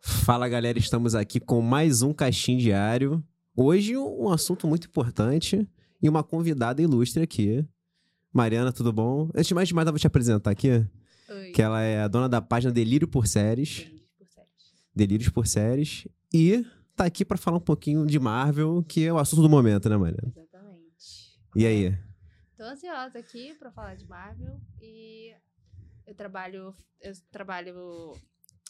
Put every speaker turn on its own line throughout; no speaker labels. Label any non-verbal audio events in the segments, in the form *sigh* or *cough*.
Fala galera, estamos aqui com mais um Caixinho Diário. Hoje um assunto muito importante e uma convidada ilustre aqui. Mariana, tudo bom? Antes de mais demais, eu vou te apresentar aqui,
Oi.
que ela é a dona da página Delírio por Séries,
Delírios por séries.
Delírios por Séries, e tá aqui pra falar um pouquinho de Marvel, que é o assunto do momento, né, Mariana?
Exatamente.
E aí?
Tô ansiosa aqui pra falar de Marvel e eu trabalho, eu trabalho,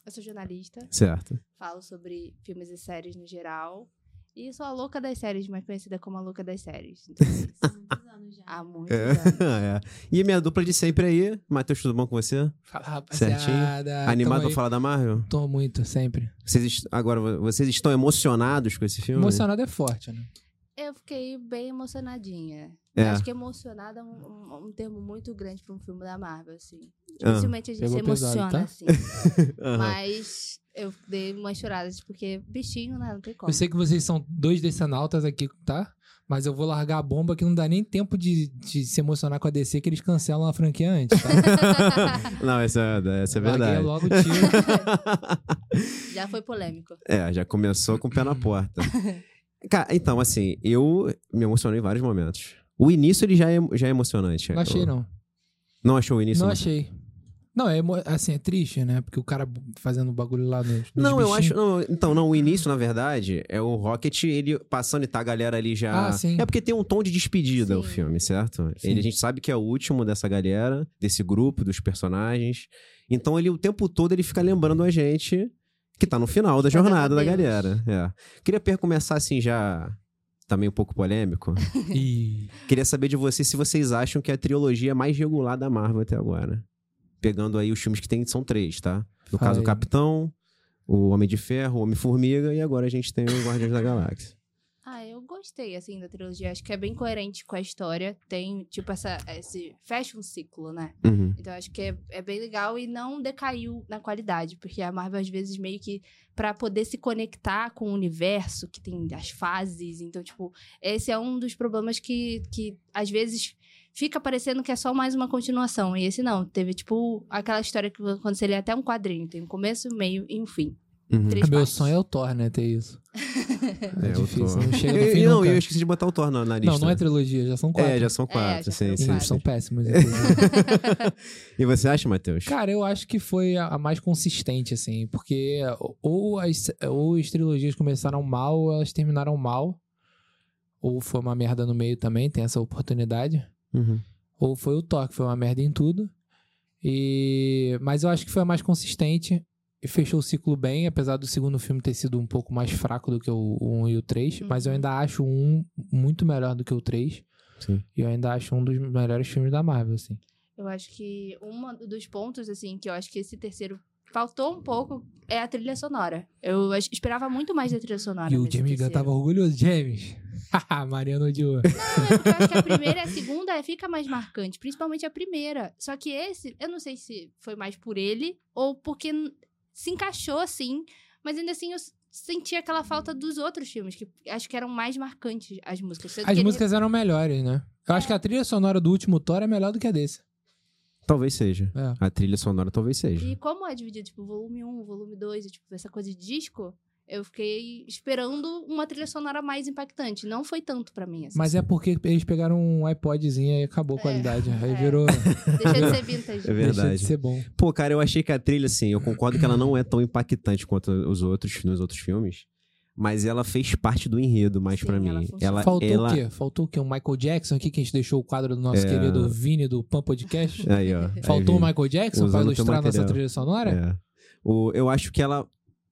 eu sou jornalista,
Certo.
falo sobre filmes e séries no geral e sou a louca das séries, mais conhecida como a louca das séries. Então, é isso.
*laughs*
Há muitos anos.
É. E minha dupla de sempre aí, Matheus, tudo bom com você?
Fala,
Certinho.
Ah,
rapaziada.
Animado
Tamo
pra
aí.
falar da Marvel?
Tô muito, sempre.
Vocês est- agora, vo- vocês estão emocionados com esse filme?
Emocionado é forte, né?
Eu fiquei bem emocionadinha.
É.
Acho que emocionada é um, um- um termo muito grande pra um filme da Marvel, assim.
Ah,
Dificilmente a gente
Pegou
se emociona,
pesado, tá?
assim.
aham.
Mas eu dei umas choradas, porque bichinho, né? Não tem como.
Eu sei que vocês são dois decenautas aqui, tá? Mas eu vou largar a bomba que não dá nem tempo de, de se emocionar com a DC que eles cancelam a franquia antes,
*laughs*
tá?
Não, essa, é- essa é
Larguei
verdade.
logo o
*laughs*
tiro. *laughs*
Já foi polêmico.
É, já começou com o pé na porta. Cara, então, assim, eu me emocionei em vários momentos. O início, ele já é, já é emocionante.
Não achei, não.
Não achou o início?
Não
emo-
achei. Não, é emo- assim, é triste, né? Porque o cara fazendo bagulho lá nos, nos
Não, eu
bichinhos.
acho. não, então, não, o início, na verdade, é o Rocket, ele passando e tá a galera ali já.
Ah, sim.
É porque tem um tom de despedida
Sim.
o filme, certo?
Sim.
Ele, a gente sabe que é o último dessa galera, desse grupo, dos personagens. Então, ele o tempo todo ele fica lembrando a gente que tá no final da
Tá dando
jornada da
adeus.
galera. É. Queria per- começar assim já. Também um pouco polêmico.
Ih,
Queria saber de vocês se vocês acham que é a trilogia mais regular da Marvel até agora. Pegando aí os filmes que tem, são três, tá? No
Fala
caso, o
aí.
Capitão, o Homem de Ferro, o Homem-Formiga e agora a gente tem o Guardiões da Galáxia.
Ah, eu gostei, assim, da trilogia. Acho que é bem coerente com a história. Tem, tipo, essa, esse... Fecha um ciclo, né?
Uhum.
Então, acho que é, é bem legal e não decaiu na qualidade. Porque a Marvel, às vezes, meio que... para poder se conectar com o universo, que tem as fases. Então, tipo, esse é um dos problemas que, que às vezes... Fica parecendo que é só mais uma continuação. E esse não. Teve, tipo, aquela história que quando você lê até um quadrinho. Tem um começo, meio e um fim.
Uhum.
Três
meu
partes.
sonho é o Thor, né? Ter isso. É,
*laughs* É, eu
difícil,
tô-
não chega no
Eu-
fim
eu- não,
nunca.
eu esqueci de botar o Thor na, na lista.
Não, não é trilogia, já são quatro.
É, já são quatro,
já
sim,
foram
sim,
Sim,
quatro.
sim.
são péssimos. inclusive.
*laughs* E você acha, Matheus?
Cara, eu acho que foi a a mais consistente, assim, porque ou as, ou as trilogias começaram mal, ou elas terminaram mal, ou foi uma merda no meio também, tem essa oportunidade,
Uhum.
ou foi o Thor, que foi uma merda em tudo, e... mas eu acho que foi a mais consistente, e fechou o ciclo bem, apesar do segundo filme ter sido um pouco mais fraco do que o 1 e o 3, mas eu
Uhum.
ainda acho o 1 muito melhor do que o 3,
Sim.
e eu ainda acho um dos melhores filmes da Marvel, assim.
Eu acho que um dos pontos, assim, que eu acho que esse terceiro faltou um pouco é a trilha sonora. Eu ach- esperava muito mais da trilha sonora.
E o
nesse
James Gunn
terceiro.
tava orgulhoso, James. *laughs* Haha, Mariano odiou.
Não, é porque eu acho que a primeira e a segunda é- fica mais marcante, principalmente a primeira. Só que esse, eu não sei se foi mais por ele ou porque n- se encaixou assim, mas ainda assim eu s- senti aquela falta dos outros filmes, que acho que eram mais marcantes as músicas. Tanto que
As
ele-
músicas eram melhores, né? Eu
É.
acho que a trilha sonora do último Thor é melhor do que a desse.
Talvez seja.
É.
A trilha sonora talvez seja.
E como é dividido, tipo, volume 1, volume 2, e, tipo, essa coisa de disco, eu fiquei esperando uma trilha sonora mais impactante. Não foi tanto pra mim, assim.
Mas é porque eles pegaram um iPodzinho e acabou a
É,
qualidade. Aí
é.
*laughs*
virou.
Deixa
*laughs*
de ser
É
vintage.
Deixa de
verdade.
ser bom.
Pô, cara, eu achei que a trilha, assim, eu concordo que ela não é tão impactante quanto os outros, nos outros filmes, mas ela fez parte do enredo mais
Sim,
pra
ela
mim.
funciona.
Ela,
Faltou
ela... É.
o quê? Faltou o quê? Um Michael Jackson aqui que a gente deixou o quadro do nosso querido Vini do Pan Podcast?
Aí, ó.
Faltou o
mais
Michael Jackson pra
Usando teu
ilustrar nossa
material.
trilha sonora?
É. O, eu acho que ela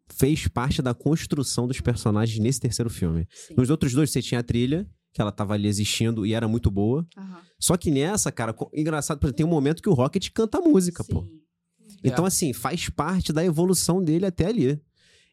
fez parte da construção dos personagens nesse terceiro filme.
Sim.
Nos outros dois, você tinha a trilha, que ela tava ali existindo e era muito boa.
Aham.
Só que nessa, cara, co- engraçado, por exemplo, tem um momento que o Rocket canta a música, pô.
Sim.
Então, assim, faz parte da evolução dele até ali.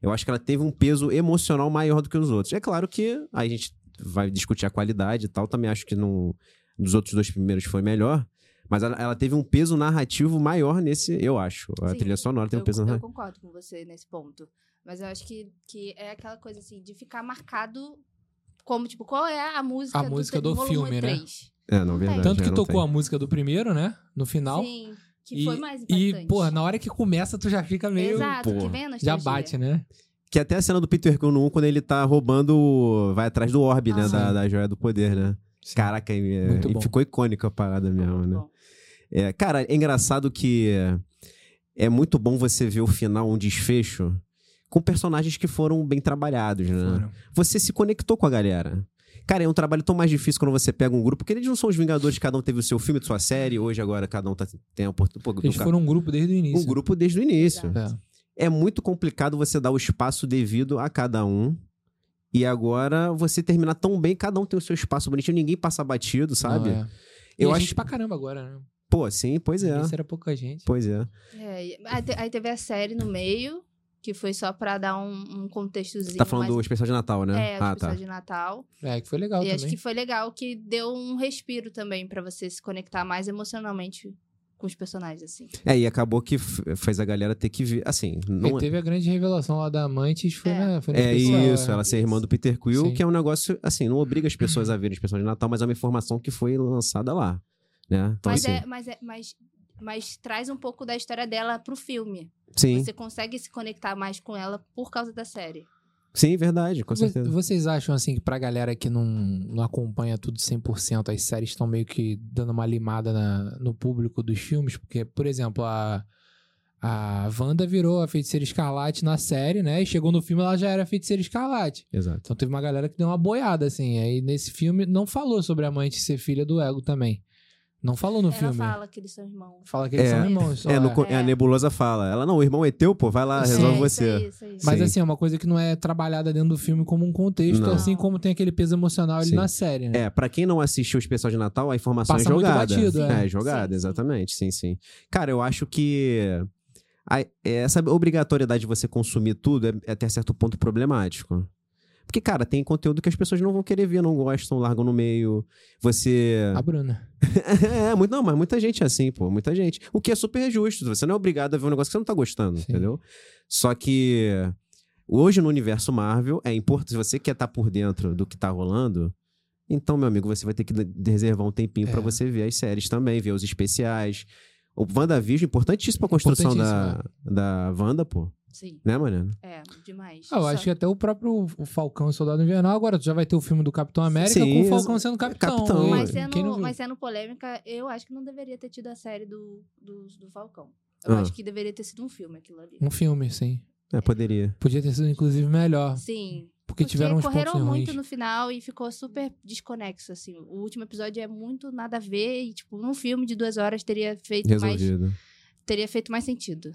Eu acho que ela teve um peso emocional maior do que os outros. É claro que aí a gente vai discutir a qualidade e tal. Também acho que não, dos outros dois primeiros foi melhor. Mas ela, ela teve um peso narrativo maior nesse, eu acho. A
Sim.
trilha sonora tem um
eu,
peso
eu
narrativo.
concordo com você nesse ponto. Mas eu acho que, que é aquela coisa assim de ficar marcado como, tipo, qual é a música
A
do,
música
tre-
do
volume
filme, né?
3.
É, não, verdade.
Tanto
é,
que
não
tocou a
tem.
música do primeiro, né? No final.
Sim. Que
e,
foi mais impactante.
E, porra, na hora que começa, tu já fica meio.
Exato,
porra,
que vem a
Já
nostalgia.
bate, né?
Que é até a cena do Peter Quill no 1, quando ele tá roubando. o- Vai atrás do orbe, né?
Ah.
Da, da joia do poder, né?
Sim.
Caraca, e, é,
Muito
e
bom.
ficou icônica a parada mesmo, né?
Bom,
É, cara, é engraçado que é muito bom você ver o final, um desfecho, com personagens que foram bem trabalhados, né?
Foram.
Você se conectou com a galera. Cara, é um trabalho tão mais difícil quando você pega um grupo, porque eles não são os Vingadores, cada um teve o seu filme, sua série, hoje agora cada um tá, tem a oportunidade.
Eles foram um grupo desde o início.
um grupo desde o início.
É.
É muito complicado você dar o espaço devido a cada um. E agora você terminar tão bem, cada um tem o seu espaço bonitinho, ninguém passa batido, sabe?
Não, é. E
Eu
a
acho.
gente pra caramba agora, né?
Pô, sim, pois é.
Isso era pouca gente.
Pois é.
é, e- aí, te- aí teve a série no meio, que foi só pra dar um, um contextozinho.
Tá falando do
mais...
especial de Natal, né?
É, o
ah,
especial
tá.
de Natal.
É, que foi legal
e
também.
acho que foi legal que deu um respiro também pra você se conectar mais emocionalmente com os personagens, assim.
É, e acabou que f- fez a galera ter que ver. Assim,
E
não é.
teve a grande revelação lá da Amantes, foi,
É.
na, foi no
É
especial,
isso,
é.
ela ser irmã do Peter Quill,
Sim.
que é um negócio, assim, não obriga as pessoas a verem o especial de Natal, mas é uma informação que foi lançada lá. Né? Então,
mas,
assim,
é, mas, é, mas, mas traz um pouco da história dela pro filme.
sim,
Você consegue se conectar mais com ela por causa da série.
sim, verdade, com
Vo-
certeza.
Vocês acham, assim, que pra galera que não, não acompanha tudo 100%, as séries estão meio que dando uma limada na- no público dos filmes? Porque, por exemplo, a, a Wanda virou a Feiticeira Escarlate na série, né? E chegou no filme, ela já era a Feiticeira Escarlate.
Exato.
Então teve uma galera que deu uma boiada, assim. Aí nesse filme, não falou sobre a mãe ser filha do Ego também. Não falou no
ela
filme. Fala...
fala que eles são irmãos.
que eles
É.
são irmãos. só
É, no
é.
co- é, a Nebulosa fala. Ela, não, o irmão é teu, pô, vai lá,
Sim.
resolve
é,
você.
Isso aí, isso aí.
Mas
Sim.
assim, é uma coisa que não é trabalhada dentro do filme como um contexto,
Não.
assim como tem aquele peso emocional ali
Sim.
na série, né?
É, pra quem não assistiu o especial de Natal, a informação
Passa
é
muito
jogada.
batido, é.
é. jogada,
Sim, sim.
exatamente. Sim, sim. Cara, eu acho que a- essa obrigatoriedade de você consumir tudo é, é até certo ponto problemático. Porque, cara, tem conteúdo que as pessoas não vão querer ver, não gostam, largam no meio. Você.
A Bruna.
é, muito, não, mas muita gente é assim, pô, muita gente. O que é super justo. Você não é obrigado a ver um negócio que você não tá gostando,
Sim.
entendeu? Só que. Hoje no universo Marvel é importante, se você quer estar por dentro do que tá rolando, então, meu amigo, você vai ter que de- reservar um tempinho
É.
pra você ver as séries também, ver os especiais. O WandaVision, importantíssimo pra construção da, da Wanda, pô.
Sim,
Né, Mariana?
é, demais.
Ah, eu
Só-
acho que até o próprio o Falcão e o Soldado Invernal, agora tu já vai ter o filme do Capitão América
Sim,
com o
exa-
Falcão sendo capitão.
capitão.
né?
Oi.
Mas
Quem não
sendo,
viu?
mas sendo polêmica, eu acho que não deveria ter tido a série do, do, do Falcão. Eu
Ah.
acho que deveria ter sido um filme aquilo ali.
Um filme, sim.
É, poderia.
Podia ter sido, inclusive, melhor.
Sim.
Porque, tiveram uns pontos
correram muito né?
ruins.
no final e ficou super desconexo, assim. O último episódio é muito nada a ver e, tipo, num filme de duas horas teria feito, é mais,
Resolvido.
teria feito mais sentido.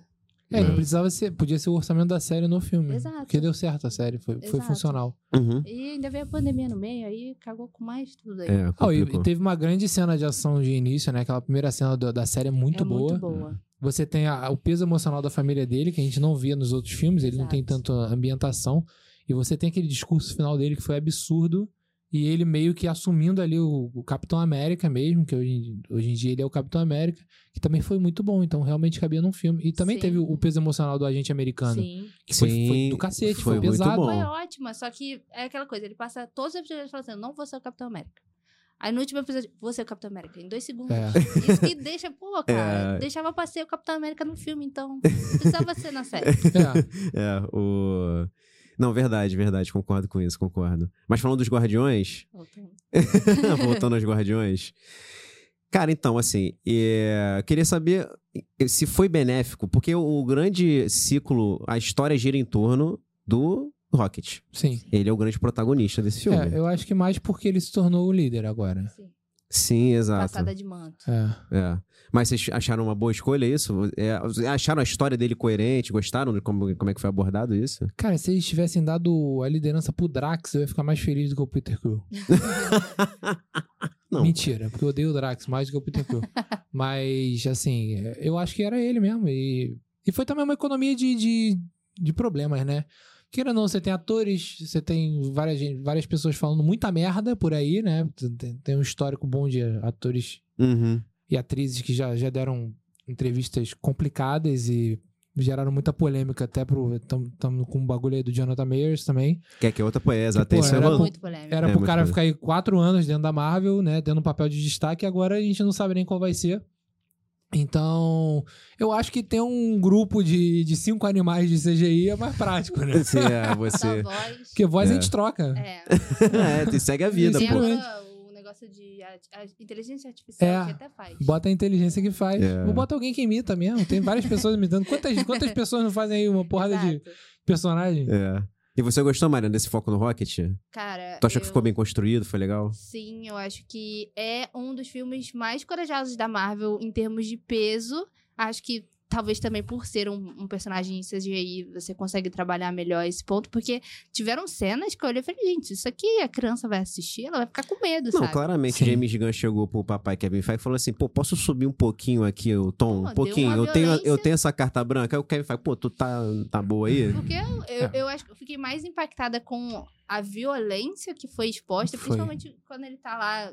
É, não precisava ser. Podia ser o orçamento da série no filme.
Exato.
Porque deu certo a série, foi, foi
Exato.
funcional.
Uhum.
E ainda veio a pandemia no meio, aí cagou com mais tudo aí.
É,
Ah, e-
complicou.
e teve uma grande cena de ação de início, né? Aquela primeira cena do- da série é muito
É
boa.
muito boa.
Você tem a- o peso emocional da família dele, que a gente não via nos outros filmes, ele não
Exato.
tem tanta ambientação. E você tem aquele discurso final dele que foi absurdo. E ele meio que assumindo ali o, o Capitão América mesmo, que hoje, em- hoje em dia ele é o Capitão América, que também foi muito bom, então realmente cabia num filme. E também
Sim.
teve o peso emocional do agente americano,
Sim.
que foi,
Sim,
foi do cacete, foi,
foi muito
pesado.
bom.
Foi ótima, só que é aquela coisa, ele passa todos os episódios falando assim, eu não vou ser o Capitão América. Aí no último episódio, vou ser o Capitão América, em dois segundos.
É.
Isso que deixa, pô, cara,
É.
deixava pra ser o Capitão América no filme, então. não Precisava ser na série.
*laughs* É.
É, o. Não, verdade, verdade, concordo com isso, concordo. Mas falando dos Guardiões, *laughs* Voltando aos Guardiões. Cara, então, assim, é, queria saber se foi benéfico, porque o grande ciclo, a história gira em torno do Rocket.
Sim.
Ele é o grande protagonista desse filme.
É, eu acho que mais porque ele se tornou o líder agora.
Sim.
Sim, exato.
Passada de manto.
É.
É. Mas vocês acharam uma boa escolha isso? É, acharam a história dele coerente? Gostaram de como, como é que foi abordado isso?
Cara, se eles tivessem dado a liderança pro Drax, eu ia ficar mais feliz do que o Peter Crew.
*laughs*
Não.
Mentira, porque eu odeio o Drax mais do que o Peter Quill. Mas, assim, eu acho que era ele mesmo. E, e foi também uma economia de, de, de problemas, né? Queira ou não, você tem atores, você tem várias, gen- várias pessoas falando muita merda por aí, né? Tem, tem um histórico bom de atores
Uhum.
e atrizes que já, já deram entrevistas complicadas e geraram muita polêmica até pro... Estamos com o bagulho aí do Jonathan Meyers também.
Quer que é outra poesia, até
Pô,
isso é
era
uma-
Muito polêmica.
Era
É,
pro
muito
cara
bem.
ficar aí quatro anos dentro da Marvel, né? Tendo um papel de destaque, agora a gente não sabe nem qual vai ser. Então, eu acho que ter um grupo de, de cinco animais de CGI é mais prático,
*laughs*
né?
Você é,
Só
você.
voz.
Porque voz
É.
a gente troca.
É.
é, tu segue a vida,
Tem
Isso
pô.
é-
agora o negócio de a- a inteligência artificial
É.
que até faz.
Bota a inteligência que faz.
É.
Ou bota alguém que imita mesmo. Tem várias pessoas imitando. Quantas, quantas pessoas não fazem aí uma porrada de
Exato.
personagem?
É. E você gostou, Mariana, desse foco no Rocket?
Cara,
Tu achou que
eu-
ficou bem construído? Foi legal?
Sim, eu acho que é um dos filmes mais corajosos da Marvel em termos de peso. Acho que talvez também por ser um, um personagem em CGI, você consegue trabalhar melhor esse ponto, porque tiveram cenas que eu olhei e falei, gente, isso aqui a criança vai assistir, ela vai ficar com medo,
Não,
sabe?
claramente
Sim.
James Gunn chegou pro papai Kevin Feige e falou assim: pô, posso subir um pouquinho aqui o tom?
Pô,
um
deu
pouquinho.
uma
Eu tenho, eu
violência.
tenho essa carta branca. Aí o Kevin Feige, pô, tu tá, tá boa aí?
Porque eu, eu,
É.
eu acho que eu fiquei mais impactada com a violência que foi exposta,
Foi.
principalmente quando ele tá lá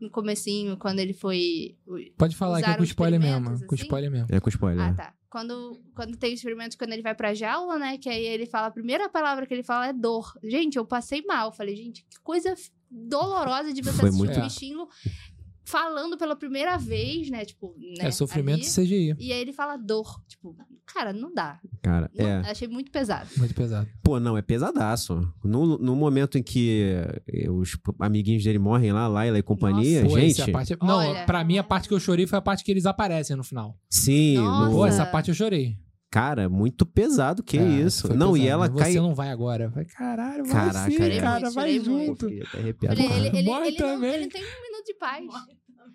no comecinho, quando ele foi
Pode falar que é com
Usaram
spoiler mesmo.
experimentos,
Com
assim?
spoiler mesmo.
É com spoiler.
Ah, tá. Quando, quando tem experimentos, quando ele vai pra jaula, né? Que aí ele fala, a primeira palavra que ele fala é dor. Gente, eu passei mal. Falei, gente, que coisa f- dolorosa de você
Foi
assistir
muito-
um bichinho falando pela primeira vez, né? Tipo, né?
É sofrimento
ali.
CGI.
E aí ele fala dor. Tipo, cara, não dá.
Cara,
Não- tá.
é.
Achei muito pesado.
Muito pesado.
Pô, não, é pesadaço. No, no momento em que eh, os amiguinhos dele morrem lá, Laila e companhia,
Pô, essa é a
gente.
parte... Não,
Olha.
pra mim a parte que eu chorei foi a parte que eles aparecem no final.
Sim,
Nossa.
Pô,
no-
essa parte eu chorei.
cara, muito pesado, que
É,
isso.
foi
Não, e
pesado,
ela
né?
cai.
Você não vai agora. Vai, caralho, vai
Caraca,
sim,
é.
cara,
Chorei
vai
muito, chorei
junto.
Pô, fiquei arrepiado.
Falei, ele, ele,
Morre
ele não,
também.
ele não tem um minuto de paz.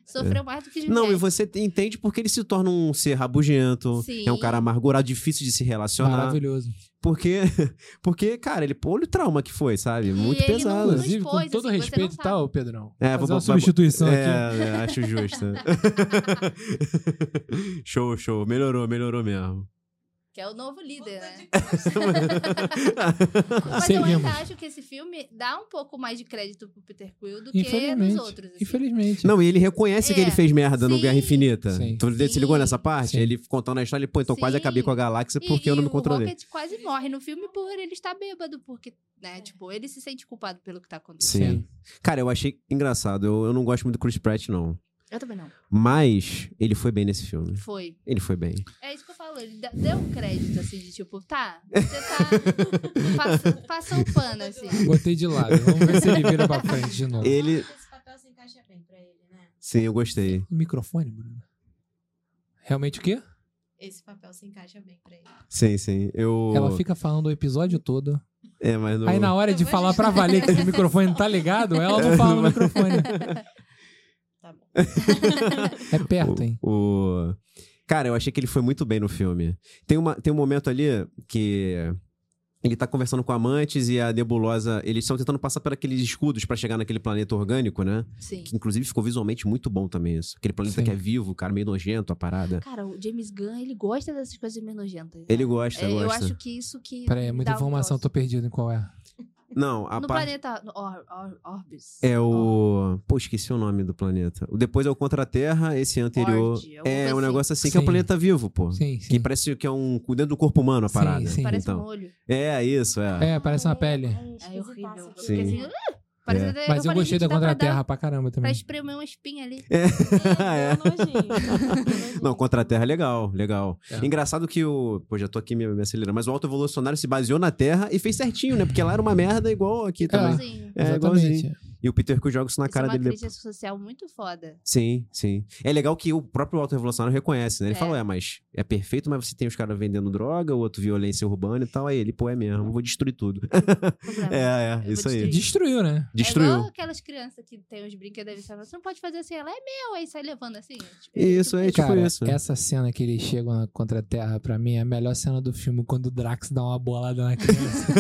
Sofreu mais do que ninguém.
Não, e você te- entende porque ele se torna um ser rabugento,
Sim.
é um cara amargurado, difícil de se relacionar.
Maravilhoso.
Porque, *laughs* porque, cara, ele, olha o trauma que foi, sabe? Muito
ele não-
pesado.
não-
Inclusive,
expôs,
com todo
assim, você
respeito tá, e
não
tal, Pedrão.
É,
fazer
vou-
uma
vou-
substituição aqui.
É, é, acho justo. *laughs* show, show. Melhorou, melhorou mesmo. *laughs*
Que é o novo líder, né?
Ah,
Mas eu
seguimos.
ainda acho que esse filme dá um pouco mais de crédito pro Peter Quill do que é dos
Infelizmente.
outros. assim.
Infelizmente.
Não, e ele reconhece que
É.
ele fez merda no
Sim.
Guerra Infinita.
Sim.
Tu se
Sim.
ligou nessa parte?
Sim.
Ele contando a história, ele, pô, então quase
Sim.
acabei com a galáxia
E-
porque eu não me
E o
controlei.
Rocket quase morre no filme por ele estar bêbado, porque, né, tipo, ele se sente culpado pelo que tá acontecendo.
Sim. Cara, eu achei engraçado. Eu, eu não gosto muito do Chris Pratt, não.
Eu também não.
Mas ele foi bem nesse filme.
Foi.
Ele foi bem.
É isso que eu falo. Ele dá- deu um crédito, assim, de tipo, tá, você
*laughs*
tá. passa- passou o pano, assim.
Botei de lado. Vamos ver se ele vira pra frente
*laughs*
de novo.
Ele-
Esse papel se encaixa bem pra ele, né?
Sim, eu gostei.
O Microfone, Bruno. Realmente o quê?
Esse papel se encaixa bem pra ele.
Sim, sim. Eu.
Ela É, fica falando o episódio todo.
É, mas não.
Aí na hora
Eu
de
vou
falar pra
ajustar.
valer que
*laughs*
o microfone tá ligado, ela
É.
não fala no
*laughs*
microfone.
Tá bom.
É perto, hein?
O, o- Cara, eu achei que ele foi muito bem no filme. Tem, uma, tem um momento ali que ele tá conversando com a Amantes e a Nebulosa. Eles estão tentando passar por aqueles escudos pra chegar naquele planeta orgânico, né?
Sim.
Que inclusive ficou visualmente muito bom também isso. Aquele planeta
Sim.
que é vivo, cara, meio nojento a parada.
Cara, o James Gunn, ele gosta dessas coisas meio nojentas. né?
Ele gosta,
É, Eu
gosta.
acho que isso que.
Peraí, é muita
dá um
informação, tô
toque.
perdido em qual é.
Não, a
No
parte.
planeta no Or- Or- Orbis.
É o. Pô, esqueci o nome do planeta. O depois é o Contra-Terra, esse anterior.
Orde, alguma
é
coisa
um
assim.
negócio assim que é um
Sim.
planeta vivo, pô.
Sim,
Que
sim.
parece que é um. dentro do corpo humano a
Sim,
parada.
sim.
Parece
então.
um olho.
É, isso, é.
É, parece uma pele.
É horrível.
Sim.
Fica assim, "Ah!" Parece
É.
até-
Mas eu
falei, "Gente,
gostei
dá pra dar-
da
um
Contra-Terra pra caramba
Pra
também.
espremer uma espinha ali. Tipo
*laughs* É. Não, contra a Terra é legal, legal.
É.
Engraçado que o. Pô, já tô aqui me, me acelerando, mas o Alto Evolucionário se baseou na Terra e fez certinho, né? Porque lá era uma merda igual aqui também.
Assim,
É, igualzinho.
Exatamente.
E o Peter Quill joga isso na
isso é
cara
uma
dele depois.
crítica social muito foda.
Sim, sim. É legal que o próprio Alto Revolucionário reconhece, né? Ele
É.
fala, é, mas é perfeito, mas você tem os caras vendendo droga, o outro violência urbana e tal. Aí ele, pô, é mesmo, vou destruir tudo.
Problema.
*laughs* É, é,
vou
isso aí.
destruir.
Destruiu, né?
É
Destruiu.
igual aquelas crianças que tem os brinquedos e falam, você não pode fazer assim, ela é meu, aí sai levando assim. Tipo,
Isso, é tipo
Cara,
isso.
essa cena que eles chegam na Contra-Terra, pra mim, é a melhor cena do filme, quando o Drax dá uma bolada
*laughs*
na criança.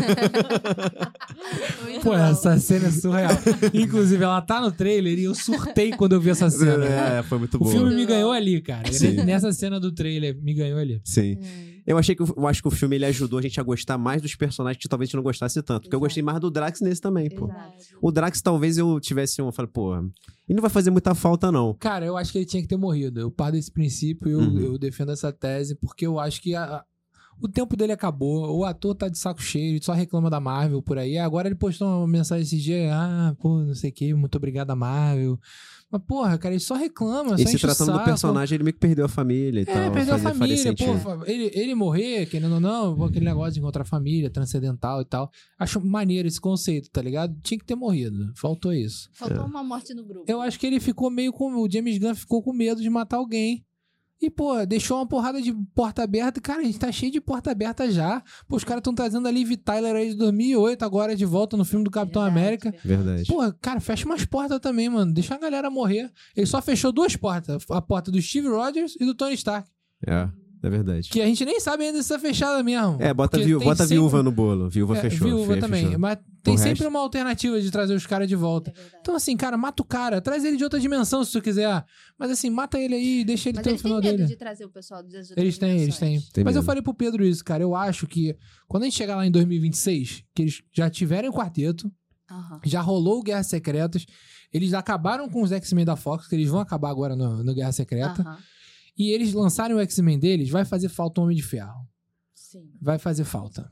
muito
Pô,
bom.
essa cena é surreal. Inclusive, ela tá no trailer e eu surtei quando eu vi essa cena.
*laughs* É, foi muito
O
bom.
filme me ganhou ali, cara.
Sim.
Nessa cena do trailer, me ganhou ali.
Sim.
Hum.
Eu achei que o- eu acho que o filme ele ajudou a gente a gostar mais dos personagens que talvez a gente não gostasse tanto. Porque eu gostei mais do Drax nesse também, pô.
Exato.
O Drax talvez eu tivesse um, eu falei, pô, ele não vai fazer muita falta não.
Cara, eu acho que ele tinha que ter morrido. Eu paro desse princípio e eu,
Uhum.
eu defendo essa tese, porque eu acho que a- a- O tempo dele acabou, o ator tá de saco cheio, só reclama da Marvel por aí. Agora ele postou uma mensagem esses dias, ah, pô, não sei o que, muito obrigado a Marvel. Mas, porra, cara, ele só reclama,
E
só
se
enche o
tratando do
saco.
personagem, então, ele meio que perdeu a família e tal.
É, perdeu a
fazia- faria
família,
sentido.
pô. Ele, ele morrer, querendo ou não, pô, aquele negócio de encontrar a família, transcendental e tal. Acho maneiro esse conceito, tá ligado? Tinha que ter morrido. Faltou isso.
Faltou
É.
uma morte no grupo.
Eu acho que ele ficou meio com. O James Gunn ficou com medo de matar alguém. E, pô, deixou uma porrada de porta aberta. Cara, a gente tá cheio de porta aberta já. Pô, os caras tão trazendo a Liv Tyler aí de 2008, agora de volta no filme do Capitão
Verdade,
América.
Verdade.
Pô, cara, fecha umas portas também, mano. Deixa a galera morrer. Ele só fechou duas portas. A porta do Steve Rogers e do Tony Stark.
É, é verdade.
Que a gente nem sabe ainda se tá fechada mesmo.
É, bota,
Porque
viu,
tem
bota
sempre-
viúva no bolo. Viúva
É,
fechou.
Viúva
fe-
também.
fechou.
Mas tem
O
sempre
resto-
uma alternativa de trazer os caras de volta.
É verdade.
Então, assim, cara, mata o cara. Traz ele de outra dimensão se tu quiser. Mas, assim, mata ele aí e deixa ele
Mas
ter o
eles têm
final
medo
dele.
de trazer o pessoal dos outras
Eles têm, eles têm.
dimensões.
Tem
Mas eu
medo.
falei pro Pedro isso, cara. Eu acho que quando a gente chegar lá em 2026, que eles já tiverem o quarteto,
Aham.
já rolou o Guerra Secretas, eles acabaram com os X-Men da Fox, que eles vão acabar agora no, no Guerra Secreta,
Aham.
e eles lançarem o X-Men deles, vai fazer falta o Homem de Ferro
Sim.
vai fazer falta.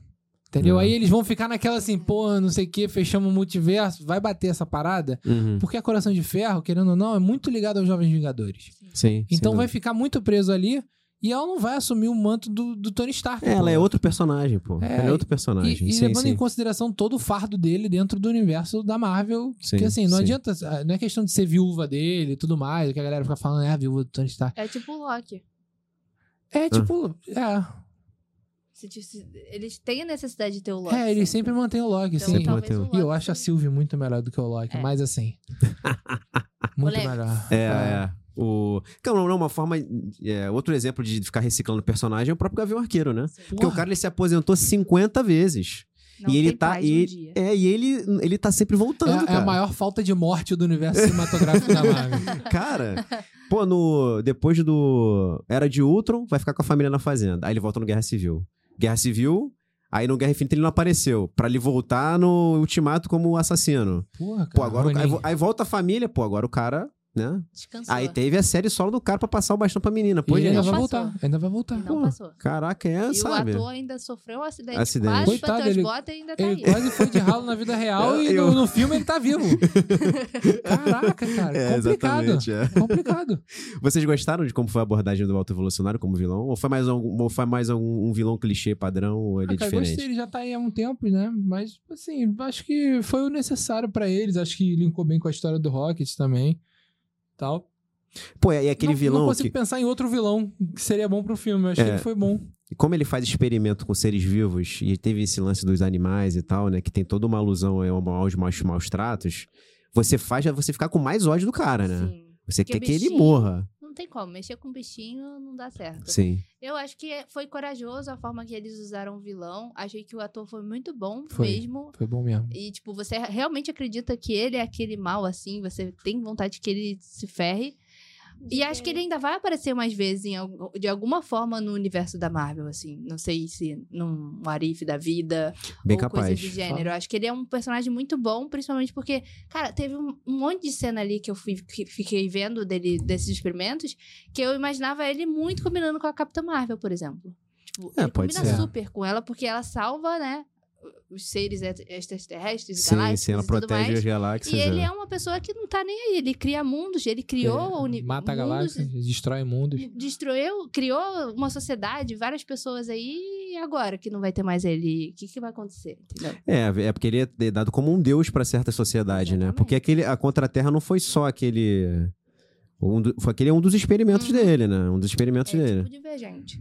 Entendeu?
É.
Aí eles vão ficar naquela assim, pô, não sei o que, fechamos o multiverso, vai bater essa parada.
Uhum.
Porque a Coração de Ferro, querendo ou não, é muito ligado aos Jovens Vingadores.
Sim. sem
Então vai
dúvida.
ficar muito preso ali e ela não vai assumir o manto do, do Tony Stark.
É,
pô.
Ela é outro personagem, pô.
É,
ela é outro
E,
personagem.
e
sim,
levando
sim.
em consideração todo o fardo dele dentro do universo da Marvel.
Sim,
que assim, não
sim.
adianta. Não é questão de ser viúva dele e tudo mais, que a galera fica falando, é a viúva do Tony Stark.
É tipo o Loki.
Ah.
É tipo, é.
Se te- se- Eles têm a necessidade de ter o Loki.
É, ele sempre mantém o Loki,
Então,
sim.
Sempre
talvez
mantém.
o
E
Loki
eu acho assim, a
seja-
Sylvie muito melhor do que o Loki,
É.
*laughs*
mas assim. muito
Polêmicas.
melhor.
É,
tá.
é. O... Não, não, não, uma forma. é, outro exemplo de ficar reciclando personagem é o próprio Gavião Arqueiro, né?
Sim.
Porque o cara ele se aposentou 50 vezes.
Não
e ele
tem
tá-
paz
e-
um dia.
É, e ele, ele tá sempre
É-
voltando,
é
cara.
a maior falta de morte do universo cinematográfico da Marvel.
*laughs* Cara, pô, no, depois do Era de Ultron, vai ficar com a família na fazenda. Aí ele volta no Guerra Civil. Guerra Civil, aí no Guerra Infinita ele não apareceu. Pra ele voltar no Ultimato como assassino.
Porra, cara.
Pô, agora o, aí,
ruim.
vo- aí volta a família, pô, agora o cara, né?
Descansou.
Aí teve a série solo do cara pra passar o bastão pra menina. Pô,
E ele ainda
gente.
vai
Não
voltar. Ainda vai
E
voltar.
não
Pô,
passou.
Caraca, é,
E
sabe?
o ator ainda sofreu um acidente,
Acidente.
quase
Coitado,
bateu as
ele-
botas e ainda tá
Ele
aí.
quase foi de ralo na vida
*laughs*
real e
Eu-
no, no filme ele tá
*laughs*
vivo. Caraca, cara.
É,
complicado.
exatamente. é.
Complicado.
Vocês gostaram de como foi a abordagem do Alto Evolucionário como vilão? Ou foi mais algum, ou foi mais algum um vilão clichê padrão? Ou ele
Ah,
é
cara, eu
diferente?
gostei, ele já tá aí há um tempo, né? Mas, assim, acho que foi o necessário pra eles. Acho que linkou bem com a história do Rocket também. Tal.
Pô, e aquele
não,
vilão
Não
que.
consigo pensar em outro vilão que seria bom pro filme. Eu acho
É.
que ele foi bom.
E como ele faz experimento com seres vivos, e teve esse lance dos animais e tal, né? Que tem toda uma alusão aí ao- aos maus, maus tratos, você faz você ficar com mais ódio do cara, né?
Sim.
Você
Porque
quer
o
que ele
bichinho-
morra.
Não tem como. Mexer com bichinho não dá certo.
Sim.
Eu acho que foi corajoso a forma que eles usaram o vilão. Achei que o ator foi muito bom
Foi.
mesmo.
Foi bom mesmo.
E, tipo, você realmente acredita que ele é aquele mal, assim, você tem vontade que ele se ferre. E acho que ele ainda vai aparecer mais vezes, em al- de alguma forma, no universo da Marvel, assim. Não sei se num Arif da vida
Bem
ou coisa
capaz.
do gênero. Acho que ele é um personagem muito bom, principalmente porque, cara, teve um, um monte de cena ali que eu fui, que fiquei vendo dele, desses experimentos, que eu imaginava ele muito combinando com a Capitã Marvel, por exemplo. Tipo,
É,
ele
pode
combina
ser.
super com ela, porque ela salva, né, os seres et- extraterrestres,
Sim,
galácticos
sim, ela
e tudo
protege
mais.
as galáxias.
E ele
né?
é uma pessoa que não tá nem aí. Ele cria mundos, ele criou o uni-
Mata a
mundos,
galáxia, destrói mundos.
destruiu, criou uma sociedade, várias pessoas aí, e agora que não vai ter mais ele, o que, que vai acontecer? Entendeu?
É, é porque ele é dado como um deus pra certa sociedade, né?
Exatamente.
Porque aquele, a Contra-Terra não foi só aquele. Um do- foi aquele é um dos experimentos
Uhum.
dele, né? Um dos experimentos
É
dele.
tipo divergente.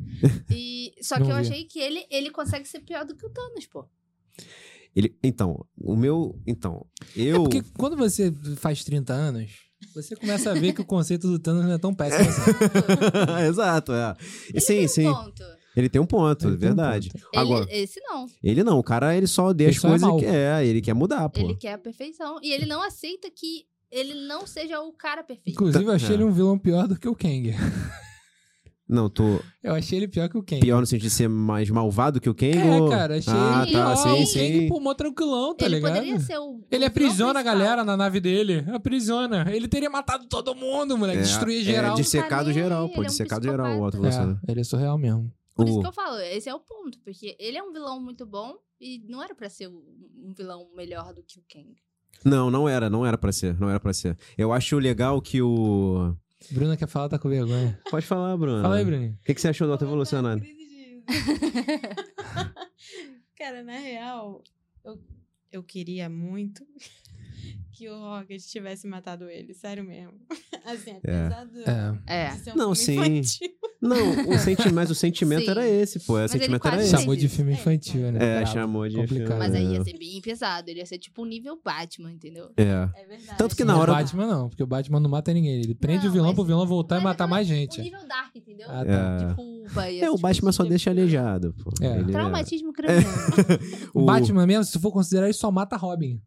E, só que
*laughs* Não
eu
vi.
achei que ele, ele consegue ser pior do que o Thanos, pô.
Ele, então, o meu. Então, eu.
É porque
*laughs*
quando você faz 30 anos, você começa a ver que o conceito do Thanos não é tão péssimo assim.
*laughs* Exato, é.
Ele
sim,
tem um
sim.
ponto.
Ele tem um ponto,
Ele tem um
verdade.
ponto.
Ele-
Agora,
esse não.
ele não, o cara ele só odeia
Ele
as
só é
coisas
mau.
que é, ele quer mudar, pô.
Ele quer a perfeição. E ele não aceita que ele não seja o cara perfeito.
Inclusive, eu achei
É.
ele um vilão pior do que o Kang.
Não, tô
Eu achei ele pior que o Kang.
pior no sentido de ser mais malvado que o Ken.
É,
ou-
cara, achei
ah,
ele
tá,
é
pior.
um
sim,
o Kang,
sim.
pô, mó tranquilão, tá
ele
ligado?
poderia ser o.
um
Ele
o
aprisiona a
vilão
galera na nave dele. Aprisiona. Ele teria matado todo mundo, moleque.
É,
Destruía
é
geral.
dissecado
Tá nem
geral,
aí,
pô,
ele é um
dissecado geral o
psicopata.
Otto Evolucionário.
É, ele é surreal mesmo.
Por isso
O-
que eu falo, esse é o ponto, porque ele é um vilão muito bom e não era pra ser um um vilão melhor do que o Kang.
Não, não era, não era pra ser, não era pra ser. Eu acho legal que o.
Bruna quer falar, tá com vergonha.
Pode falar, Bruno.
Fala aí, Bruninho.
O que, que você achou do Auto Evolucionário?
Crise de- Cara, na real, eu, eu queria muito *laughs* que o Rocket tivesse matado ele, sério mesmo. *laughs* Assim, apesar do-
É.
É.
de ser um
Não,
filme
sim.
infantil.
Não,
*laughs*
o senti... mas o sentimento
Sim.
era esse, pô. O
Mas ele
sentimento era
quase
esse.
Chamou de
isso.
filme infantil, né?
É,
Bravo.
chamou de.
Complicado.
Mas
filme,
aí
é.
ia ser bem pesado, ele ia ser tipo um nível Batman, entendeu?
É.
É verdade.
Tanto que
Sim,
na
o
hora-
Batman não, porque o Batman não mata ninguém. Ele prende
Não,
o vilão
mas-
pro vilão voltar e
Mas é
matar
também
mais
Um
gente.
nível dark, entendeu?
Ah, tá.
De culpa e
É, o
esse
Batman só
de-
deixa aleijado, pô.
É.
Ele- *laughs*
Traumatismo craniano.
O-
Batman mesmo, se tu for considerar, ele só
*laughs*
mata Robin.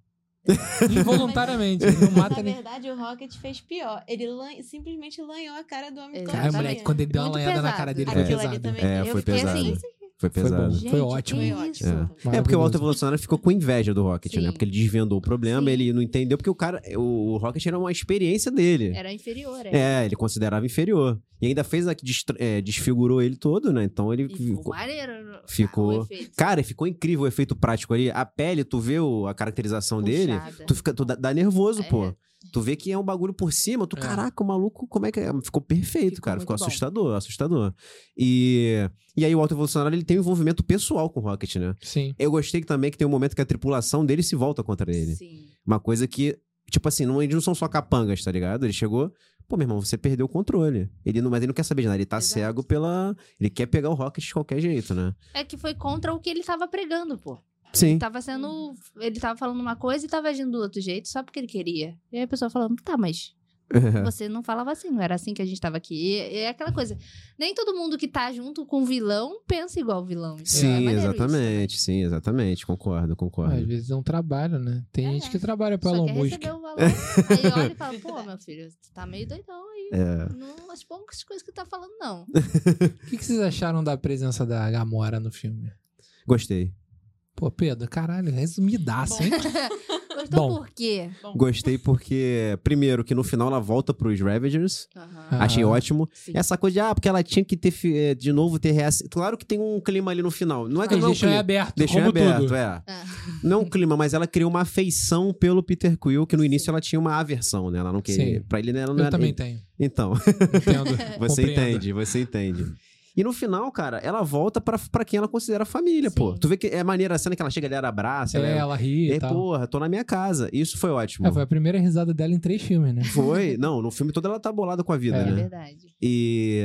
Involuntariamente. Ele
Tá *laughs*
não mata
Na
ninguém.
verdade, o Rocket fez pior. Ele lan- simplesmente lanhou a cara do homem todo.
Cara,
Cara,
Exatamente.
Ah, moleque, quando ele deu uma
tá Muito
lanhada na
pesado.
cara dele, foi
Aquilo ali
pesado.
também.
É,
eu
foi
fiquei
pesado.
assim,
Foi
Foi
pesado.
bom.
Gente,
Foi
que
ótimo.
isso?
É porque o
Maravilhoso.
Auto Evolucionário ficou com inveja do Rocket,
Sim.
né? Porque ele desvendou o problema,
Sim.
ele não entendeu, porque o cara. O, o Rocket era uma experiência dele.
Era inferior, é.
É, ele considerava inferior. E ainda fez a que destra- é, desfigurou ele todo, né? Então ele.
E ficou maneiro. o
Ficou.
efeito.
Cara, ficou incrível o efeito prático ali. A pele, tu vê o- a caracterização um dele,
Puxada.
tu fica, tu dá, dá nervoso,
É.
pô. Tu vê que é um bagulho por cima, tu,
É.
caraca, o maluco, como é que é? Ficou perfeito,
Ficou
cara.
muito
Ficou
bom.
assustador, assustador. E, e aí o Alto Evolucionário, ele tem um envolvimento pessoal com o Rocket, né?
Sim.
Eu gostei que também que tem um momento que a tripulação dele se volta contra ele.
Sim.
Uma coisa que, tipo assim, não, eles não são só capangas, tá ligado? Ele chegou, pô, meu irmão, você perdeu o controle. Ele não, mas ele não quer saber de nada, ele tá
Exato.
cego pela. Ele quer pegar o Rocket de qualquer jeito, né?
É que foi contra o que ele tava pregando, pô.
Sim. *laughs*
Tava
Uhum.
sendo. Ele tava falando uma coisa e tava agindo do outro jeito, só porque ele queria. E aí a pessoa falando, tá, mas
É.
você não falava assim, não era assim que a gente tava aqui. E e é aquela coisa. Nem todo mundo que tá junto com o vilão pensa igual o vilão. entendeu? É
Sim,
maneiro isso
exatamente, sim, exatamente. Concordo,
Às
concordo.
vezes é um trabalho, né? Tem
É.
gente que trabalha pra
também. Só
Elon
quer
Musk.
receber um o valor. Aí olha e fala, pô, meu filho, tu tá meio doidão aí.
É.
Não as poucas coisas que tu tá falando, não.
O que, que vocês acharam da presença da Gamora no filme?
Gostei.
Pô, Pedro, caralho, resumidaço, hein?
Gostou
Bom.
por quê?
Gostei porque, primeiro, que no final ela volta pros Ravagers.
Aham.
Ah.
Achei ótimo.
Sim.
Essa coisa de, ah, porque ela tinha que ter, fi- eh, de novo, ter reação. Claro que tem um clima ali no final. Não é que
Eles
não é um
deixam em
clima.
aberto,
Deixou em
Ah, como
aberto,
tudo.
é.
Ah.
*laughs* Não um clima, mas ela criou uma afeição pelo Peter Quill, que no início ela tinha uma aversão, né? Ela não queria.
Sim.
Pra ele, né, ela não
Eu
era.
também tenho.
Então,
*laughs*
Entendo.
você
Compreendo.
entende, você entende. E no final, cara, ela volta pra, pra quem ela considera família, pô.
Sim.
Tu vê que é maneira a cena que ela chega, ela abraça,
É,
ela.
ela ri e,
Ei,
tal.
porra, tô na minha casa. Isso foi ótimo.
É, foi a primeira risada dela em três filmes, né?
Foi. Não, no filme todo ela tá bolada com a vida,
É.
É
né?
verdade.
E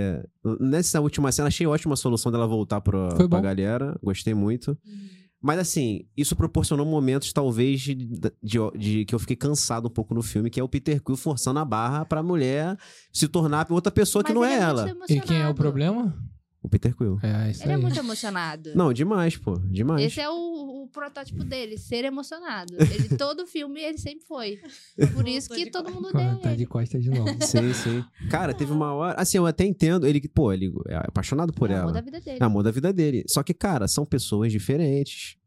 nessa última cena, achei ótima a solução dela voltar pra,
Foi
pra
bom. Uhum.
galera. Gostei muito. Mas assim, isso proporcionou momentos, talvez, de, de- de que eu fiquei cansado um pouco no filme, que é o Peter Quill forçando a barra pra mulher se tornar outra pessoa que
Mas
não
ele
é,
muito
ela.
E
emocionado.
quem é o problema?
O Peter Quill.
É, isso
Ele é
aí.
muito emocionado.
Não, demais, pô. Demais.
Esse é o, o protótipo dele, ser emocionado. Ele, todo filme, ele sempre
*laughs*
foi. Por isso que
Voltou tipo, de
todo
costas.
mundo
Ah,
odeia
tá
ele.
de costa de novo.
é
Sim, sim. Cara, teve uma hora. Assim, eu até entendo. Ele, pô, ele é apaixonado por
é o amor
ela.
da vida dele.
É amor da vida dele. Só que, cara, são pessoas diferentes.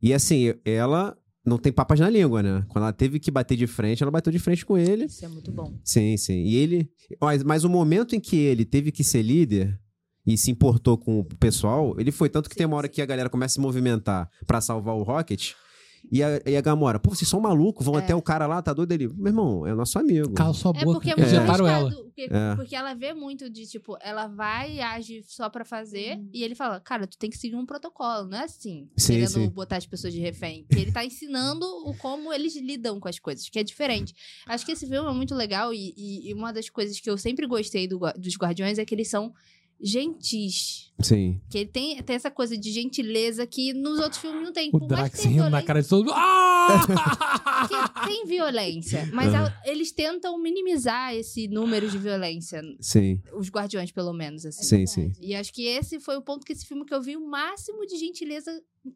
E assim, ela não tem papas na língua, né? Quando ela teve que bater de frente, ela bateu de frente com ele.
Isso é muito bom.
Sim, sim. E ele. Mas, mas o momento em que ele teve que ser líder e se importou com o pessoal, ele foi. Tanto que
Sim,
tem uma hora
sim.
que a galera começa a se movimentar pra salvar o Rocket. E a, e a Gamora, pô, vocês são malucos, vão
É.
até o cara lá, tá doido? Ele, meu irmão, é o nosso amigo.
Cala sua
É
boca.
porque é muito
Ejetaram
arriscado.
ela.
Porque,
É.
porque ela vê muito de, tipo, ela vai e age só pra fazer. E ele fala, cara, tu tem que seguir um protocolo, não é assim.
Sim,
querendo
sim.
botar as pessoas de refém. Que ele tá ensinando o como eles lidam com as coisas, que é diferente. Acho que esse filme é muito legal. E, e- e uma das coisas que eu sempre gostei do gua- dos Guardiões é que eles são gentis.
Sim.
Que ele tem, tem essa coisa de gentileza que nos outros filmes não tipo, tem.
O
Por mais que
Drax
tenha
rindo na
violência-
cara de todo
*laughs*
mundo. Ah!
que tem violência, mas
Ah.
a- eles tentam minimizar esse número de violência,
Sim.
os guardiões pelo menos
É
assim.
Sim, sim.
E acho que esse foi o ponto que esse filme que eu vi o máximo de gentileza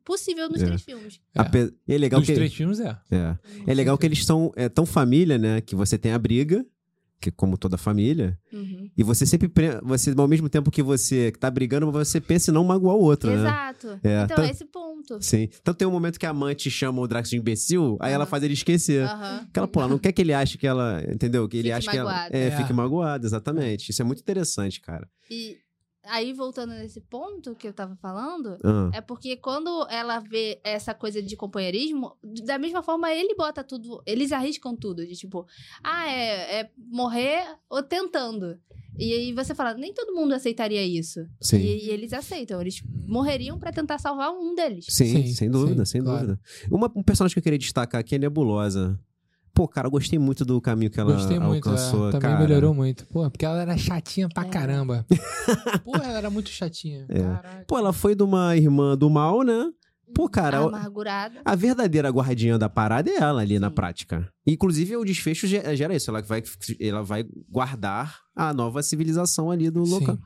possível nos
É.
três filmes.
É.
Ape- E é legal
Dos
que.
três filmes, é.
É. É legal que eles são é, tão família, né? Que você tem a briga, que como toda família,
Uhum.
e você sempre pre- você ao mesmo tempo que você tá brigando, você pensa em não magoar o outro, né?
Exato.
É,
Então
tá-
é esse ponto.
Sim. Então tem um momento que a amante chama o Drax de imbecil, aí ela
Aham.
faz ele esquecer.
Aham.
Porque ela, pô, ela não quer que ele ache que ela. Entendeu? Que ele
Fique
acha que ela.
magoado.
É,
É.
fique magoado, exatamente. Isso é muito interessante, cara.
E, aí voltando nesse ponto que eu tava falando,
Ah,
é porque quando ela vê essa coisa de companheirismo, da mesma forma ele bota tudo, eles arriscam tudo, de tipo, ah, é, é morrer ou tentando. E aí você fala, nem todo mundo aceitaria isso.
sim.
E, e eles aceitam, eles morreriam pra tentar salvar um deles.
Sim,
Sim,
sem dúvida,
sim,
sem
claro.
dúvida. Uma, um personagem que eu queria destacar aqui é a Nebulosa. Pô, cara, eu gostei muito do caminho que ela
Gostei muito,
alcançou,
é. também
cara.
melhorou muito. Pô, é porque ela era chatinha pra
É.
*laughs*
caramba. Pô, ela era muito chatinha.
É.
Caraca.
Pô, ela foi de uma irmã do mal, né? Pô, cara, o-
Amargurada.
a verdadeira guardiã da parada é ela ali na
Sim.
prática. Inclusive, o desfecho ge- gera isso. Ela vai, ela vai guardar a nova civilização ali do local.
Sim,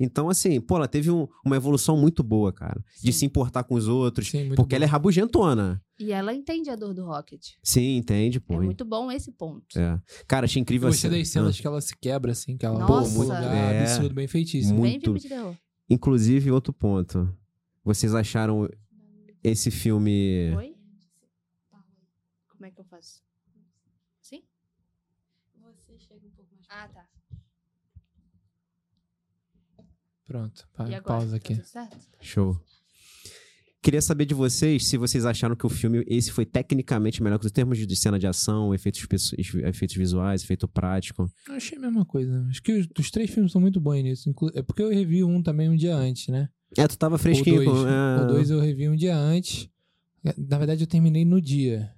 Então, assim, pô, ela teve um- uma evolução muito boa, cara. De
Sim.
se importar com os outros.
sim, muito
porque
bom.
ela é rabugentona.
E ela entende a dor do Rocket.
Sim, entende, pô.
É muito bom esse ponto.
É. Cara, achei incrível
Eu gostei das
Ah.
cenas que ela se quebra, assim, que ela
Pô,
pô,
muito-
lugar
é.
absurdo, bem feitiço.
Muito.
Bem filme de terror.
Inclusive, outro ponto. Vocês acharam esse filme.
Oi? Como é que eu faço? Sim?
Você chega um pouco mais
Ah, tá.
Pronto,
Ah,
E
pa-
agora?
pausa
Tá
aqui.
tudo certo?
Show. Queria saber de vocês se vocês acharam que o filme, esse foi tecnicamente melhor que os termos de cena de ação, efeitos, pesso- efeitos visuais, efeito prático.
Eu achei a mesma coisa. Acho que os, os três filmes são muito bons nisso. Inclu- É porque eu revi um também um dia antes, né?
É, tu tava
O
fresquinho.
dois,
com- é,
o dois eu revi um dia antes. Na verdade, eu terminei no dia.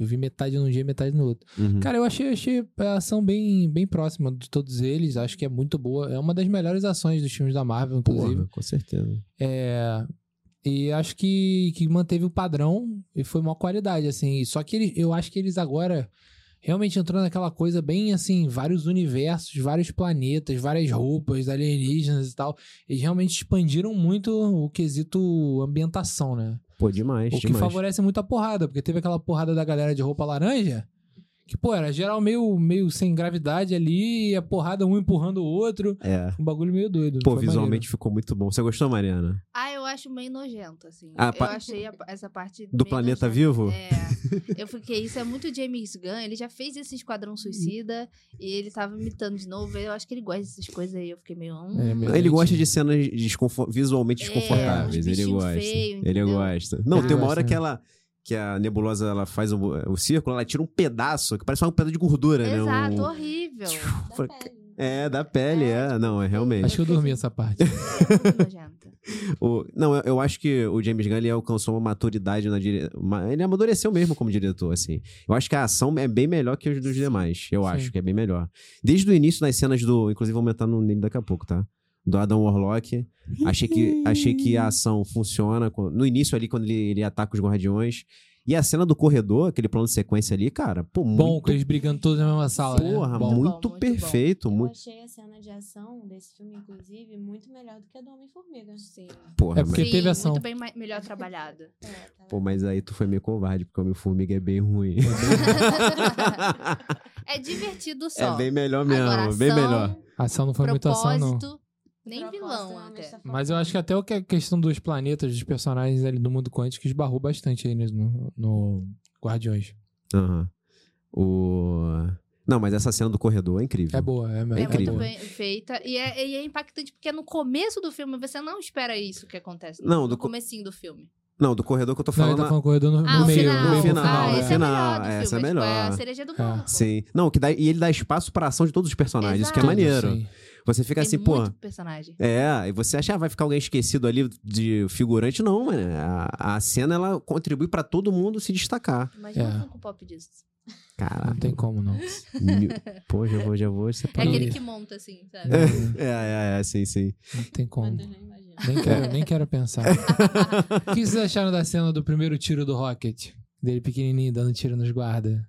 Eu vi metade num dia e metade no outro.
uhum.
Cara, eu achei, achei a ação bem, bem próxima de todos eles. Acho que é muito boa. É uma das melhores ações dos filmes da Marvel, inclusive.
Porra, com certeza.
É, e acho que, que manteve o padrão e foi uma qualidade, assim. Só que ele, eu acho que eles agora realmente entrou naquela coisa bem assim, vários universos, vários planetas, várias roupas, alienígenas e tal. Eles realmente expandiram muito o quesito ambientação, né?
Pô, demais,
O que
demais.
favorece muito a porrada, porque teve aquela porrada da galera de roupa laranja, que, pô, era geral meio, meio sem gravidade ali, e a porrada um empurrando o outro.
É.
Um bagulho meio doido.
Pô,
foi
visualmente
maneiro.
ficou muito bom. Você gostou, Mariana?
Ah, eu acho meio nojento, assim.
Ah,
eu
pa-
achei a- essa parte.
Do
meio
Planeta
nojenta.
Vivo?
É. Eu fiquei, isso é muito James Gunn. Ele já fez esse
Hum.
Esquadrão Suicida e ele tava imitando de novo. Eu acho que ele gosta dessas coisas aí. Eu fiquei meio. Hum,
É, meio-
Ele
Gente.
gosta de cenas desconfo- visualmente
É,
desconfortáveis.
uns
ele
bichinhos
gosta.
feios,
ele
entendeu?
gosta. Não,
Ele
tem uma
gosta,
hora
né?
que ela. Que a nebulosa ela faz o, o círculo, ela tira um pedaço, que parece só um pedaço de gordura, né? Um-
Exato, horrível.
Foi-
da pele.
É, da pele, é. Não, é realmente.
Acho que eu dormi essa parte.
É, Muito nojento.
*laughs* O- não, eu, eu acho que o James Gunn ele alcançou uma maturidade na direção. Ele amadureceu mesmo como diretor, assim. Eu acho que a ação é bem melhor que os dos demais. Eu
Sim.
acho que é bem melhor. Desde o início das cenas do. Inclusive, vou aumentar no nele daqui a pouco, tá? Do Adam Warlock. Achei que, achei que a ação funciona. com- No início ali, quando ele, ele ataca os guardiões. E a cena do corredor, aquele plano de sequência ali, cara, pô,
Bom,
muito.
com eles brigando todos na mesma sala,
Porra, muito,
né? Bom.
bom, muito bom.
perfeito.
Eu
Muito,
achei a cena de ação desse filme, inclusive, muito melhor do que a do Homem-Formiga.
Sim.
porra,
É porque
Sim,
teve ação.
Muito bem ma- melhor
*laughs*
trabalhado.
É, tá.
Pô, mas aí tu foi meio covarde, porque o Homem-Formiga é bem ruim.
é divertido
*laughs*
só.
é bem melhor mesmo,
Agora,
bem
ação,
melhor.
A ação não foi muito ação, não.
propósito, nem
é
vilão até.
É
Mas eu acho que até o que é a questão dos planetas, dos personagens ali do mundo quântico, esbarrou bastante aí no, no Guardiões.
Aham. O... Não, mas essa cena do corredor é incrível.
É boa, é,
É
É
incrível.
muito bem feita. E é, e é impactante porque é no começo do filme. Você não espera isso que acontece. No
Não, do, co-
comecinho do filme.
não, do corredor que eu tô
Não,
falando.
ele tá falando corredor no,
Ah,
no
o
meio.
final.
no final,
ah,
é.
esse é o melhor
Final,
do
é,
filme.
essa é
tipo,
melhor.
a cereja do
É.
bolo.
ah, Sim. Não, que dá... e ele dá espaço pra ação de todos os personagens, isso que é
Exato.
maneiro.
Sim.
Você fica
Tem
assim,
muito
pô.
personagem.
É, e você acha, ah, vai ficar alguém esquecido ali de figurante? Não, mano. é, A, a cena ela contribui pra todo mundo se destacar.
Imagina
É.
um Funko Pop disso.
Não
Caraca.
tem como, não.
*laughs*
mil- Pô, já vou, já vou
É
separar.
Não.
aquele que monta, assim, sabe?
Não,
É, é, é, sim, sim.
não tem como.
Mas eu já imagino.
Nem quero, nem
*laughs*
quero pensar. o que vocês acharam da cena do primeiro tiro do Rocket? Dele pequenininho, dando tiro nos guarda.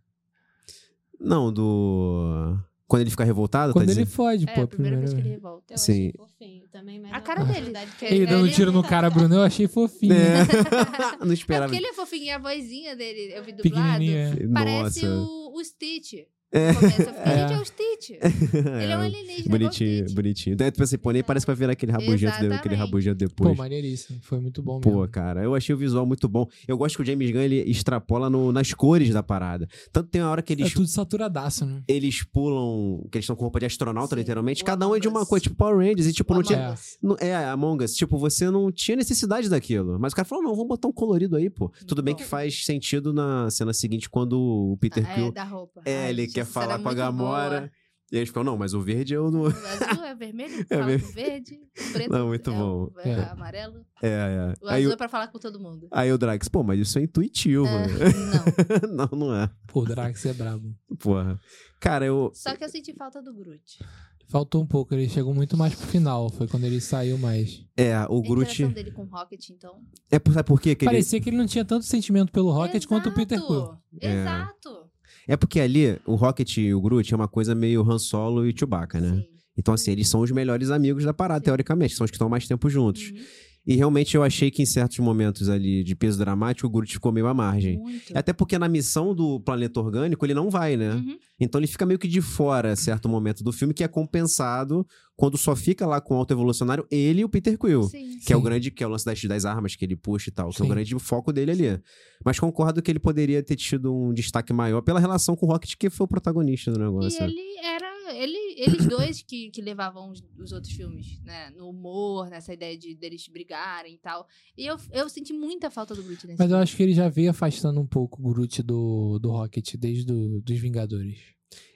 Não, do. Quando ele fica revoltado,
Quando
tá
ele
dizendo.
fode,
É,
pô.
a primeira vez que ele revolta.
Então, Eu
Sim.
achei fofinho também, mas
A
na
cara dele.
oportunidade que
Ele dando
Ele-
tiro no cara, Bruno, eu achei fofinho. né? *laughs*
É. Não
É
esperava.
porque ele é fofinho e a vozinha dele, eu vi dublado,
Pequenininho, é.
parece
Nossa.
o, o Stitch. Começa a ficar, gente, é o Stitch.
*laughs*
Ele é um alienígena.
Bonitinho,
igual o Stitch.
bonitinho. Então, Daí tu pensa, assim, pô, nem parece que vai virar aquele rabugento, de- aquele
Exatamente.
rabugento
Pô,
depois.
maneiríssimo. Foi muito bom
Pô,
mesmo.
cara, eu achei o visual muito bom. Eu gosto que o James Gunn, ele extrapola no- nas cores da parada. Tanto tem uma hora que
É
eles,
tudo saturadaço, né?
eles pulam, que eles estão com roupa de astronauta,
Sim,
literalmente.
o
Cada um é de
Among
uma
Us.
cor, tipo Power Rangers. E, tipo, não
Among
tinha...
É.
Us.
Não- É, Among Us. Tipo, você não tinha necessidade daquilo. Mas o cara falou, não, vamos botar um colorido aí, pô. Tudo bem
Hum, bom.
que faz sentido na cena seguinte, quando o Peter
Ah,
Quill...
é, da roupa.
É,
Ai,
ele
gente,
quer
isso
falar
era
com a
muito
Gamora.
boa.
E eles ficam, não, mas o verde eu não... *laughs*
O azul é vermelho,
É
fala
ver-
com verde, o preto
Não, muito
é
bom.
O, é
É.
amarelo.
É, é.
O
Aí,
azul
o-
é pra falar com todo mundo.
aí o Drax, pô, mas isso é intuitivo.
É, não.
*laughs* não, não é.
Pô, o Drax é brabo.
Porra. Cara, eu...
Só que eu senti falta do Groot.
Faltou um pouco, ele chegou muito mais pro final. Foi quando ele saiu mais.
É, o
A
Groot...
interação dele com o Rocket, então.
É por, sabe por quê? Que ele-
Parecia que ele não tinha tanto sentimento pelo Rocket quanto o Peter Quill.
Exato,
É.
Exato.
É porque ali, o Rocket e o Groot é uma coisa meio Han Solo e Chewbacca, né?
Sim.
Então, assim, eles são os melhores amigos da parada,
Sim.
teoricamente. São os que estão mais tempo juntos.
Uhum,
E realmente eu achei que em certos momentos ali de peso dramático, o Groot ficou meio à margem.
Muito.
Até porque na missão do planeta orgânico ele não vai, É, né?
Uhum.
Então ele fica meio que de fora a certo momento do filme, que é compensado quando só fica lá com o autoevolucionário ele e o Peter Quill.
Sim.
Que é o
Sim. grande-
grande, que é o lance das, das armas que ele puxa e tal, que é o
Sim.
grande foco dele ali. Mas concordo que ele poderia ter tido um destaque maior pela relação com o Rocket, que foi o protagonista do negócio.
E ele era. Ele, eles dois que, que levavam os, os outros filmes, né? No humor, nessa ideia de deles brigarem e tal. E eu, eu senti muita falta do Groot nesse
Mas
é
eu
filme.
acho que ele já veio afastando um pouco o Groot do, do Rocket desde do, dos Vingadores.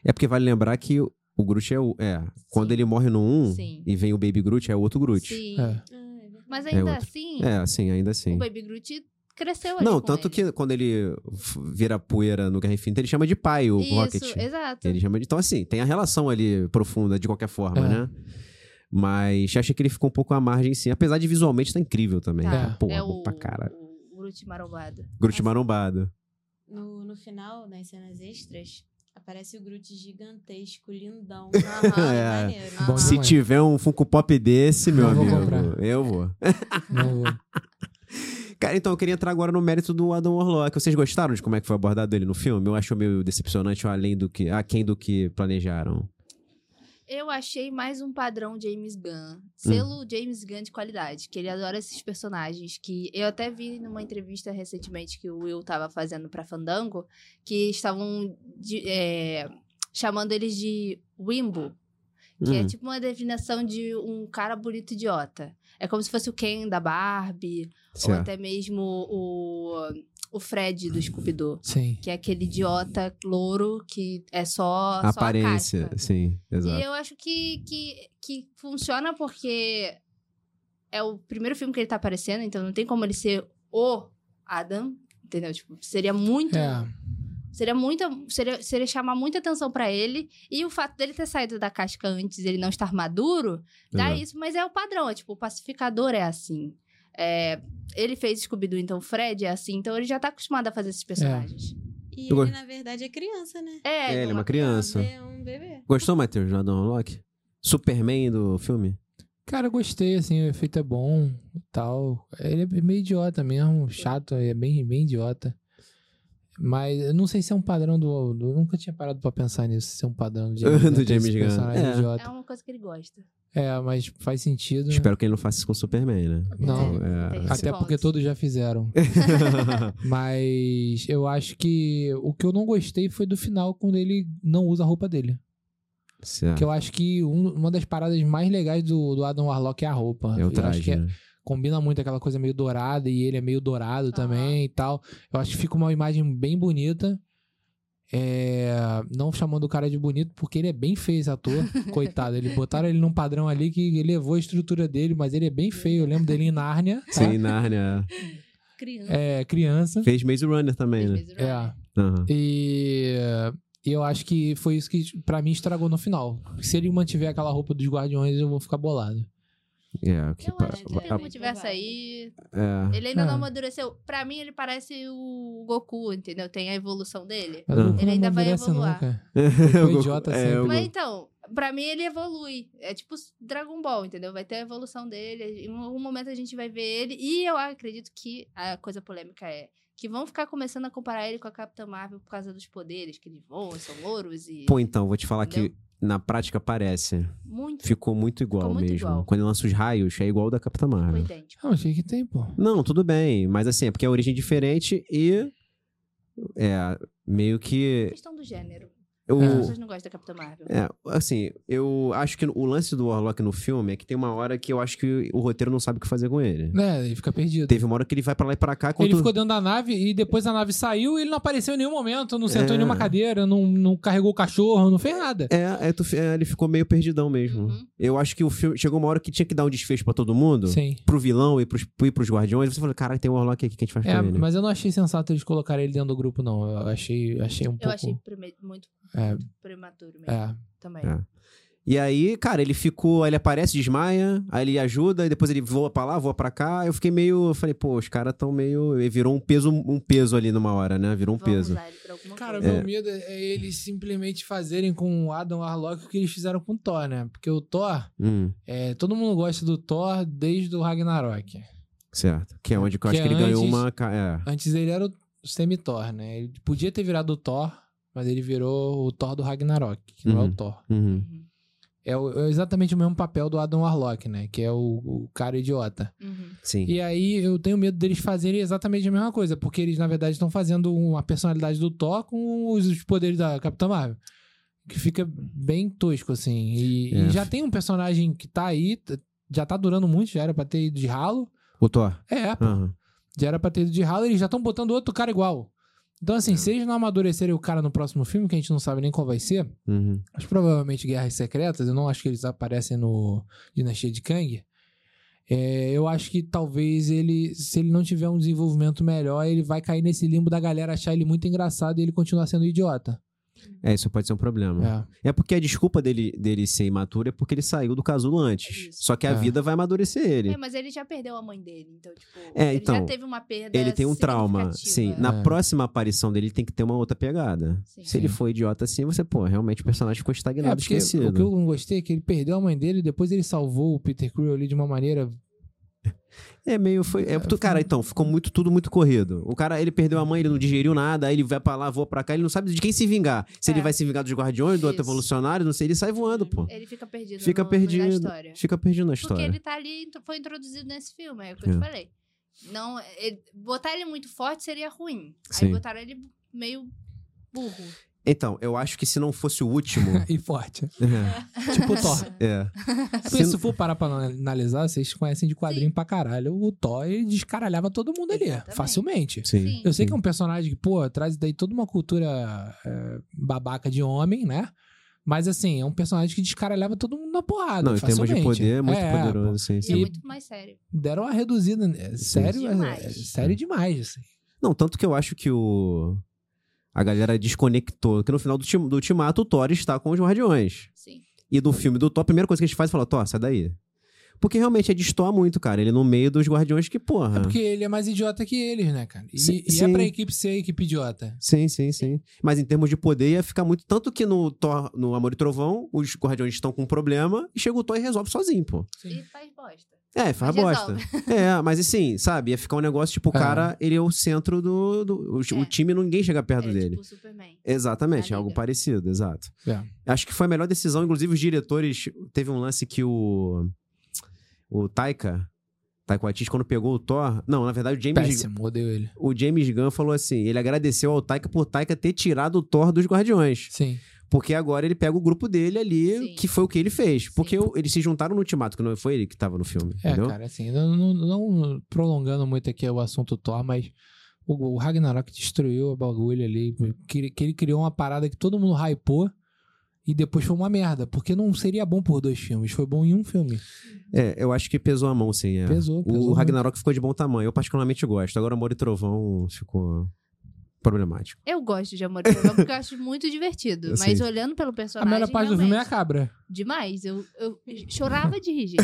É porque vale lembrar que o o Groot é o. É, quando
Sim.
ele morre no 1
Sim.
e vem o Baby Groot, é outro Groot.
Sim.
É.
Ah, é verdade.
Mas
É
ainda
outro.
assim,
É, assim, ainda assim.
o Baby Groot cresceu ali.
Não,
com
tanto
ele.
que quando ele f- vira poeira no Guerra Infinita, ele chama de pai o
Isso,
Rocket.
exato.
Ele chama de... Então, assim, tem a relação ali profunda, de qualquer forma,
É.
né? Mas achei que ele ficou um pouco à margem, sim. Apesar de visualmente tá incrível também.
Tá.
Tá.
É.
Porra,
é
bom
o,
pra cara.
o Groot marombado.
Groot marombado.
No, no final, nas cenas extras, aparece o Groot gigantesco, lindão.
*laughs*
Aham,
É.
maneiro.
Bom
Se
demais.
tiver um Funko Pop desse, meu
Eu vou
amigo,
comprar.
eu vou.
Não,
Cara, então eu queria entrar agora no mérito do Adam Warlock. Vocês gostaram de como é que foi abordado ele no filme? Eu acho meio decepcionante, além do que, aquém do que planejaram.
Eu achei mais um padrão James
Hum.
Gunn. Selo James Gunn de qualidade, que ele adora esses personagens. Que eu até vi numa entrevista recentemente que o Will tava fazendo pra Fandango, que estavam de- é, chamando eles de Wimbo, que é
Hum.
tipo uma definição de um cara bonito idiota. É como se fosse o Ken da Barbie, ou
Hum, Certo.
até mesmo o, o Fred do Scooby-Doo.
sim.
Que é aquele idiota louro que é só. só a
Aparência,
casca.
sim,
E
exato.
eu acho que, que, que funciona porque é o primeiro filme que ele tá aparecendo, então não tem como ele ser o Adam, entendeu? Tipo, seria muito.
É.
Seria muita. Seria, seria chamar muita atenção pra ele. E o fato dele ter saído da casca antes, ele não estar maduro, dá
Exato.
isso, mas é o padrão. É tipo, o pacificador é assim. É, ele fez Scooby-Doo, então o Fred é assim, então ele já tá acostumado a fazer
É.
esses personagens.
E
Eu gosto.
ele, na verdade, é criança, né?
É,
É, ele é uma
uma-
criança.
É um bebê.
Gostou, Matheus, do Adam Warlock? Superman do filme?
Cara, eu gostei, assim, o efeito é bom e tal. Ele é meio idiota mesmo, chato, é bem, bem idiota. Mas eu não sei se é um padrão do. do- eu nunca tinha parado pra pensar nisso, se é um padrão de
*laughs* Do
desse
James Gunn.
personagem
É.
é
idiota.
uma coisa que ele gosta.
É, mas faz sentido. né?
Espero que ele não faça isso com o Superman,
*laughs*
né?
Não,
Então, é,
tem
assim-
Até porque
Pontos.
todos
*laughs*
já fizeram. Mas eu acho que o que eu não gostei foi do final, quando ele não usa a roupa dele.
Certo.
Que eu acho que um- uma das paradas mais legais do, do Adam Warlock é a roupa.
É o
eu acho que
traje,
é-
né?
combina muito aquela coisa meio dourada e ele é meio dourado também e tal. Eu acho que fica uma imagem bem bonita. É, não chamando o cara de bonito, porque ele é bem feio esse ator. Coitado, ele botaram ele num padrão ali que elevou a estrutura dele, mas ele é bem feio. Eu lembro dele em Nárnia, tá?
Sim, Narnia.
Criança.
É, criança.
Fez Maze Runner também,
às
né?
vezes,
É.
Aham.
E e eu acho que foi isso que pra mim estragou no final. Se ele mantiver aquela roupa dos guardiões, eu vou ficar bolado.
É, que
Eu
pa-
acho que
pa-
ele não
é
tivesse aí.
é.
Ele ainda
É.
não amadureceu. Pra mim, ele parece o Goku, entendeu? Tem a evolução dele.
Mas o
Uhum.
Goku
Ele
não
ainda vai
amadurece
evoluir.
nunca.
O Goku-
idiota
é,
sempre.
o
Mas
Goku-
então, pra mim ele evolui. É tipo Dragon Ball, entendeu? Vai ter a evolução dele. Em algum momento a gente vai ver ele. E eu acredito que a coisa polêmica é que vão ficar começando a comparar ele com a Capitã Marvel por causa dos poderes, que eles voam, são louros e.
Pô, então, vou te falar
Entendeu?
que na prática parece. *laughs*
Muito.
Ficou muito igual
Ficou muito
mesmo.
igual.
Quando lança os raios, é igual o da Capitã
Ficou
Marvel.
idêntico.
Não, achei que tem, pô.
é.
Não, tudo bem. Mas assim, é porque é origem diferente e. É, meio que.
Questão do gênero.
O,
É.
As pessoas não gostam da Capitã Marvel.
É, assim, eu acho que o lance do Warlock no filme é que tem uma hora que eu acho que o roteiro não sabe o que fazer com ele.
É, ele fica perdido.
Teve uma hora que ele vai pra lá e pra cá. Quando...
Ele ficou dentro da nave e depois a nave saiu e ele não apareceu em nenhum momento, não sentou
É.
em nenhuma cadeira, não, não carregou o cachorro, não fez nada.
É, é, tu fi- é, ele ficou meio perdidão mesmo.
Uhum.
Eu acho que o filme. Chegou uma hora que tinha que dar um desfecho pra todo mundo.
Sim.
Pro vilão e pros, e pros guardiões. Você falou, caralho, tem um Warlock aqui que a gente faz
É,
com ele.
mas eu não achei sensato eles colocarem ele dentro do grupo, não. Eu achei, achei um
Eu
pouco.
achei prime- muito
É.
prematuro mesmo.
É.
Também.
É. E aí, cara, ele ficou. aí Ele aparece, desmaia, aí ele ajuda, e depois ele voa pra lá, voa pra cá. Eu fiquei meio. Eu falei, pô, os caras tão meio. Ele virou um peso, um peso ali numa hora, né? Virou um
Vamos
peso.
usar ele pra alguma
Cara,
coisa.
meu medo é eles simplesmente fazerem com o Adam Warlock o que eles fizeram com o Thor, né? Porque o Thor,
Hum,
é, todo mundo gosta do Thor desde o Ragnarok.
certo. Que é onde que eu
Que
acho que ele
antes-
ganhou uma. ca- É.
Antes ele era o semi-Thor, né? Ele podia ter virado o Thor, mas ele virou o Thor do Ragnarok, que não é
Uhum.
o Thor.
Uhum.
Uhum.
É, o- é exatamente o mesmo papel do Adam Warlock, né? Que é o, o cara idiota.
Uhum.
Sim.
E aí eu tenho medo deles fazerem exatamente a mesma coisa, porque eles, na verdade, estão fazendo uma personalidade do Thor com os, os poderes da Capitã Marvel. Que fica bem tosco, assim. E, e
É.
já tem um personagem que tá aí, t- já tá durando muito, já era pra ter ido de ralo.
O Thor.
É, pô.
Aham.
Já era pra ter ido de ralo, eles já estão botando outro cara igual. Então, assim, se eles não amadurecerem o cara no próximo filme, que a gente não sabe nem qual vai ser,
Uhum.
mas provavelmente Guerras Secretas, eu não acho que eles aparecem no Dinastia de Kang. É, eu acho que talvez ele, se ele não tiver um desenvolvimento melhor, ele vai cair nesse limbo da galera achar ele muito engraçado e ele continuar sendo um idiota.
É, isso pode ser um problema.
É.
É porque a desculpa dele, dele ser imaturo é porque ele saiu do casulo antes.
É isso.
Só que a
É.
vida vai amadurecer ele.
É, mas ele já perdeu a mãe dele, então, tipo,
É,
ele já
então,
teve uma perda.
Ele tem um trauma. Sim.
significativa.
Na
É.
próxima aparição dele, ele tem que ter uma outra pegada.
Sim.
Se ele
Sim.
for idiota assim, você, pô, realmente o personagem ficou
É,
estagnado,
porque
esquecido.
o que eu não gostei é que ele perdeu a mãe dele e depois ele salvou o Peter Crew ali de uma maneira.
É meio foi. É, tu-
um
cara, então, ficou muito tudo muito corrido. O cara, ele perdeu a mãe, ele não digeriu nada, aí ele vai pra lá, voa pra cá, ele não sabe de quem se vingar. Se
É.
ele vai se vingar dos guardiões, do outro
Isso.
evolucionário, não sei, ele sai voando, pô.
Ele fica perdido.
Fica
no-
perdido.
Na história.
Fica perdido na
É. Porque
história.
ele tá ali, intro- foi introduzido nesse filme, é o que eu te
É.
falei. Não, ele- botar ele muito forte seria ruim. Aí
Sim.
botaram ele meio burro.
Então, eu acho que se não fosse o último.
*laughs*
*laughs*
E forte.
é.
tipo o Thor.
é.
Porque se for parar pra analisar, vocês conhecem de quadrinho pra caralho. O Thor ele descaralhava todo mundo ali,
Exatamente.
facilmente.
*laughs* Sim.
Sim.
Eu sei que é um personagem que, pô, traz daí toda uma cultura é, babaca de homem, né? Mas assim, é um personagem que descaralhava todo mundo na porrada.
Não, em termos de
facilmente.
poder, é muito
É,
poderoso, sim,
*laughs* E é
sim.
E-
muito mais sério.
Deram uma reduzida. né? Sério, é-
Demais.
é sério demais, assim.
Não, tanto que eu acho que o. A galera desconectou. Que no final do, tim... do Ultimato, o Thor está com os Guardiões.
Sim.
E do filme do Thor, a primeira coisa que a gente faz é falar, Thor, sai daí. Porque realmente é destoar muito, cara. Ele no meio dos Guardiões que, porra.
É porque ele é mais idiota que eles, né, cara? E,
Ah. Sim,
e é pra
sim.
equipe ser a equipe idiota.
Sim, sim, sim. Mas em termos de poder ia ficar muito. Tanto que no Thor, no Amor e Trovão, os Guardiões estão com um problema e chega o Thor e resolve sozinho, pô.
E faz bosta.
É, faz
Mas
bosta.
*laughs*
É, mas assim, sabe? Ia ficar um negócio tipo, o
É.
cara, ele é o centro do. do- o,
É.
o time, ninguém chega perto
Era
dele.
tipo o Superman.
Exatamente,
Na
é algo
liga.
parecido, exato.
É.
Acho que foi a melhor decisão, inclusive os diretores. Teve um lance que o. O Taika. Taika Waititi, quando pegou o Thor. Não, na verdade, o James,
Péssimo, odeio ele.
o James Gunn falou assim: ele agradeceu ao Taika por Taika ter tirado o Thor dos Guardiões.
Sim.
Porque agora ele pega o grupo dele ali,
Sim.
que foi o que ele fez.
Sim.
Porque o- eles se juntaram no Ultimato, que não foi ele que tava no filme.
É,
entendeu?
cara, assim, não, não- não prolongando muito aqui o assunto Thor, mas o, o Ragnarok destruiu o bagulho ali, que, ele- que ele criou uma parada que todo mundo hypou e depois foi uma merda, porque não seria bom por dois filmes, foi bom em um filme.
É, eu acho que pesou a mão, sim. é.
Pesou, pesou.
O
muito.
Ragnarok ficou de bom tamanho. Eu particularmente gosto. Agora Amor e Trovão ficou problemático.
Eu gosto de Amor e Trovão porque eu acho muito divertido.
Eu
Mas
sei.
olhando pelo
A
personagem.
melhor parte do filme é a
realmente,
cabra.
*laughs*
Demais. Eu, eu chorava de rir, gente.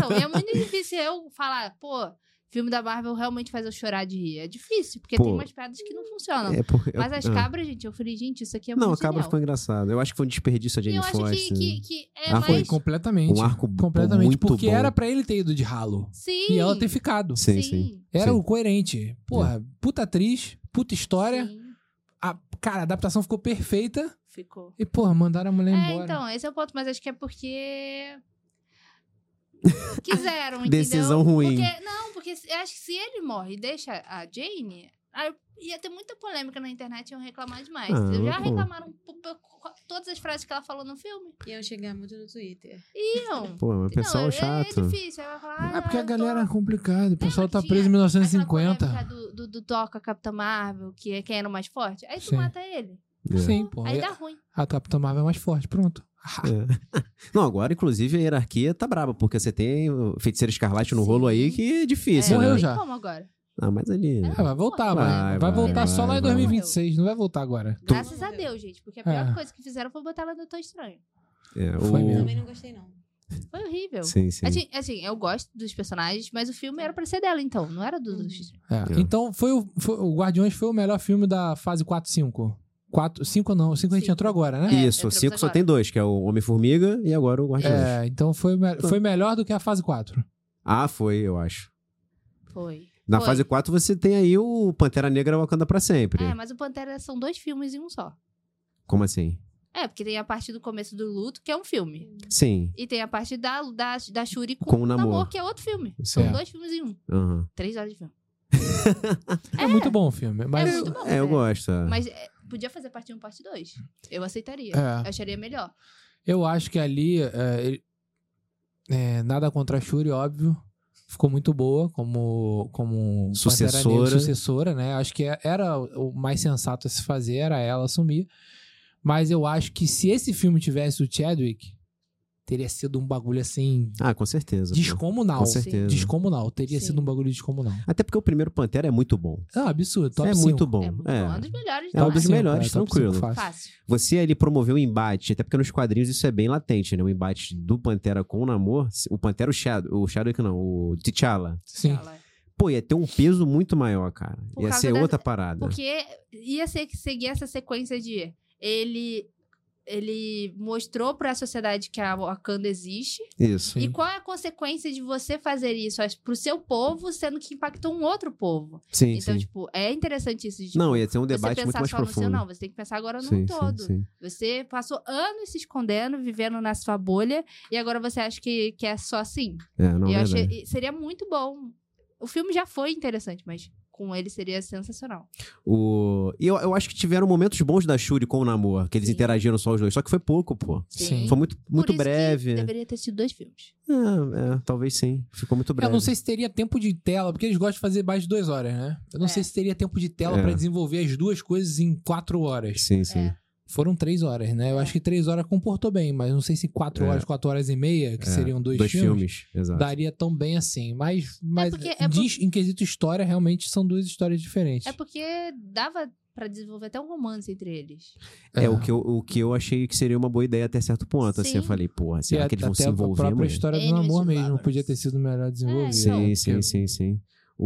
Não, é muito difícil eu falar, pô, filme da Marvel realmente faz eu chorar de rir. É difícil, porque
Pô.
tem umas piadas que não funcionam.
É porque eu-
Mas as
ah.
cabras, gente, eu falei, gente, isso aqui é
Não, a
muito
cabra
genial.
ficou engraçado. Eu acho que foi um desperdício a
E
Jane
eu acho
Foster.
que, que, que é
Ah, foi.
mais...
Completamente.
Um arco b-
completamente.
muito
porque
bom.
era pra ele ter ido de ralo.
Sim.
E ela ter ficado.
Sim, sim.
Era
Sim. É.
o coerente. Porra, puta atriz, puta história.
sim,
A, cara, a adaptação ficou perfeita.
ficou.
E, porra, mandaram a mulher
É,
embora.
então, esse é o ponto, mas acho que é porque. Quiseram, entendeu?
Decisão ruim.
Porque- não, porque se- eu acho que se ele morre e deixa a Jane, aí ia ter muita polêmica na internet e iam reclamar demais.
Ah,
entendeu? Já
pô.
reclamaram por- por- por todas as frases que ela falou no filme.
Iam chegar muito no Twitter.
Iam.
Pô, mas o pessoal
não,
é
é- É,
chato.
difícil. Aí vai falar,
É porque
ah,
a
eu
galera é
tô...
complicada. O pessoal tá
Lembra que
preso em
tinha aquela
1950.
polêmica Do, do, do Thor com a Capitã Marvel, que é quem era o mais forte. Aí tu
Sim.
mata ele.
É.
Sim, pô.
Aí
Aí
dá ruim.
A Capitã Marvel é mais forte. Pronto.
Não, agora, inclusive, a hierarquia tá braba, porque você tem o Feiticeiro Escarlate no
Sim.
rolo aí, que é difícil,
é,
morreu
não
né?
tem
já.
Como agora?
Ah, mas ali...
É.
Ah, vai voltar,
Vai,
vai, vai,
vai,
voltar
vai,
só lá em
vai.
2026. Não vai voltar agora.
Tu-
Graças a Deus, gente, porque a pior
É.
coisa que fizeram foi botar ela no Doutor Estranho.
é,
Foi
o-
mesmo.
Também não gostei, não.
Foi horrível.
Sim, sim.
Assim, assim, eu gosto dos personagens, mas o filme era pra ser dela, então, não era do
Uhum.
Doutor Estranho.
É.
É.
Então, foi o, foi- o Guardiões foi o melhor filme da fase 4 5. 4, 5 não, 5 a gente
Cinco.
entrou agora, né?
É,
Isso,
entramos
cinco só
agora.
tem dois, que é o Homem-Formiga e agora o Guardiões.
É, então foi, me- foi melhor do que a fase 4.
Ah, foi, eu acho.
Foi.
Na
Foi.
fase 4 você tem aí o Pantera Negra Wakanda pra sempre.
É, mas o Pantera são dois filmes em um só.
Como assim?
É, porque tem a parte do começo do luto, que é um filme.
Sim.
E tem a parte da, da, da Shuri com,
Com o
o
Namor.
Namor, que é outro filme.
Sim.
São
É.
dois filmes em um.
Aham.
Três horas de filme.
É, muito bom o filme, mas
muito bom,
É, eu
né?
gosto. é.
Mas é, podia fazer parte 1, parte 2. Eu aceitaria.
É.
Eu acharia melhor.
eu acho que ali é, ele- é, nada contra a Shuri, óbvio. Ficou muito boa como como Pantera
Sucessora.
Negra, sucessora, né? Acho que é- era o mais sensato a se fazer era ela assumir. Mas eu acho que se esse filme tivesse o Chadwick, teria sido um bagulho assim
Ah, com certeza. pô.
descomunal.
Com certeza.
Descomunal, teria
Sim.
sido um bagulho descomunal.
Até porque o primeiro Pantera é muito bom.
É um absurdo, top
é
5.
muito bom.
é muito
é.
bom. É um dos melhores.
É um
não
dos
é?
melhores. tranquilo.
Fácil.
Você ali promoveu o embate, até porque nos quadrinhos isso é bem latente, né? O embate do Pantera com o Namor. O Pantera, o Shadow, o Shadow que não, o T'Challa.
Sim.
Fala.
Pô, ia ter um peso muito maior, cara.
Por
ia
causa
ser
da-
outra parada.
Porque ia ser que seguir essa sequência de ele ele mostrou pra sociedade que a Wakanda existe.
Isso.
E qual é a consequência de você fazer isso acho, pro seu povo, sendo que impactou um outro povo?
Sim,
então,
sim.
tipo, é interessante isso de tipo,
não, ia ter um
você
debate muito
pensar
mais
só
profundo.
no seu, não. Você tem que pensar agora no
sim,
todo.
sim, sim.
Você passou anos se escondendo, vivendo na sua bolha, e agora você acha que, que é só assim.
É, não,
eu achei,
verdade.
e seria muito bom. O filme já foi interessante, mas com ele seria sensacional.
O... E eu, eu acho que tiveram momentos bons da Shuri com o Namor, que eles
Sim.
interagiram só os dois. Só que foi pouco, pô.
Sim.
Foi muito,
Por
muito
isso que
breve.
deveria ter sido dois filmes.
É, é, talvez sim. Ficou muito breve.
Eu não sei se teria tempo de tela, porque eles gostam de fazer mais de duas horas, né? Eu não
É.
sei se teria tempo de tela
É.
pra desenvolver as duas coisas em quatro horas.
Sim, sim.
É.
Foram três horas, né? Eu acho que três horas comportou bem, mas não sei se quatro
É.
horas, quatro horas e meia, que
É,
seriam dois,
Dois
filmes,
filmes, exato.
daria tão bem assim. Mas, mas
porque- é
diz, em quesito história, realmente são duas histórias diferentes.
É porque dava pra desenvolver até um romance entre eles.
É,
Ah.
O, que eu, o que eu achei que seria uma boa ideia até certo ponto. Assim,
Sim.
eu falei, porra,
E
será que eles vão
até
se
a
envolver,
própria
mano?
história do
Enemies
namor
to
mesmo
lovers.
podia ter sido melhor desenvolvida.
Então,
Sim, sim,
porque-
sim, sim.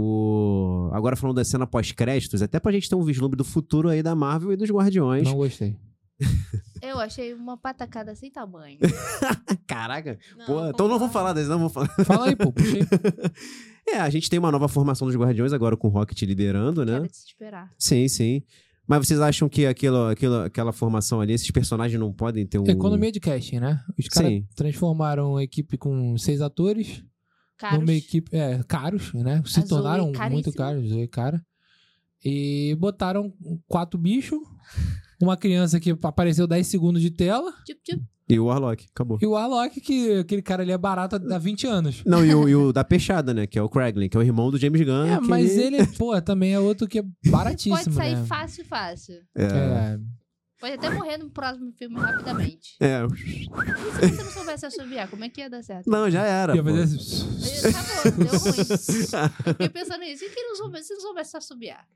O... Agora falando da cena pós-créditos, até pra gente ter um vislumbre do futuro aí da Marvel e dos Guardiões.
Não gostei.
Eu achei uma patacada sem tamanho.
*laughs* Caraca,
Não,
pô, então não vou falar desse, não vou falar.
Fala aí, pô. puxei.
É, a gente tem uma nova formação dos Guardiões agora com o Rocket liderando, né?
Era de se esperar.
Sim, sim. Mas vocês acham que aquilo, aquilo- aquela formação ali, esses personagens não podem ter um.
Economia de casting, né? Os caras
Sim.
transformaram a equipe com seis atores
Caros.
numa equipe é, caros, né? Se
A Zoe
tornaram
caríssima.
muito caros, Zoe cara. E botaram quatro bichos, uma criança que apareceu 10 segundos de tela
Tipo, tipo,
E o Warlock, acabou.
e o Alok, que aquele cara ali é barato há 20 anos.
Não, e o, e o da Peixada, né? Que é o Kraglin, que é o irmão do James Gunn.
É,
que
mas ele, pô, também é outro que é baratíssimo,
pode sair
né?
fácil, fácil.
É,
Pode até morrer no próximo filme rapidamente.
É.
E se você não soubesse assobiar, como é que ia dar certo?
Não, já era.
ia
pô.
fazer
Aí,
assim,
Acabou, deu ruim. Eu fiquei pensando nisso. E que não soubesse, se não soubesse assobiar?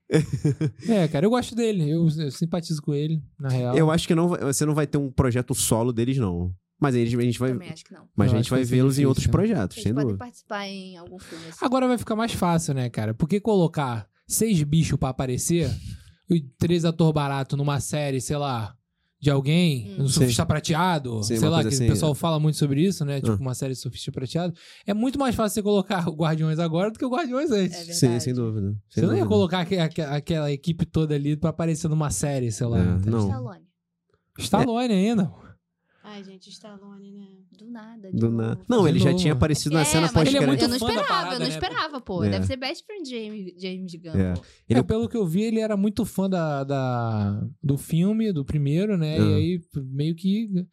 É, cara, eu gosto dele, eu, eu simpatizo com ele, na real.
Eu acho que não, vai- você não vai ter um projeto solo deles, não. Mas aí a gente vai,
Também acho que não.
mas a
Eu acho
gente
que
vai
vai ser
vê-los em
difícil,
outros
né?
projetos,
Vocês
sem
podem
dúvida.
participar em algum filme assim.
Agora vai ficar mais fácil, né, cara? Porque colocar seis bichos pra aparecer e três ator barato numa série, sei lá, de alguém,
Hum.
um surfista prateado,
Sim,
sei
uma
lá, que
coisa
o
assim,
pessoal fala muito sobre isso, né? Tipo,
Ah.
uma série de surfista prateado. É muito mais fácil você colocar *laughs* o Guardiões agora do que o Guardiões antes.
É
Sim,
verdade.
sem dúvida.
Você
sem
não ia
dúvida.
colocar aque- aque- aquela equipe toda ali pra aparecer numa série, sei lá.
É, não.
Stallone.
É.
Stallone ainda.
Ai, gente, Stallone, né?
Do nada. de
Do
novo.
nada. Não,
De
ele já
novo.
tinha aparecido
É,
na cena
mas
pós
Ele é
crédito
muito
Eu não
fã da
esperava, eu
parada,
não
né?
esperava, pô.
É.
Deve ser best friend James, James Gunn.
É.
pô.
Ele-
É, pelo que eu vi, ele era muito fã da, da- do filme, do primeiro, né?
Aham.
E aí, meio que. Ele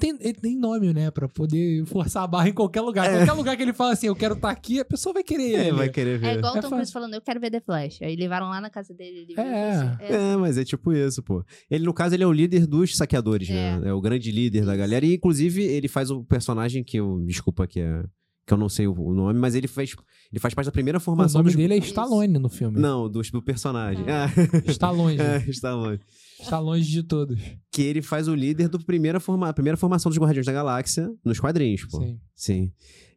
tem, ele tem nome, né? Pra poder forçar a barra em qualquer lugar.
É.
Qualquer lugar que ele fala assim, eu quero estar aqui, a pessoa vai querer ele.
É, vai querer
É
ver.
igual o
É
Tom
fácil.
Cruise falando, eu quero ver The Flash. Aí levaram lá na casa dele. Ele viu,
É.
assim, é.
É, mas é tipo isso, pô. Ele, no caso, ele é o líder dos saqueadores, né? É o grande líder da
Isso.
galera. E, inclusive, ele faz o personagem que eu. Desculpa que, é, que eu não sei o, o nome, mas ele faz, ele faz parte da primeira
O
formação
nome
dos.
dele é
Isso.
Stallone no filme.
Não, do, do personagem.
Ah.
Está longe.
Ah, *laughs* é, está longe.
Está longe de todos.
Que ele faz o líder da primeira, forma, primeira formação dos Guardiões da Galáxia nos quadrinhos, pô.
Sim.
Sim.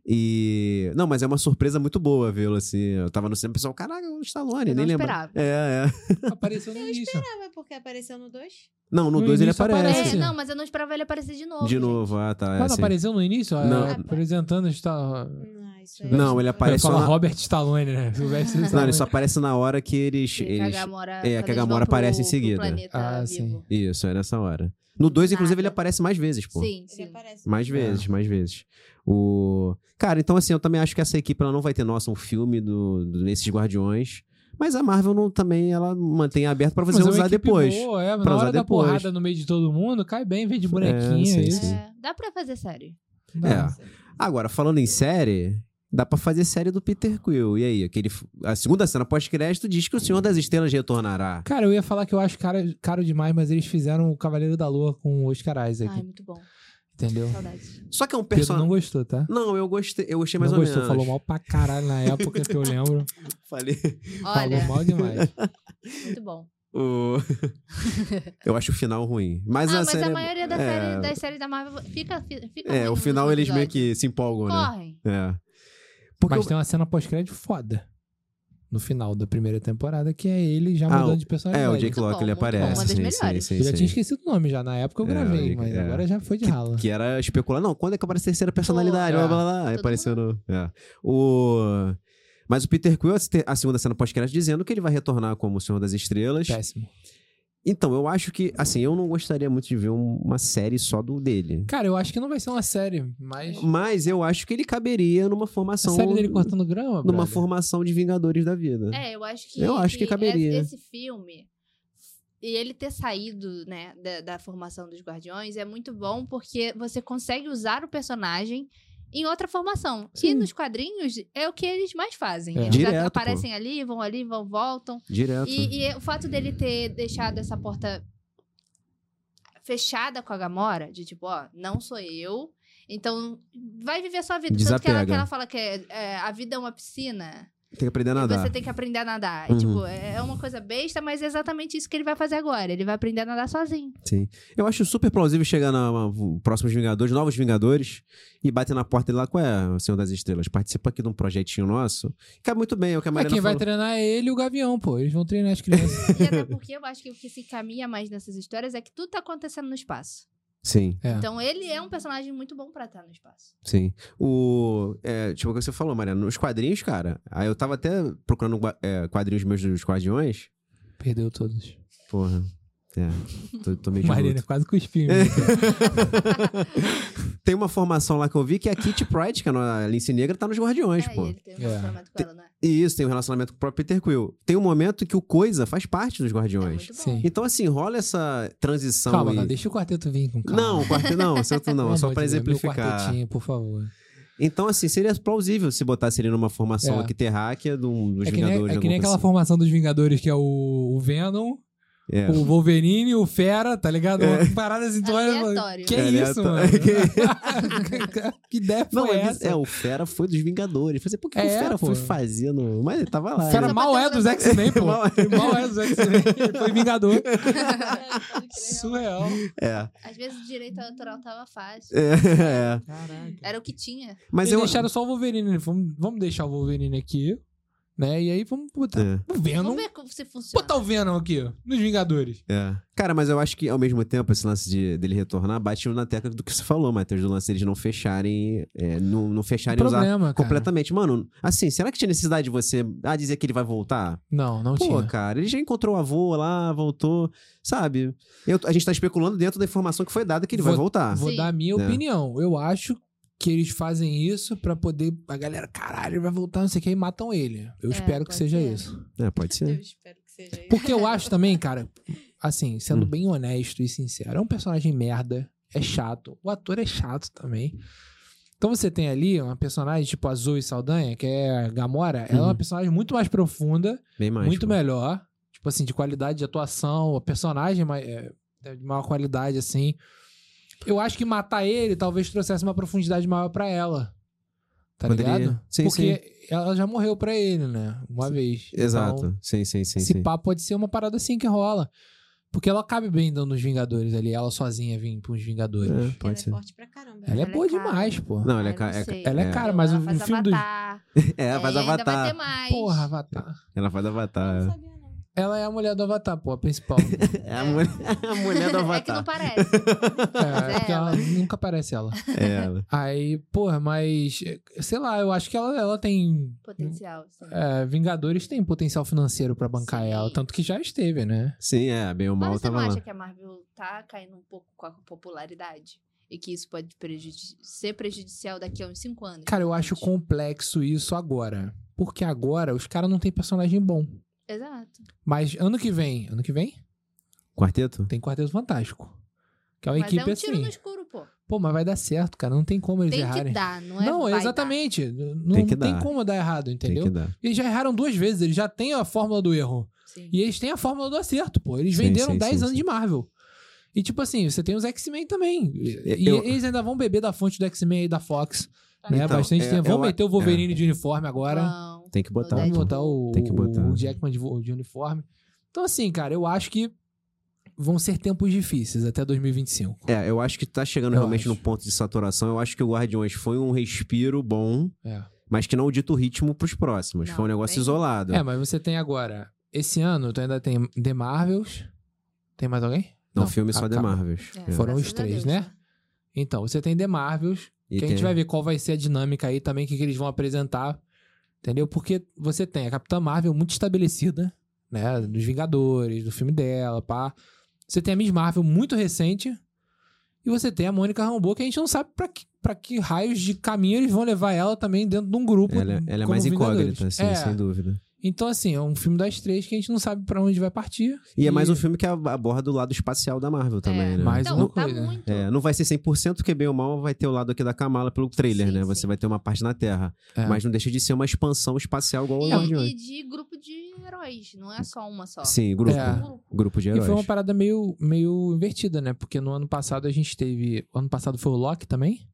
E. Não, mas é uma surpresa muito boa vê-lo, assim. Eu tava no cinema e pessoal, caraca, o Stallone, nem
Eu não
lembra.
esperava.
É, é.
Apareceu no início.
Ah, mas porque apareceu no 2?
Não, no
No
2 ele
início
aparece.
aparece.
É, não, mas eu não esperava ele aparecer de novo.
De
gente.
novo, ah, tá. é
Quando
assim.
apareceu no início,
Não.
é, apresentando está
Não, Ah, isso aí.
Não, ele
Ele
aparece só
fala
na...
Robert Stallone, né? Silvestre
Não,
Stallone.
ele só aparece na hora que eles...
Porque
eles... é,
a Gamora,
que a
quando eles
Gamora
vão pro-
aparece em
pro
seguida.
planeta
Ah,
vivo.
Isso, é nessa hora. No 2, inclusive,
Nada.
ele aparece mais vezes, pô.
Sim,
Ele
sim.
aparece.
Mais
É.
no
vezes, mais vezes. O... Cara, então assim, eu também acho que essa equipe ela não vai ter, nossa, um filme do, do- desses Guardiões. Mas a Marvel não, também ela mantém aberto pra você
Mas é uma
usar
equipe
depois.
Boa, é,
Pra
na
usar
hora da
depois. É,
porrada no meio de todo mundo, cai bem, vem de bonequinho.
sim,
isso.
sim.
É, dá pra fazer série.
É. Agora, falando em série, dá pra fazer série do Peter Quill. E aí, aquele... a segunda cena pós-crédito diz que o Senhor das Estrelas retornará.
Cara, eu ia falar que eu acho caro, caro demais, mas eles fizeram o Cavaleiro da Lua com o Oscar Isaac,
*laughs*
Ai, Tá. muito bom.
entendeu?
Saudades.
Só que é um
Pedro não
personagem.
gostou, tá?
Não... eu gostei, eu gostei mais
Não
ou
gostou,
menos.
falou mal pra caralho na época que eu lembro.
Falei.
*laughs* Olha,
Falou mal demais.
muito bom. *laughs*
O- eu acho o final ruim. Mas,
ah,
a
mas
série...
a maioria da
é,
série- das séries da Marvel fica. fi- fica
É,
ruim né,
o
no
final
último
eles meio
episódio.
que se empolgam, né?
Correm.
É. *laughs* Porque
Mas
eu-
tem uma cena pós-crédito foda. No final da primeira temporada, que é ele já
Ah,
mudando
o-
de personalidade.
É, o Jake
Muito
Locke,
bom,
ele
muito bom,
aparece.
uma das
sim, sim,
melhores.
sim,
Eu já
sim.
tinha esquecido o nome já. Na época eu
É, o
gravei,
Jake-
mas
é.
agora já foi de ralo.
Que era especular. Não, quando é que aparece a terceira personalidade? blá,
Pô, é.
blá, blá, Aí
Todo
apareceu no... é. O... Mas o Peter Quill, a se- a segunda cena pós-crédito, dizendo que ele vai retornar como o Senhor das Estrelas.
Péssimo.
Então, eu acho que, assim, eu não gostaria muito de ver um- uma série só do dele.
Cara, eu acho que não vai ser uma série, mas.
Mas eu acho que ele caberia numa
A né?
formação...
série dele cortando
numa
grama, brother.
formação de Vingadores da vida.
É, eu acho que.
né? Eu acho que caberia.
Esse esse filme. E ele ter saído, né, da, da formação dos Guardiões é muito bom porque você consegue usar o personagem em outra formação. E nos quadrinhos é o que eles mais fazem.
É.
Eles
Direto, pô.
aparecem ali, vão ali, vão, voltam.
Direto.
E, e o fato dele ter deixado essa porta fechada com a Gamora, de tipo, ó, não sou eu, então vai viver sua vida. Tanto que
Desapega.
ela, que ela fala que é, é, a vida é uma piscina
Tem que aprender a
e você
nadar.
tem que aprender a nadar.
Uhum.
E, tipo, é é uma coisa besta, mas é exatamente isso que ele vai fazer agora. Ele vai aprender a nadar sozinho.
Eu acho super plausível chegar na na- próximos Vingadores, novos Vingadores, e bater na porta dele lá, qual é, o Senhor das Estrelas? Participa aqui de um projetinho nosso. Cabe muito bem, é o que a
Mas
Marina
quem vai
falou.
treinar é ele e o Gavião, pô. Eles vão treinar
*laughs*
as crianças.
E até porque eu acho que o que se caminha mais nessas histórias é que tudo tá acontecendo no espaço.
Sim,
É.
Então ele é um personagem muito bom pra estar no espaço.
sim. O, é, tipo o que você falou, Mariana, nos quadrinhos, cara, aí eu tava até procurando gua- é, quadrinhos meus dos Guardiões.
Perdeu todos.
Porra, é, tô,
*laughs*
tô meio de
Marina,
luto.
quase cuspiu. né?
*laughs* Tem uma formação lá que eu vi que é a Kitty Pryde, que é a Lince Negra, tá nos Guardiões,
É, e
pô.
ele tem um
É.
relacionamento com ela, né?
E isso, tem um relacionamento com o próprio Peter Quill. Tem um momento que o Coisa faz parte dos
É
Guardiões.
muito bom.
Sim.
Então, assim, rola essa transição.
Calma,
e...
cara, deixa o quarteto vir com calma.
Não, o quarteto não, o
*laughs*
santo não, é
Pelo
só
amor
pra
de Deus, meu
exemplificar.
quartetinho, por favor.
Então, assim, seria plausível se botasse ele numa formação
É.
aqui terráquea do, dos
É que nem,
um Vingadores.
é que
alguma
nem
assim.
aquela
coisa
formação dos Vingadores que é o, o Venom,
É.
O Wolverine, o Fera, tá ligado? Uma parada assim, tu olha e fala,
Aleatório.
Que
É
isso, mano? *laughs* que ideia foi
Não, é,
essa?
bizarro. é, o Fera foi dos Vingadores. Falei, por que
É,
o Fera
pô.
foi fazendo? Mas ele tava lá.
O Fera
*laughs* né?
mal é dos X-Men,
*laughs*
pô.
Mal-
mal é dos X-Men. Ele Foi Vingador.
Pode crer,
Surreal.
É.
Às vezes o direito autoral tava fácil.
É, é.
Caraca.
Era o que tinha.
Mas
Mas
eu.
deixaram só o Wolverine. né? Vamos, vamos deixar o Wolverine aqui, né? E aí vamos botar
É.
o Venom.
Vamos ver como se funciona.
Botar o Venom aqui, ó, nos Vingadores.
É. Cara, mas eu acho que ao mesmo tempo esse lance de- dele retornar bate na tecla do que você falou, Matheus, do lance deles não fecharem, é, não, não fecharem usar
Problema, cara.
completamente. Mano, assim, será que tinha necessidade de você ah, dizer que ele vai voltar?
Não, não
Pô,
tinha.
cara, ele já encontrou o avô lá, voltou, sabe? Eu- a gente tá especulando dentro da informação que foi dada que ele vai
Vou-
voltar.
Vou
Sim.
dar a minha
É.
opinião. Eu acho que eles fazem isso pra poder... A galera, caralho, ele vai voltar, não sei o que, e matam ele. Eu
É,
espero que
pode
seja
ser.
isso.
É, pode
Eu
ser.
espero que seja isso.
Porque eu
*laughs*
acho também, cara, assim, sendo
Hum.
bem honesto e sincero, é um personagem merda, é chato, o ator é chato também. Então você tem ali uma personagem tipo a Zoe Saldanha, que é a Gamora, ela é uma
Uhum.
personagem muito mais profunda,
Bem mais. né?
muito
pô.
melhor, tipo assim, de qualidade de atuação, a personagem ma- é, de maior qualidade, assim. Eu acho que matar ele talvez trouxesse uma profundidade maior pra ela. Tá
Poderia.
ligado?
Sim,
Porque ela já morreu pra ele, né? Uma vez. Então,
Exato. sim, sim, sim.
esse
sim.
pá pode ser uma parada assim que rola. Porque ela cabe bem dando os Vingadores ali, ela sozinha vir pros Vingadores.
É, pode
Ela é
ser.
forte pra caramba.
Ela
Ela
é
é
boa
cara.
demais, pô.
Não, ele é
Ah, eu
ca- é-
sei.
ela é cara, mas
ela
o-
faz
no filme do-
Avatar.
É, faz
É, ainda vai ter
avatar.
mais.
Porra, Avatar.
Ela faz
Eu não
avatar.
sabia, não.
Ela é a mulher do Avatar, pô,
*laughs*
a principal.
É a mulher, a *laughs* mulher do
*laughs* É que não
avatar.
parece.
é, porque
ela.
ela nunca aparece ela.
É ela.
Aí, porra, mas. Sei lá, eu acho que ela, ela tem.
Potencial, sim.
é, Vingadores tem potencial financeiro pra bancar
Sim.
ela. Tanto que já esteve, né?
Sim, é, bem ou mal
Mas você não
tava lá.
acha que a Marvel tá caindo um pouco com a popularidade? E que isso pode prejudici- ser prejudicial daqui a uns 5 anos?
Cara, eu acho
com
complexo isso agora. Porque agora os caras não têm personagem bom.
Exato.
Mas ano que vem. Ano que vem?
Quarteto?
Tem Quarteto Fantástico. Que é uma
Mas é
equipe
um
assim.
tiro no escuro, pô.
Pô, mas vai dar certo, cara. Não tem como eles
Tem
errarem.
que dar, não é? vai
exatamente. Não
Tem
tem,
que dar.
como dar errado,
Tem
entendeu?
que dar.
Eles já erraram duas vezes, eles já têm a fórmula do erro.
dar. Sim.
E eles têm a fórmula do acerto, pô. Eles
Sim,
venderam
sim,
10
sim,
anos
sim.
de Marvel. E tipo assim, você tem os X-Men também. E
Eu-
eles ainda vão beber da fonte do X-Men e da Fox. Né?
Então,
Bastante
é,
tempo. Vão
eu a-
meter o Wolverine de uniforme agora.
Não.
Tem que botar.
Vamos
Deadpool.
pô.
botar o,
Tem que botar.
o Jackman de, vo- de uniforme. Então, assim, cara, eu acho que vão ser tempos difíceis até 2025.
É, eu acho que tá chegando
Eu
realmente
acho.
no ponto de saturação. Eu acho que o Guardiões foi um respiro bom,
É.
mas que não dita o ritmo pros próximos.
Não,
foi um negócio
bem-
isolado.
É, mas você tem agora. Esse ano, tu ainda tem The Marvels. Tem mais alguém?
não, filme só
acaba.
The Marvels.
É,
É.
Foram
graças
os
a
três,
Deus,
né? Então, você tem The Marvels,
E
que a gente vai ver qual vai ser a dinâmica aí também, o que, que eles vão apresentar. Entendeu? Porque você tem a Capitã Marvel muito estabelecida, né? Dos Vingadores, do filme dela, pá. Você tem a Miss Marvel muito recente. E você tem a Mônica Rambeau, que a gente não sabe pra que, pra que raios de caminho eles vão levar ela também dentro de um grupo.
Ela, ela é
como
mais
Vingadores.
incógnita, sim,
É.
sem dúvida.
Então, assim, é um filme das três que a gente não sabe pra onde vai partir.
E é mais um filme que ab- aborda o lado espacial da Marvel também, né?
mais
Então,
uma
tá
coisa.
muito.
É, não vai ser 100%, porque bem ou mal vai ter o lado aqui da Kamala pelo trailer,
Sim,
né?
sim.
Você vai ter uma parte na Terra.
É.
Mas não deixa de ser uma expansão espacial igual o
E,
Guardiões.
e de grupo de heróis, não é só uma só.
Sim, grupo.
É.
Grupo.
Grupo de
E
heróis.
foi uma parada meio, meio invertida, né? Porque no ano passado a gente teve. Ano passado foi o Loki também?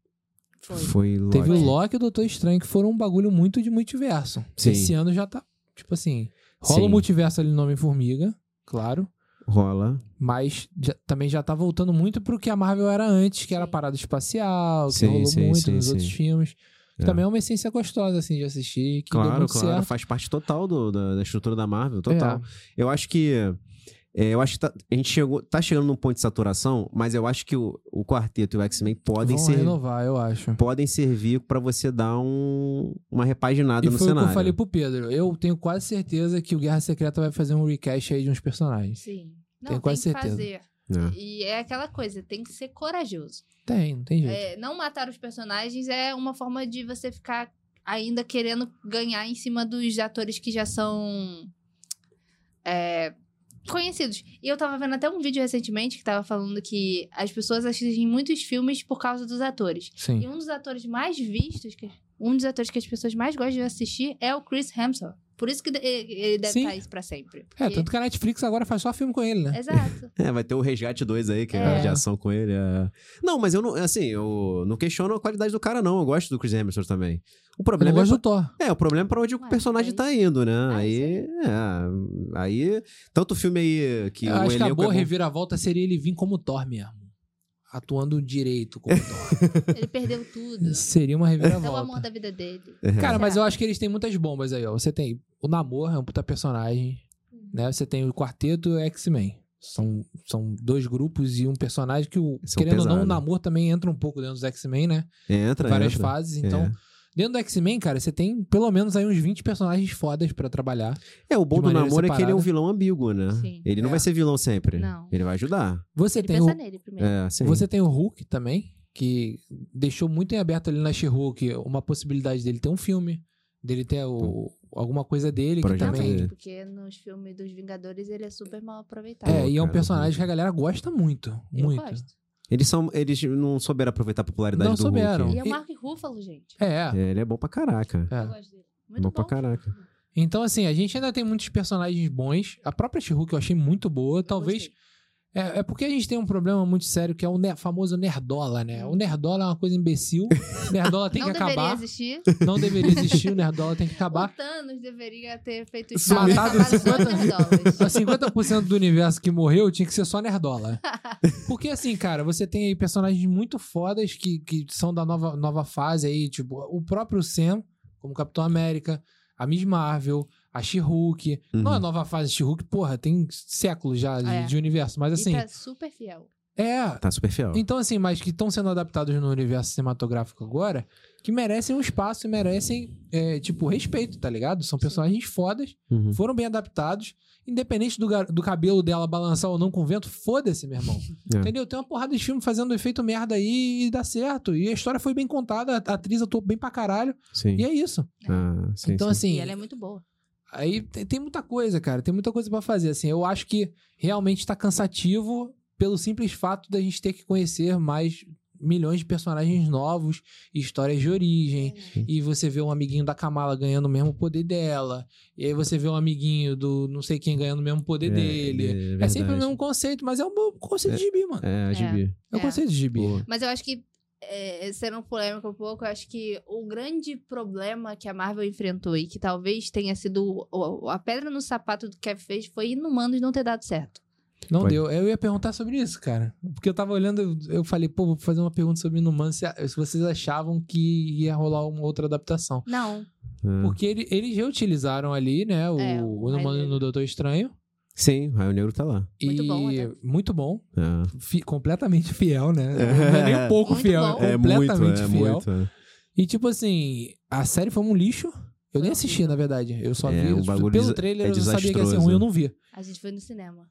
Foi.
Foi Loki.
Teve o Loki e o Doutor Estranho, que foram um bagulho muito de multiverso.
Sim.
Esse ano já tá. Tipo assim. Rola o
Sim.
multiverso ali no Homem-Formiga, claro.
Rola.
Mas já- também já tá voltando muito pro que a Marvel era antes, que era a
Sim.
parada espacial, que
Sim,
rolou
sim,
muito
sim,
nos
sim.
outros filmes. Que
É.
Também é uma essência gostosa, assim, de assistir, que deu
Claro,
muito
claro.
certo.
Faz parte total do- da, da estrutura da Marvel, total.
É.
Eu acho que. é, eu acho que tá, a gente chegou, tá chegando num ponto de saturação, mas eu acho que o, o quarteto e o X-Men podem,
Vão
ser,
renovar, eu acho.
podem servir pra você dar um, uma repaginada
E
no
foi o
cenário.
que eu falei pro Pedro. Eu tenho quase certeza que o Guerra Secreta vai fazer um recast aí de uns personagens.
Sim. Não,
Tenho
tem
quase
que
certeza.
fazer.
né?
E é aquela coisa, tem que ser corajoso.
Tem, não tem jeito.
É, não matar os personagens é uma forma de você ficar ainda querendo ganhar em cima dos atores que já são é, conhecidos. E eu tava vendo até um vídeo recentemente que tava falando que as pessoas assistem muitos filmes por causa dos atores. E
Sim.
um dos atores mais vistos, que- um dos atores que as pessoas mais gostam de assistir é o Chris Hemsworth. Por isso que de- ele ele deve
Sim.
estar isso pra sempre.
É,
Porque-
tanto que a Netflix agora faz só filme com ele, né?
Exato.
É, vai ter o Resgate 2 aí, que é,
É.
de ação com ele. é. Não, mas eu não, assim, eu não questiono a qualidade do cara, não. Eu gosto do Chris Hemsworth também. O
Eu não
problema é,
gosto do Thor.
é, o problema é pra onde o
Ué,
personagem
aí-
tá indo, né?
Ah,
Aí, é, aí, tanto o filme aí que
Eu
o
acho que a
elenco é
boa
bom.
reviravolta seria ele vir como Thor mesmo. Atuando direito como Thor.
Ele perdeu tudo.
*laughs* seria uma
É o amor
*laughs*
reviravolta.
da vida dele.
Cara, mas
Será?
eu acho que eles têm muitas bombas aí, ó. Você tem o Namor, é um puta personagem.
Uhum.
Né? Você tem o Quarteto e o X-Men. São, são dois grupos e um personagem que, o,
São
querendo ou não,
pesado.
o Namor também entra um pouco dentro dos X-Men, né?
entra,
Várias
entra.
fases. Então,
É.
dentro do X-Men, cara, você tem pelo menos aí uns 20 personagens fodas pra trabalhar.
É, o bom
de
do
maneira
namoro é que ele é um
separada.
vilão ambíguo, né?
Sim.
Ele não
É.
vai ser vilão sempre.
Não.
Ele vai ajudar.
Você
Ele
tem um
pensa
o,
nele primeiro.
É, sim.
Você tem o Hulk também, que deixou muito em aberto ali na She-Hulk uma possibilidade dele ter um filme, dele ter o- alguma coisa dele que
Projeto
também.
dele.
Porque nos filmes dos Vingadores ele é super mal aproveitado.
É, e é um
Cara,
personagem que a galera gosta muito.
Eu
muito.
gosto.
Eles, são, eles não souberam aproveitar a popularidade
Não
do
souberam.
Hulk.
E é o
E-
Mark Ruffalo, gente.
É, é.
É, ele é bom pra caraca.
Eu
é.
gosto dele.
bom,
Muito
pra caraca.
Então, assim, a gente ainda tem muitos personagens bons. A própria She-Hulk eu achei muito boa.
Eu
Talvez
gostei.
É, é porque a gente tem um problema muito sério que é o ne- famoso nerdola, né? O nerdola é uma coisa
*laughs*
imbecil. Nerdola tem
Hum. não
que
deveria
acabar.
existir.
Não deveria existir, o nerdola tem que acabar.
O Thanos deveria ter feito
Isso
isso.
matado
Matado
50 Só
dólares.
50% do universo que morreu tinha que ser
*laughs*
só nerdola. Porque assim, cara, você tem aí personagens muito fodas que, que são da nova, nova fase aí, tipo, o próprio Sam, como Capitão América, a Miss Marvel, a She-Hulk. Não é
Uhum.
a nova fase de She-Hulk, porra, tem séculos já de-
É.
de universo. Mas
E
assim,
tá super fiel.
é,
Tá super fiel.
Então, assim, mas que estão sendo adaptados no universo cinematográfico agora, que merecem um espaço e merecem, é, tipo, respeito, tá ligado? São personagens fodas,
Uhum.
foram bem adaptados. Independente do, gar- do cabelo dela balançar ou não com vento, foda-se, meu irmão.
*laughs* É.
Entendeu? Tem uma porrada de filme fazendo efeito merda aí e dá certo. E a história foi bem contada, a atriz atuou bem pra caralho.
Sim.
E é isso.
Ah, sim,
então,
sim.
assim.
E ela é muito boa.
Aí tem, tem muita coisa, cara. Tem muita coisa pra fazer. Assim, eu acho que realmente tá cansativo pelo simples fato da gente ter que conhecer mais milhões de personagens novos, histórias de origem. E você vê um amiguinho da Kamala ganhando o mesmo poder dela. E aí você vê um amiguinho do não sei quem ganhando o mesmo poder dele. É, sempre o mesmo conceito, mas é um bom conceito de gibi, mano. É,
É, gibi.
um
É.
conceito de gibi.
Boa.
Mas eu acho que, é, sendo polêmica um pouco, eu acho que o grande problema que a Marvel enfrentou e que talvez tenha sido o- o- a pedra no sapato do Kevin fez foi Inumanos não ter dado certo.
Não
Pode.
deu. Eu ia perguntar sobre isso, cara. Porque eu tava olhando, eu falei, pô, vou fazer uma pergunta sobre Inumanos, se, se vocês achavam que ia rolar uma outra adaptação.
Não.
Ah.
Porque ele- eles reutilizaram ali, né, o,
É, o
o Inumano
Raio
no Doutor Estranho.
Sim, o Raio Negro tá lá.
Muito
e
bom até.
muito bom.
Ah.
Fi- completamente fiel, *laughs* né? Não é nem um pouco
Muito
fiel,
bom.
é completamente fiel.
é.
E tipo assim, a série foi um lixo. Eu nem
Foi
assisti, na verdade. Eu só
É,
vi.
um bagulho
pelo
desa-
trailer
é
eu sabia que ia ser
desastroso.
ruim, eu não vi.
A gente foi no cinema.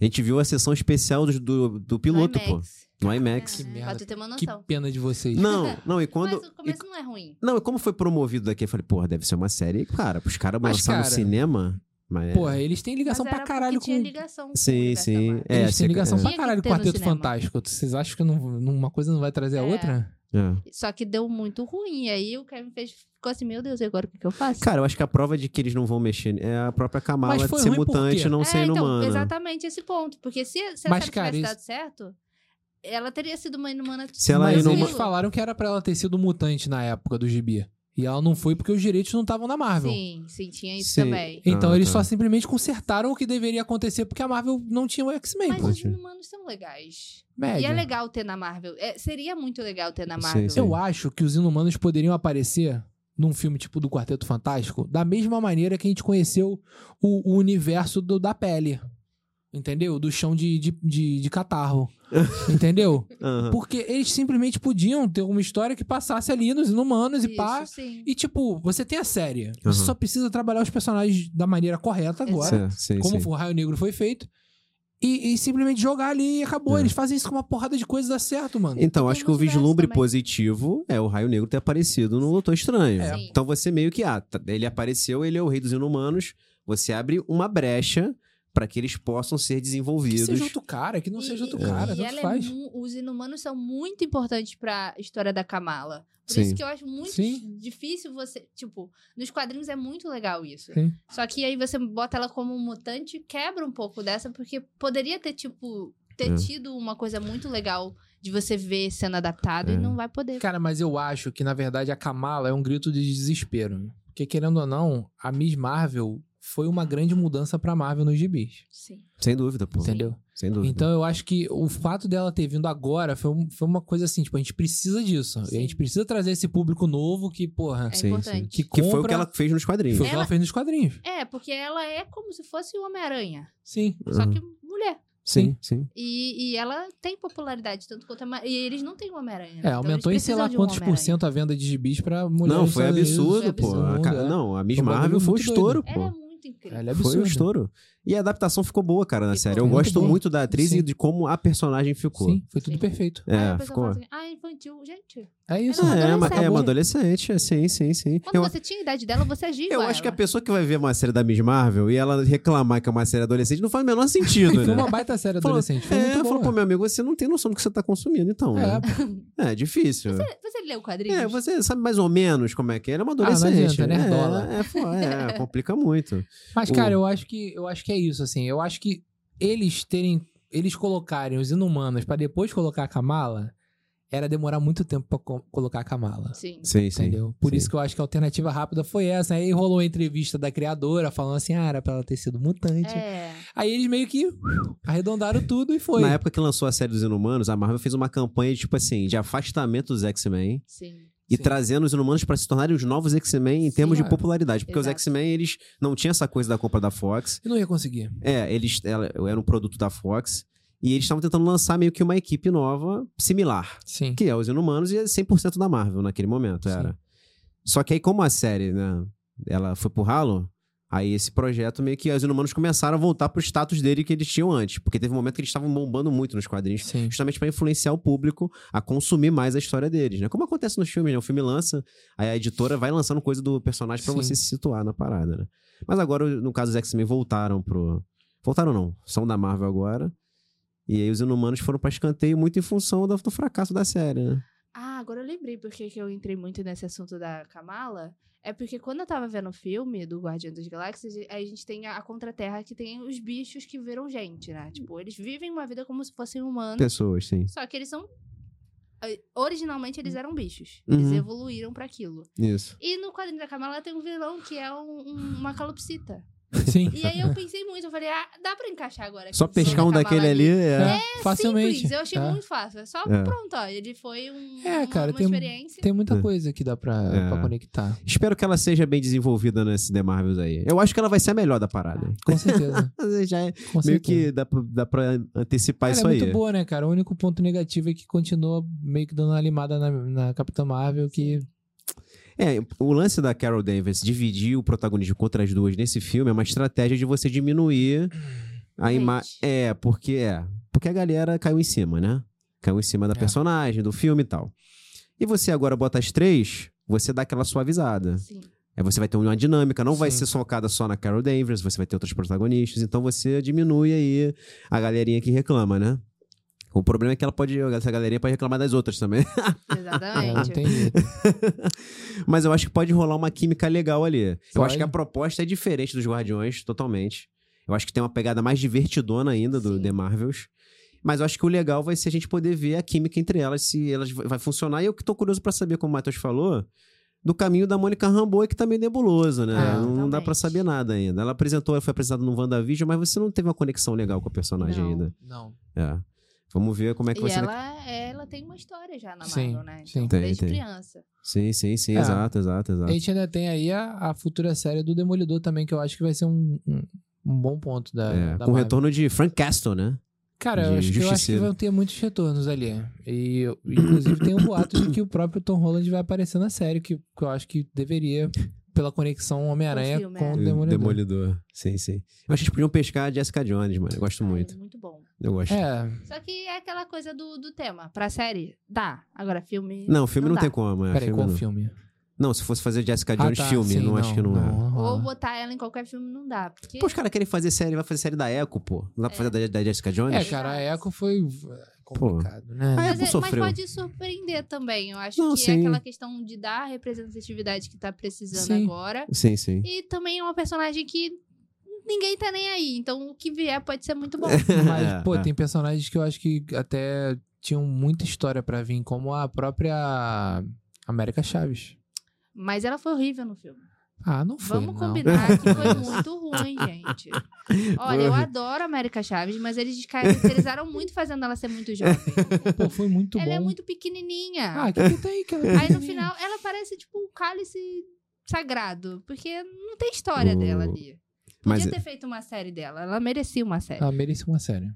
A gente viu a sessão especial do, do, do piloto,
no
pô.
IMAX.
No IMAX.
Que
É,
merda.
Pra tu ter uma
Que
noção.
pena de vocês.
Não, não, e quando.
Mas o
e-
começo não é ruim.
não, e como foi promovido daqui? Eu falei, porra, deve ser uma série. Cara, os caras
Mas,
lançaram no
cara,
cinema. Mas é-
Porra, eles têm
Mas
ligação
era
pra caralho
porque tinha
com
ligação com o
Sim,
universo
sim.
Marvel.
É,
eles têm
você-
ligação
é.
pra
Tinha
caralho
que
com
ter no
Quarteto
cinema.
Fantástico. Vocês acham que não- não- uma coisa não vai trazer a
É.
outra?
é.
Só que deu muito ruim. E aí o Kevin fez, ficou assim, meu Deus, e agora o que, que eu faço?
Cara, eu acho que a prova de que eles não vão mexer é a própria
Mas
camada de
foi
ser
ruim por
mutante
quê?
e não um ser
é, então,
inumana.
exatamente esse ponto. Porque se, se a
Mas,
série
cara,
tivesse
isso-
dado certo, ela teria sido uma inumana
Se ela é
Mas
ainda
eles
não-
falaram que era pra ela ter sido mutante na época do gibi. E ela não foi porque os direitos não estavam na Marvel.
Sim, sim, tinha isso
Sim.
também.
Então
Ah,
eles
tá.
só simplesmente consertaram o que deveria acontecer porque a Marvel não tinha o X-Men,
Mas é
pô.
os
Entendi.
inumanos são legais.
Média.
E é legal ter na Marvel. É, seria muito legal ter na
Sim,
Marvel.
sim.
Eu acho que os inumanos poderiam aparecer num filme tipo do Quarteto Fantástico da mesma maneira que a gente conheceu o, o universo do- da pele. Entendeu? Do chão de, de, de,
*laughs*
de catarro. entendeu?
Aham.
Porque eles simplesmente podiam ter uma história que passasse ali nos inumanos e
Isso,
pá.
sim.
E, tipo, você tem a série.
Aham.
Você só precisa trabalhar os personagens da maneira correta agora.
Uhum. Sim, sim,
Como
sim.
o Raio Negro foi feito. E, e simplesmente jogar ali e acabou.
É.
Eles fazem isso com uma porrada de coisa e dá certo, mano.
Então,
Tem
acho que o
multiverso
vislumbre
também.
positivo é o Raio Negro ter aparecido no Doutor Estranho.
É. Sim.
Então você meio que, ah, tá- ele apareceu, ele é o rei dos inumanos. Você abre uma brecha pra que eles possam ser
Que
desenvolvidos.
seja outro cara, que não seja outro
E-
cara,
e
tanto
ela é
faz.
mu- os inumanos são muito importantes pra história da Kamala. Por
Sim.
isso que eu acho muito
Sim.
difícil você. Tipo, nos quadrinhos é muito legal isso.
Sim.
Só que aí você bota ela como um mutante e quebra um pouco dessa, porque poderia ter, tipo, ter
É.
tido uma coisa muito legal de você ver sendo adaptado
É.
e não vai poder.
Cara, mas eu acho que, na verdade, a Kamala é um grito de desespero. né? Porque, querendo ou não, a Miss Marvel foi uma grande mudança pra Marvel nos gibis.
Sim.
Sem dúvida, pô.
Entendeu?
Sem dúvida.
Então eu acho que o fato dela ter vindo agora foi, um- foi uma coisa assim, tipo, a gente precisa disso. E a gente
Sim.
precisa trazer esse público novo que, porra,
É
Sim, sim.
importante.
que
que
compra...
foi o que ela fez nos
foi o
quadrinhos.
que ela
Ela-
fez nos quadrinhos.
É, porque ela é como se fosse o Homem-Aranha.
Sim.
Só
Uhum.
que mulher.
Sim, sim.
E, e ela tem popularidade, tanto quanto a Ma- E eles não têm o Homem-Aranha. né?
É,
Então
aumentou em
eles
sei lá
precisam de um
quantos por
Homem-Aranha.
cento a venda de gibis pra mulheres.
não, foi
nos Estados
absurdo,
Unidos,
pô.
foi
A
absurdo,
ca-
é.
Não, a Miss
Foi um bagulho
Marvel foi um
muito doido.
estouro, pô.
Ela é muito incrível.
Ela é
Foi um
absurda.
estouro. E a adaptação ficou boa, cara, na
Ficou.
série. Eu
Muito
gosto
boa.
muito da atriz
Sim.
e de como a personagem ficou.
Sim, foi tudo
Sim.
perfeito.
Aí a
É,
pessoa
ficou.
fala assim, ah, infantil. Gente,
É isso.
uma
É, uma, é
adolescente.
uma adolescente, sim, sim, sim.
quando
Eu,
você tinha a idade dela, você agia
eu
igual
acho que a
ela.
pessoa que vai ver uma série da Miss Marvel e ela reclamar que é uma série adolescente não faz o menor sentido,
*laughs* Foi
né?
uma baita série
Falou-
adolescente. Foi
É,
muito
falou, pô,
boa.
meu amigo, você não tem noção do que você tá consumindo, então.
É,
né? É, difícil.
Você leu o quadrinho?
É, você sabe mais ou menos como é que é. Ela é uma
Ah, não adianta, né,
adolescente.
nerdola.
é, é, pô, é,
*laughs*
complica muito.
Mas,
O-
cara, eu acho que eu acho que é isso, assim. Eu acho que eles terem. Eles colocarem os inumanos pra depois colocar a Kamala era demorar muito tempo pra co- colocar a Kamala.
Sim.
Sim, sim.
Entendeu? Por
sim.
isso que eu acho que a alternativa rápida foi essa. né? Aí rolou a entrevista da criadora falando assim: ah, era pra ela ter sido mutante.
É.
Aí eles meio que arredondaram tudo e foi.
Na época que lançou a série dos Inumanos, a Marvel fez uma campanha, tipo assim, de afastamento dos X-Men
Sim.
e
Sim.
trazendo os Inumanos pra se tornarem os novos X-Men em
Sim.
termos de
É.
popularidade. Porque os
Exato.
X-Men, eles não tinham essa coisa da compra da Fox.
Eu não ia conseguir.
É, eles ela, era um produto da Fox. E eles estavam tentando lançar meio que uma equipe nova, similar.
Sim.
Que é os Inumanos e é 100% da Marvel naquele momento,
Sim.
era. Só que aí, como a série, né, ela foi pro ralo, aí esse projeto meio que os Inumanos começaram a voltar pro status dele que eles tinham antes. Porque teve um momento que eles estavam bombando muito nos quadrinhos *laughs*
Sim.
justamente para influenciar o público a consumir mais a história deles, né? Como acontece nos filmes, né? O filme lança, aí a editora vai lançando coisa do personagem para
Sim.
você se situar na parada, né? Mas agora, no caso, os X-Men voltaram pro... Voltaram não, são da Marvel agora. E aí os Inumanos foram pra escanteio muito em função do, do fracasso da série, né?
Ah, agora eu lembrei porque que eu entrei muito nesse assunto da Kamala. É porque quando eu tava vendo o filme do Guardião das Galáxias, aí a gente tem a, a Terra que tem os bichos que viram gente,
Uhum.
né? Tipo, eles vivem uma vida como se fossem humanos,
Pessoas, sim.
só que eles são... eh, Originalmente eles eram bichos. Eles
Uhum.
evoluíram pra aquilo.
Isso.
E no quadrinho da Kamala tem um vilão que é um- um- uma calopsita.
Sim.
E aí eu pensei muito, eu falei, ah, dá pra encaixar agora.
Só
aqui o vilão
pescar um
da
daquele
Kamala
ali, é...
É, facilmente.
Simples, eu achei
É.
muito fácil. É só
É.
pronto, ó. Ele foi um,
É,
uma-
cara,
uma
tem-
experiência.
Tem muita
É.
coisa que dá pra,
É.
pra conectar.
Espero que ela seja bem desenvolvida nesse The Marvels aí. Eu acho que ela vai ser a melhor da parada.
Com
*laughs*
certeza.
Mas Já é-
Com
meio
certeza.
que dá pra, dá pra antecipar
Cara,
isso
é
aí.
muito boa, né, cara? O único ponto negativo é que continua meio que dando uma limada na, na Capitã Marvel, que.
É, o lance da Carol Davis dividir o protagonismo contra as duas nesse filme é uma estratégia de você diminuir a imagem.
Hate.
É, porque é. Porque a galera caiu em cima, né? Caiu em cima da
É.
personagem, do filme e tal. E você agora bota as três, você dá aquela suavizada.
Sim.
Aí você vai ter uma dinâmica, não vai
Sim.
ser focada só na Carol Danvers, você vai ter outros protagonistas, então você diminui aí a galerinha que reclama, né? O problema é que ela pode, essa galerinha pode reclamar das outras também.
É, não
Exatamente.
tem
*laughs*
jeito.
Mas eu acho que pode rolar uma química legal ali. Eu
Pode.
acho que a proposta é diferente dos Guardiões, totalmente. Eu acho que tem uma pegada mais divertidona ainda do
Sim.
The Marvels. Mas eu acho que o legal vai ser a gente poder ver a química entre elas, se elas vai vai funcionar. E eu que tô curioso pra saber, como o Matheus falou, do caminho da Mônica Rambeau, que tá meio nebuloso, né?
Ah,
não, dá
totalmente.
pra saber nada ainda. Ela apresentou, ela foi apresentada no WandaVision, mas você não teve uma conexão legal com a personagem
Não.
ainda.
Não.
É. Vamos ver como é que
E
vai ser.
ela, ela tem uma história já na
Sim,
Marvel, né?
sim.
Então,
Tem,
desde
tem.
criança.
Sim, sim, sim.
É.
Exato, exato,
A
exato.
gente ainda tem aí a, a futura série do Demolidor também, que eu acho que vai ser um, um, um bom ponto da.
É,
da
com o
Marvel.
retorno de Frank Castle, né?
Cara, eu
de
acho, que, eu acho que
Justiceiro.
vão ter muitos retornos ali. E, eu- inclusive, tem um boato de que o próprio Tom Holland vai aparecer na série, que, que eu acho que deveria, pela conexão Homem-Aranha
filme,
com
é.
o Um Demolidor.
Sim, sim. Eu acho que eles podiam pescar a Jessica Jones, mano. Eu gosto
Ah, é
muito.
muito bom.
Eu gosto.
É,
Só que é aquela coisa do, do tema. Pra série, dá. Agora, filme.
Não, filme não,
dá.
tem como. É,
peraí,
filme
qual
não.
filme?
Não, se fosse fazer Jessica
Ah,
Jones
tá,
filme,
sim,
não, acho que não, é.
Ou
rola.
botar ela em qualquer filme não dá. Porque
Pô, os caras querem fazer série, vai fazer série da Echo, pô. Não dá pra fazer da, da Jessica
É,
Jones?
cara, a Echo foi é, complicado, né?
Ah, é,
mas, é- mas
sofreu.
pode surpreender também. Eu acho
Não,
que é
sim.
aquela questão de dar a representatividade que tá precisando
Sim.
agora.
Sim, sim.
E também é uma personagem que ninguém tá nem aí. Então o que vier pode ser
*laughs*
muito bom.
*laughs*
Mas, pô,
É, é.
tem personagens que eu acho que até tinham muita história pra vir, como a própria América Chaves.
Mas ela foi horrível no filme.
Ah, não foi,
Vamos
não.
combinar que
*laughs*
foi muito ruim, gente. Olha, eu
horrível.
adoro a América Chaves, mas eles caracterizaram muito fazendo ela ser muito jovem.
*laughs* Pô, foi muito
ela
bom.
é muito pequenininha.
Ah, o que, que tem que ela *laughs*
Aí no final ela parece tipo um cálice sagrado, porque não tem história
O-
dela ali. Podia
Mas
é
ter feito uma série dela, ela merecia uma série.
Ela merecia uma série.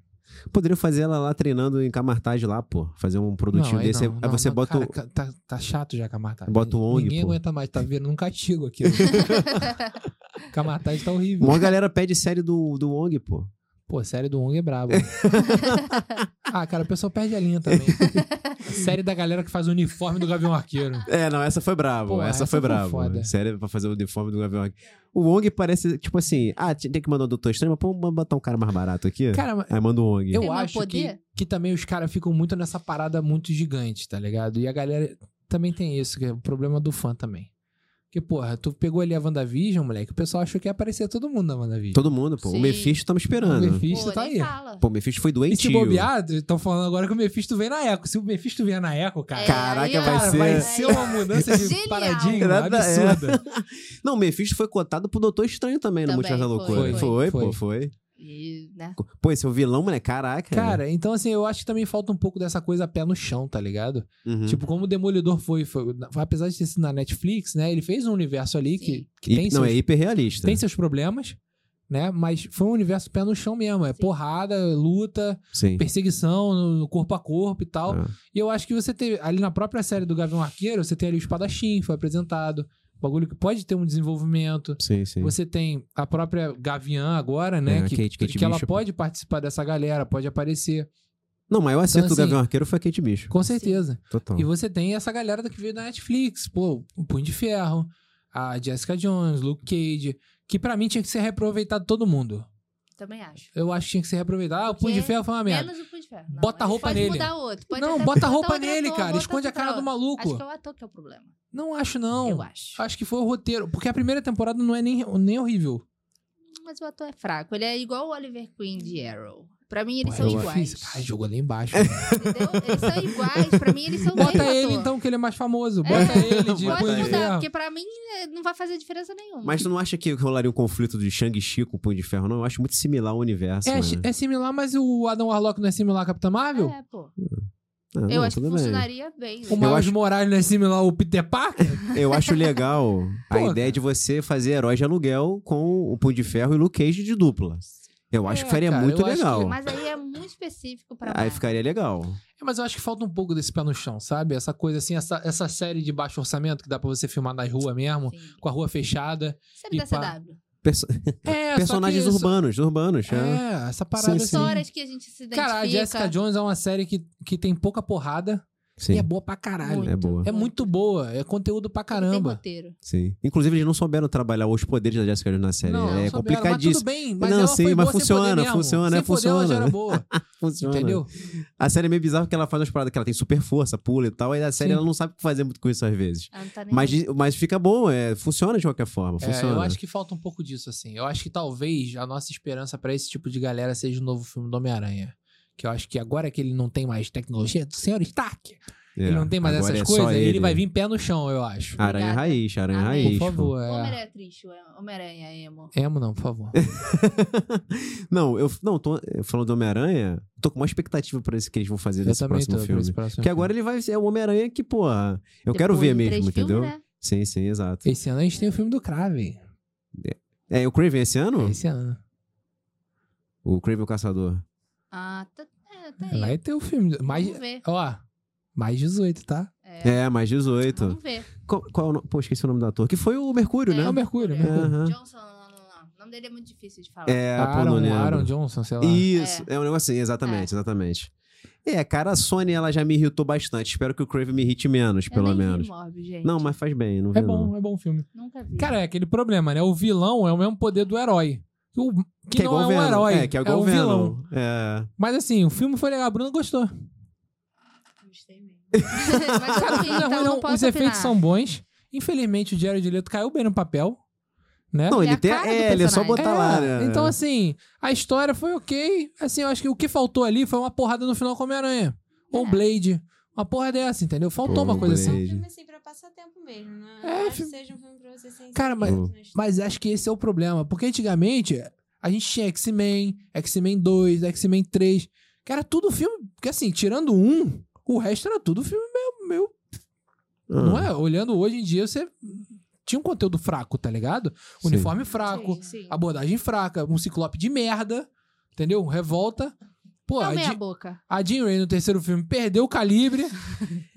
poderiam fazer ela lá treinando em Camartage lá, pô. Fazer um produtinho
aí
desse. aí- aí você
não,
bota.
cara,
o-
ca- tá, tá chato já, Camartá.
Bota o ONG,
Ninguém
pô.
aguenta mais, tá virando um
*laughs*
castigo aqui. Camartá tá horrível.
Uma galera pede série do, do Wong, pô.
Pô, série do ONG é brabo. ah, cara, o pessoal perde a linha também. série da galera que faz o uniforme do Gavião Arqueiro.
É, não, essa foi brabo.
Porra,
essa,
essa
foi,
foi
brabo.
foda.
Sério, pra fazer o uniforme do Gavião Arqueiro. O Wong parece, tipo assim, ah, t- tem que mandar o Doutor Estranho, mas pô, vamos botar um cara mais barato aqui.
Cara, mas
Aí manda o Wong.
eu
Tem meu
acho que,
poder?
que também os caras ficam muito nessa parada muito gigante, tá ligado? E a galera também tem isso, que é o problema do fã também. Porque, porra, tu pegou ali a WandaVision, moleque, o pessoal achou que ia aparecer todo mundo na WandaVision.
Todo mundo, pô. O
Sim.
Mephisto tamo esperando.
O Mephisto
Pô,
tá
nem
aí.
fala.
Pô, o Mephisto foi
E se
doentio.
bobear, estão falando agora que o Mephisto vem na Eco. Se o Mephisto vier na Eco, cara,
É,
Caraca,
aí, ó,
vai
cara,
ser-
vai *laughs* ser uma mudança de
Genial.
paradigma
Nada é.
absurda.
Não, o Mephisto foi cotado pro Doutor Estranho também, no
Também,
Multiverso da
foi,
Loucura.
foi.
Foi, pô, foi.
E, né?
Pô, esse é o vilão, moleque. Caraca.
Cara, então assim, eu acho que também falta um pouco dessa coisa pé no chão, tá ligado?
Uhum.
Tipo, como o Demolidor foi, foi- apesar de ter sido na Netflix, né? Ele fez um universo ali que,
Sim.
que tem,
Hip- Não,
seus,
é hiperrealista.
tem seus problemas, né? Mas foi um universo pé no chão mesmo. É
Sim.
porrada, luta,
Sim.
perseguição, no corpo a corpo e tal.
Ah.
E eu acho que você teve. Ali na própria série do Gavião Arqueiro, você tem ali o espadachim, foi apresentado. Bagulho que pode ter um desenvolvimento.
Sim, sim.
Você tem a própria Gaviã agora,
É,
né?
a
que
Kate- Kate
que ela
Bishop.
pode participar dessa galera, pode aparecer.
Não, o maior acerto
Então,
do
assim,
Gavião Arqueiro foi a Kate Bicho.
Com certeza.
Total.
E você tem essa galera que veio da Netflix, pô, o Punho de Ferro, a Jessica Jones, Luke Cage, que pra mim tinha que ser reaproveitado todo mundo.
Também acho.
Eu acho que tinha que ser reaproveitado. Ah, o Punho de
Porque
Ferro foi uma merda.
Menos o Punho de Ferro. Não,
Bota a
ele
roupa
pode
nele.
Mudar outro. Pode
não,
até
bota a
botar
roupa
outro
nele,
ator,
cara.
bota
Esconde a
outro
cara do
ator.
maluco.
Acho que é o ator que é o problema.
Não acho, não.
Eu acho.
Acho que foi o roteiro. Porque a primeira temporada não é nem, nem horrível.
Mas o ator é fraco. Ele é igual o Oliver Queen de Arrow. Pra mim, eles
Pô,
são
eu
iguais.
fiz- Cara, é jogou ali embaixo.
Entendeu? Eles são iguais. Pra mim, eles são o
Bota
mesmo
ele,
ator.
então, que ele é mais
É.
famoso. Bota ele de
Pode
punho de
mudar,
ferro.
porque pra mim eh, não vai fazer diferença nenhuma.
Mas tu não acha que rolaria um conflito de Shang-Chi com o Punho de Ferro, não? Eu acho muito similar ao universo.
É,
mano. Ah,
chi- é similar, mas o Adam Warlock não é similar a Capitã Marvel?
É, pô.
Ah, não,
Eu acho que
tudo bem.
funcionaria bem. né?
O Miles
acho-
Morales não é similar ao Peter Parker?
Eu acho legal a
Pô,
ideia de você fazer heróis de aluguel com o Punho de Ferro e o Luke Cage de dupla. Eu acho
É,
que faria
cara,
muito
eu acho
legal.
Mas aí é muito específico pra
Aí
Marvel.
ficaria legal.
É, mas eu acho que falta um pouco desse pé no chão, sabe? Essa coisa assim, essa, essa série de baixo orçamento que dá pra você filmar na rua mesmo,
Sim.
com a rua fechada.
Série
E
da
pá.
CW.
Perso-
É,
Personagens
só que isso-
urbanos, urbanos. É.
É, essa parada
Sim, sim.
assim.
Histórias que a gente se identifica.
Cara, a Jessica Jones é uma série que, que tem pouca porrada
Sim,
e é boa pra caralho.
é boa.
É muito boa, é conteúdo pra
Tem
caramba.
roteiro.
Sim. Inclusive, eles não souberam trabalhar os poderes da Jessica Jones na série.
Não,
é
souberam, Mas tudo
complicadíssimo.
bem, mas
Não,
ela
sim, mas
foi boa sem poder
funciona,
mesmo.
funciona, né?
sem Poder, ela já era
funciona.
boa,
*laughs* Funciona.
entendeu?
A série é meio bizarra porque ela faz umas paradas que ela tem super força, pula e tal, e a série
Sim.
ela não sabe o que fazer muito com isso às vezes.
Ela não tá nem
Mas,
aí.
mas fica bom, é, funciona de qualquer forma.
É,
Funciona.
eu acho que falta um pouco disso, assim. Eu acho que talvez a nossa esperança pra esse tipo de galera seja o novo filme do Homem-Aranha. Que eu acho que agora é que ele não tem mais tecnologia *laughs* do senhor Stark,
É,
ele não tem mais
agora
essas
é só
coisas, ele. vai vir pé no chão, eu acho.
Aranha
Obrigada.
Raiz, Aranha
Amém.
Raiz.
Por favor, é.
Homem-Aranha é triste, o Homem-Aranha é emo.
Emo não, por favor.
não, eu não, tô eu falando do Homem-Aranha, tô com uma expectativa pra esse que eles vão fazer
Eu
nesse
também tô
próximo
pra
filme.
esse próximo
Porque agora
filme.
ele vai ser o Homem-Aranha que, porra, eu
Depois
quero ver
de
mesmo,
três filmes,
entendeu?
né?
Sim, sim, exato.
Esse ano a gente tem o filme do Crave.
É, o Craven esse ano?
Esse ano.
O Craven o Caçador.
Ah, tá, é, tá aí.
Vai ter o filme. do- Mais,
Vamos ver.
ó, mais 18, tá?
É,
É, mais 18.
Vamos ver.
Qual, qual é o nome? Pô, esqueci o nome do ator. Que foi o Mercúrio,
É,
É o
né?
Mercúrio,
É.
Mercúrio.
Aham.
Johnson, não, não, não. O nome dele é muito difícil de falar.
É, pô, é não
Ah, Aaron,
lembro.
Aaron Johnson, sei lá.
Isso, é. um negócio assim, exatamente, exatamente. É, cara, a Sony ela já me irritou bastante. Espero que o Crave me irrite menos,
Eu
pelo
nem vi
menos.
Morbius, gente.
Não, mas faz bem, não vi
É
não.
bom, é bom filme.
Nunca vi.
Cara, é aquele problema, né? O vilão é o mesmo poder do herói. O- que, não é um
Venom.
herói,
É, que é igual
um
Venom.
vilão.
É.
Mas assim, o filme foi legal, a Bruna gostou.
Gostei mesmo. *laughs* mas Então, eu não
Cara, o
vi,
filme não
então
é ruim,
é não
não.
posso
Os efeitos
opinar.
são bons. Infelizmente, o Jared Leto caiu bem no papel, né?
Não,
Ele é
ele
a
tem.
cara do
É, ele é só
personagem.
botar lá, né?
Então, assim, a história foi ok. Assim, eu acho que o que faltou ali foi uma porrada no final com o Homem-Aranha. Ou
É.
Blade. Uma porra dessa, entendeu? Faltou
Pô,
uma coisa
Blade.
assim.
É um filme assim pra passar tempo mesmo, né?
É,
Eu acho
filme-
que seja um filme pra você se
Cara, mas-
inserir na
Mas acho que esse é o problema. Porque antigamente, a gente tinha X-Men, X-Men 2, X-Men 3. Que era tudo filme... Porque, assim, tirando um, o resto era tudo filme meio... meio
Ah.
Não é? Olhando hoje em dia, você... Tinha um conteúdo fraco, tá ligado?
Sim.
Uniforme fraco,
Sim, sim.
abordagem fraca, um ciclope de merda, entendeu? Um Revolta. Pô,
Não, é
a
meia
Jean-
boca.
A Jean Grey no terceiro filme perdeu o calibre.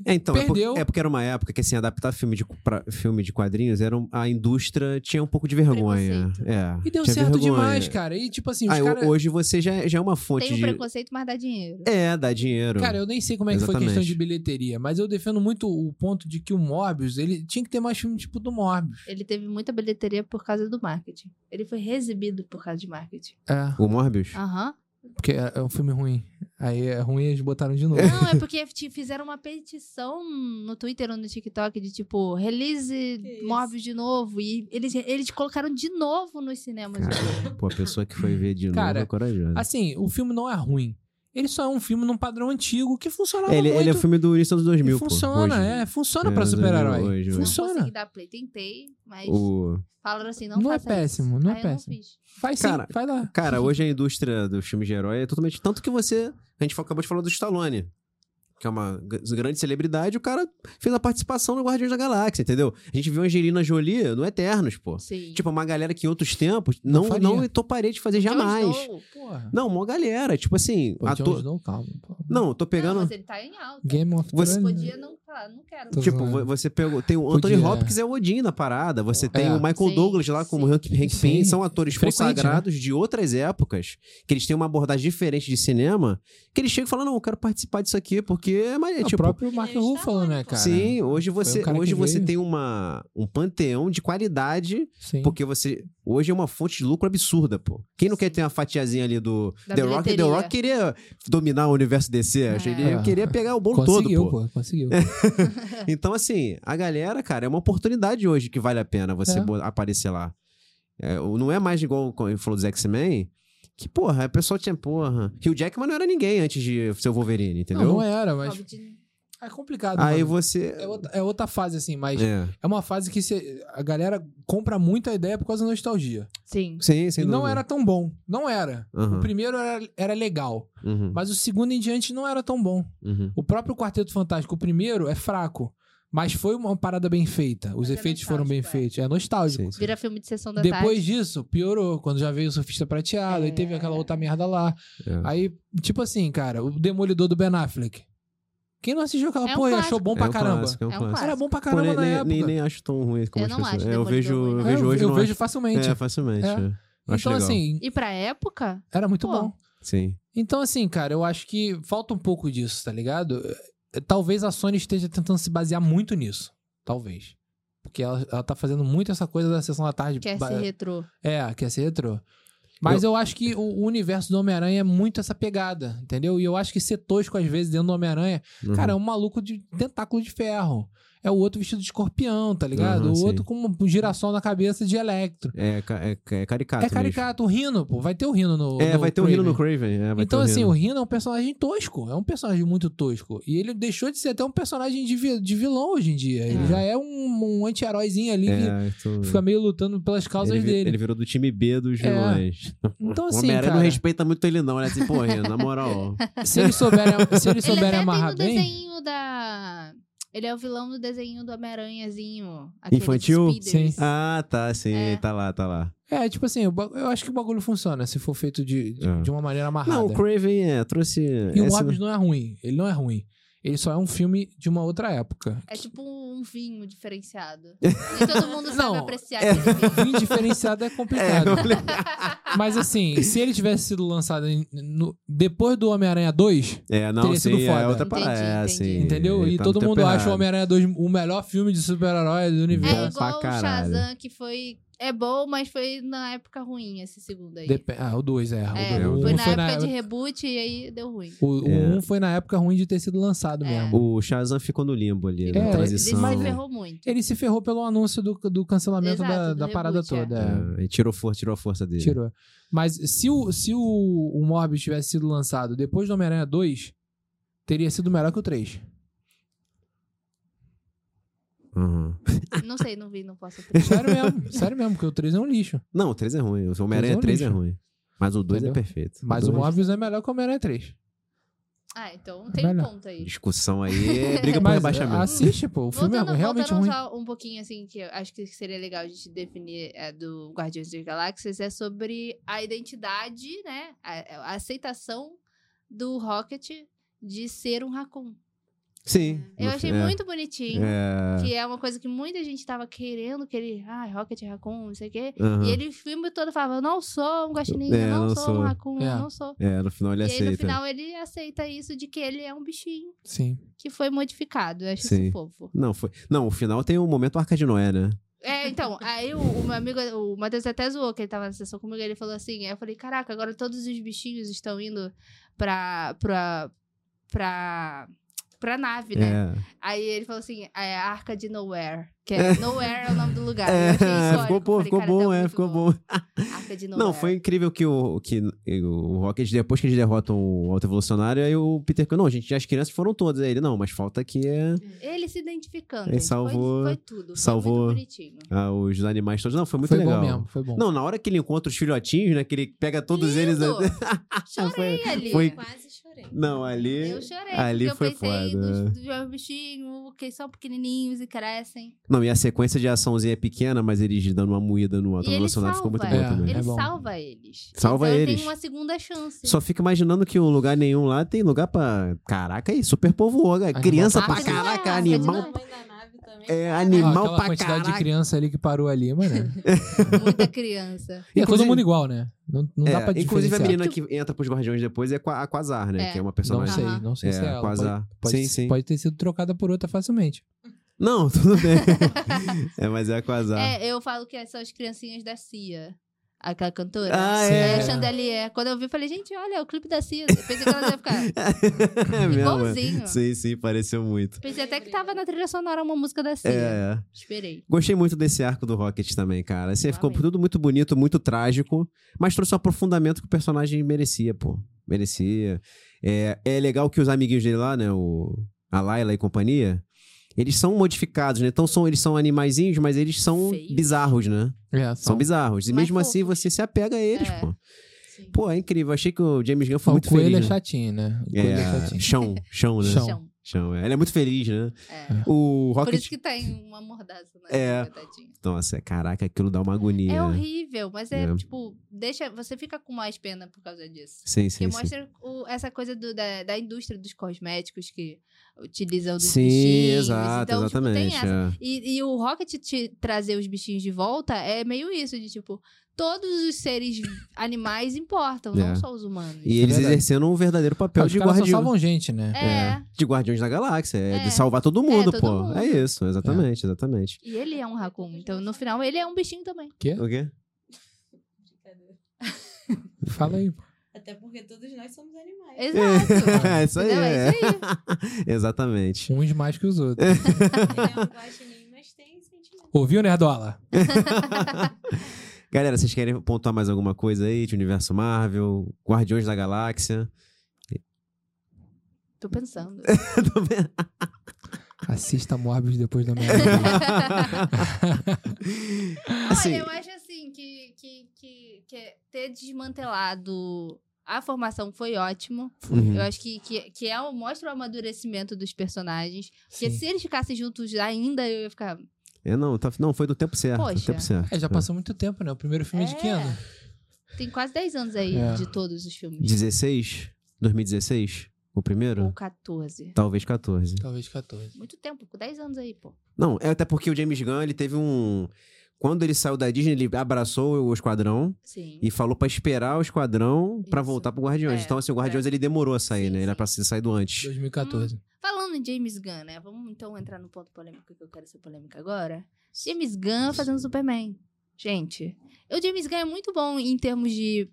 É, então, é por-
Perdeu.
É, porque era uma época que, assim, adaptar filme de, pra- filme de quadrinhos, era um- a indústria tinha um pouco de vergonha.
Preconceito.
É,
E deu
tinha
certo
vergonha. Ah,
demais, cara. E tipo assim, os
Aí,
caras.
Hoje você já, já é uma fonte
Tem um
de...
preconceito, mas dá dinheiro.
É, dá dinheiro.
Cara, eu nem sei como é que foi a questão
Exatamente.
de bilheteria, mas eu defendo muito o ponto de que o Morbius, ele tinha que ter mais filme tipo do Morbius.
Ele teve muita bilheteria por causa do marketing. Ele foi reexibido por causa de marketing.
É,
O Morbius?
Aham.
*laughs*
porque é é um filme ruim. Aí é ruim eles botaram de novo.
Não, é porque te fizeram uma petição no Twitter ou no TikTok de tipo, release
Que isso.
Morbius de novo. E eles, eles colocaram de novo nos cinemas. Tipo,
Pô, a pessoa que foi ver de novo
Cara,
é corajosa.
*laughs* Assim, o filme não é ruim. Ele só é um filme num padrão antigo que funcionava
É, ele,
muito.
ele é o filme do início dos 2000, pô,
funciona,
hoje.
é. Funciona
É,
pra
mas eu lembro
super-herói.
hoje, hoje.
Não
Funciona.
consegui dar play. Tentei, mas
O...
falaram assim, não
Não é
faça isso.
péssimo, não é
Aí
péssimo.
Eu não fiz.
Faz sim,
Cara,
vai lá.
Cara, hoje a indústria dos filmes de herói é totalmente... Tanto que você... A gente acabou de falar do Stallone. Que é uma g- grande celebridade, o cara fez a participação no Guardiões da Galáxia, entendeu? A gente viu a Angelina Jolie no Eternos, pô.
Sim.
Tipo, uma galera que em outros tempos
Não
não,
faria.
não, toparia de fazer
Jon
jamais.
Snow.
Porra.
Não, uma galera. Tipo assim,
Pô, Jon
ator.
Snow, calma. pô.
Não, eu tô
Não,
pegando.
mas ele tá em alta.
Game of
Você-
Thrones. né?
Podia não falar, não quero.
Tô-
Tipo,
zoando.
vo- você pegou. Tem o
Podia.
Anthony Hopkins é o Odin na parada. Você tem
É.
o Michael
Sim,
Douglas lá como
sim.
Hank, Hank
Sim.
Pym. São atores
Frequente, né?
consagrados de outras épocas, que eles têm uma abordagem diferente de cinema, que eles chegam e falam: não, eu quero participar disso aqui, porque é mais.
É, o
tipo,
próprio Mark
Ele é
Ruffalo, né,
Stallone, pô.
cara?
sim, hoje
um
você,
cara que
hoje você
veio.
tem uma, um panteão de qualidade
Sim.
Porque você. Hoje é uma fonte de lucro absurda, pô. Quem não quer ter uma fatiazinha ali do
Da
The Rock? The
bilheteria.
Rock queria dominar o universo DC. acho. Ele
É.
queria pegar o bolo
conseguiu,
um todo, pô.
pô. Conseguiu.
Então, assim, a galera, cara, é uma oportunidade hoje que vale a pena você
É.
bo- aparecer lá. É, o- não é mais igual quando ele falou dos X-Men, que, porra, o pessoal tinha, porra. Hugh Jackman não era ninguém antes de ser o Wolverine,
Não,
entendeu?
não era, mas
Hobbit.
é complicado.
Aí
mano.
você.
é, outra, é outra fase, assim, mas é,
É.
uma fase que cê- a galera compra muito a ideia por causa da nostalgia.
Sim.
Sim, sim.
e não era tão bom. Não era. O primeiro era, era legal,
Uhum,
mas o segundo em diante não era tão bom.
uhum.
O próprio Quarteto Fantástico, o primeiro, é fraco. Mas foi uma parada bem feita.
Mas
Os
é
efeitos foram bem
nostálgico, é.
feitos. É nostálgico.
Sim, sim.
Vira filme de sessão da
Depois
tarde.
disso, piorou. Quando já veio o Surfista Prateado, aí teve aquela outra merda lá.
É.
Aí, tipo assim, cara, o Demolidor do Ben Affleck. Quem não assistiu aquela
É um
porra e achou
clássico.
bom
É
pra
um
caramba?
clássico, é um
É um
clássico.
Era bom pra
Pô,
caramba
nem,
na
nem-
época.
nem- nem acho tão ruim como
Eu
as
não
pessoas.
acho
É, eu
Demolidor
vejo,
ruim,
eu
não.
É,
vejo hoje
eu
não
vejo
acho.
facilmente.
É, facilmente.
É.
é. Acho
então,
legal.
assim,
E pra época,
era muito
Pô.
bom.
Sim.
Então, assim, cara, eu acho que falta um pouco disso, tá ligado? Eh, Talvez a Sony esteja tentando se basear muito nisso. Talvez. Porque ela, ela tá fazendo muito essa coisa da sessão da tarde.
quer
ba-
ser retrô.
É, quer ser retrô. Mas eu... acho que o o universo do Homem-Aranha é muito essa pegada, entendeu? E eu acho que ser tosco, às vezes, dentro do Homem-Aranha,
Uhum.
cara, é um maluco de tentáculo de ferro. É o outro vestido de escorpião, tá ligado?
Aham,
o
Uhum, sim.
outro com um girassol na cabeça de electro.
é, ca- é, ca- é caricato.
é caricato, o Rino, pô. Vai ter o Rino no.
mesmo. É,
no
vai ter o Rino
Kraven.
no Craven. É, vai
Então,
ter o
assim,
Rhino.
o Rino é um personagem tosco. É um personagem muito tosco. E ele deixou de ser até um personagem de, vi- de vilão hoje em dia. Ele
É.
já é um, um anti-heróizinho ali
É, então-
que fica meio lutando pelas causas
ele, vi-
dele.
ele virou do time B dos
É.
vilões.
Então,
o
assim,
Homem-Aranha
cara, É.
não respeita muito ele, não. Ele é assim, pô, Rino, na
*laughs*
moral.
se eles
*laughs*
souberem, se
Ele
eles
até
souberem
tem
amarrar
no
bem...
desenho da... Ele é o vilão do desenho do Homem-Aranhazinho. aquele
Infantil?
Speeders.
Sim.
Ah, tá, sim,
É.
tá lá, tá lá.
É, tipo assim, o ba- eu acho que o bagulho funciona se for feito de, de,
É.
de uma maneira amarrada.
Não, o Craven é, trouxe.
Tá E o
essa- *laughs*
Morbius não é ruim. Ele não é ruim. Ele só é um filme de uma outra época.
É tipo um vinho diferenciado. E todo mundo sabe
Não,
apreciar aquele vinho.
*laughs*
Vinho diferenciado é complicado.
eu falei- *laughs*
Mas assim, se ele tivesse sido lançado em- no- depois do Homem-Aranha 2,
É, não,
Teria
sim,
sido
é
foda.
outra parada.
Entendi,
é,
entendi.
assim,
entendeu? E
tá no
todo
tempo
mundo acha o
errado.
Homem-Aranha 2 o melhor filme de super-herói do universo.
bom
É
pra
igual o
caralho.
Shazam, que foi... É bom, mas foi na época ruim esse segundo aí.
Depe- Ah, o 2 é.
É,
o
do-
do-
foi
um
na época de reboot e aí deu ruim.
O, o
É.
um foi na época ruim de ter sido lançado
É.
mesmo.
O Shazam ficou no limbo ali,
É,
na
Ele se
transição.
ferrou muito.
Ele se ferrou pelo anúncio do, do cancelamento
Exato,
da,
do
da parada
reboot, é.
toda. é.
É, e tirou, for, tirou a força dele.
Tirou. Mas se o, se o, o Morbius tivesse sido lançado depois do Homem-Aranha 2, teria sido melhor que o 3.
Uhum.
Não sei, não vi, não posso opinar.
Sério
*laughs*
mesmo, sério mesmo, porque o 3 é um lixo.
Não, o 3 é ruim. O Homem-Aranha
é um
3 é
lixo.
ruim. Mas o 2 é
Entendeu?
perfeito.
Mas o
dois-
Morbius é melhor que o Homem-Aranha 3.
Ah, então tem um
Melhor.
ponto aí.
Discussão aí
*laughs*
é briga por
Mas
rebaixamento.
assiste, pô, o filme é
voltando,
realmente
voltando
ruim.
só um pouquinho, assim, que eu acho que seria legal a gente definir é, do Guardiões das Galáxias, é sobre a identidade, né? A, a aceitação do Rocket de ser um Raccoon.
Sim.
Eu
no
achei
fim, é.
muito bonitinho,
É.
que é uma coisa que muita gente tava querendo, que ele, ah, Rocket é Raccoon, não sei o quê.
Aham.
E ele o filme todo falava, eu não sou um guaxinim,
Ah. É,
eu não,
não
sou,
sou.
um Raccoon, eu
É.
não sou.
É, no final ele
e aí no
aceita.
final ele aceita isso de que ele é um bichinho
Sim.
que foi modificado. Eu acho
Sim.
isso fofo.
Não, foi. Não, o final tem o momento Arca de Noé, né?
É, então, aí o, o meu amigo, o Matheus até zoou que ele tava na sessão comigo, ele falou assim, aí eu falei, caraca, agora todos os bichinhos estão indo pra, pra, pra, pra nave,
É.
né? Aí ele falou assim, é a Arca de Nowhere, que é, Nowhere é o nome do lugar.
*laughs*
Eu achei
É,
histórico,
ficou bom,
falei,
ficou
"Caraca,
bom,
é
é,
muito
ficou
bom. é.
bom.
Arca de Nowhere.
Não, foi incrível que o, que o Rocket, depois que eles derrotam o Alto Evolucionário, aí o Peter Quill, não, gente, as crianças foram todas. Aí ele, não, mas falta aqui é,
Ele se identificando,
Ele
gente, foi-
salvou-
foi, tudo, foi
salvou-
muito bonitinho.
ah, os animais todos. Não, foi muito
foi
legal.
bom mesmo, foi bom.
Não, na hora que ele encontra os filhotinhos, né, que ele pega todos eles... ah,
Lindo!
*laughs*
Chorei
Foi-
ali.
foi-
é Quase chorei.
Não, ali...
Eu chorei,
ali
porque eu
foi
pensei
foda.
dos, dos meus bichinhos, que são pequenininhos e crescem.
Não, e a sequência de açãozinha é pequena, mas eles dando uma moída no Alto
E ele
Evolucionário ficou muito
salva,
bom
é.
também.
Ele
bom.
salva eles.
Salva
então
eles.
tem uma segunda chance.
Só fico imaginando que o lugar nenhum lá tem lugar pra... Caraca, aí, super povoou, cara. Criança né? pra
Arca de Noé,
caraca, é
Arca de
animal
Noé.
Tamanho da nave também.
É,
Caraca.
Ah,
animal
aquela
pra
quantidade
caraca.
de criança ali que parou ali, mano. né?
*laughs*
Muita criança.
E é todo
Inclusive-
mundo igual, né? Não, não dá
É,
pra
Inclusive a
diferenciar.
menina que entra pros Guardiões depois é Qua- a Quasar, né?
É.
Que é uma
Não
personagem.
sei,
Aham.
não sei se é ela. Pode,
Quasar.
pode-
sim, sim.
pode ter sido trocada por outra facilmente.
Não, tudo bem. *laughs* é, mas é a Quasar.
É, eu falo que são as criancinhas da Cia. Aquela cantora.
Ah,
é.
a Chandelier. Quando eu vi, eu falei, gente, olha, é o clipe da Cia. Eu pensei que ela ia
*laughs*
ficar.
É
Igualzinho.
Sim, sim, pareceu muito.
Pensei até que tava na trilha sonora uma música da Cia.
É.
Esperei.
Gostei muito desse arco do Rocket também, cara. Assim,
Eu
ficou
amei.
tudo muito bonito, muito trágico, mas trouxe o aprofundamento que o personagem merecia, pô. Merecia. É, é legal que os amiguinhos dele lá, né? O, a Layla e companhia, eles são modificados, né? Então são, eles são animaizinhos, mas eles são
Feios.
bizarros, né?
É,
São
são-
bizarros. E
Mas
mesmo assim
fofos.
você se apega a eles,
É.
pô.
Sim.
Pô, é incrível. Achei que o James Gunn foi
Ah, o
muito
coelho
feliz.
é
né?
chatinho, né? O coelho é
É,
chatinho.
chão, chão, né?
Chão.
Chão.
Chão, é. Ele é muito feliz, né?
É.
O
Por
Rocket.
isso que tem uma mordaça na
É.
língua, tadinha.
Nossa, caraca, aquilo dá uma agonia.
É horrível, mas é,
É.
tipo, deixa. Você fica com mais pena por causa disso.
Sim,
Porque
sim, sim.
mostra o- essa coisa do- da, da indústria dos cosméticos que utilizam dos
Sim,
bichinhos.
exato,
então, tipo,
exatamente.
tem
é.
essa. E, e o Rocket te trazer os bichinhos de volta é meio isso, de tipo, todos os seres animais importam,
É.
não só os humanos.
E eles
É verdade.
exercendo um verdadeiro papel
Ah, os
de
caras só
guardião.
salvam gente, né?
É.
De guardiões da galáxia. É, de
É.
salvar todo mundo,
todo
pô.
mundo.
É isso, exatamente, exatamente.
E ele é um raccoon, então no final ele é um bichinho também.
O quê?
Brincadeira.
É.
Fala aí.
Até porque todos nós somos animais. né?
Exato.
*laughs* É isso aí.
Entendeu? É isso
é.
*laughs*
Exatamente.
Uns mais que os outros.
Ele é um guaxinim, mas tem sentimento.
Ouviu, Nerdola?
Galera, vocês querem pontuar mais alguma coisa aí de Universo Marvel, Guardiões da
*laughs*
Galáxia?
Tô pensando.
Tô vendo.
Assista Morbius depois da *laughs* merda.
Assim-
Olha, eu acho assim que, que, que, que ter desmantelado a formação foi ótimo.
Uhum.
Eu acho que, que, que é, um- mostra o amadurecimento dos personagens. Porque
Sim.
se eles ficassem juntos ainda, eu ia ficar.
É, não, tá- não, foi do tempo certo. do
Poxa.
tempo certo.
É, já passou muito tempo, né? O primeiro filme é de que
É.
ano?
Tem quase 10 anos aí
É.
de todos os filmes.
16? 2016? O primeiro?
Ou 14.
Talvez 14.
Talvez 14.
Muito tempo, com 10 anos aí, pô.
Não, é até porque o James Gunn, ele teve um... Quando ele saiu da Disney, ele abraçou o Esquadrão
Sim.
e falou pra esperar o Esquadrão pra
Isso.
voltar pro Guardiões.
É,
então, assim, o Guardiões, ele demorou a sair,
Sim,
né? Ele era
sim.
pra ter saído antes.
2014.
Falando em James Gunn, né? Vamos então entrar no ponto polêmico que eu quero ser polêmica agora. James Gunn fazendo Superman. Gente, o James Gunn é muito bom em termos de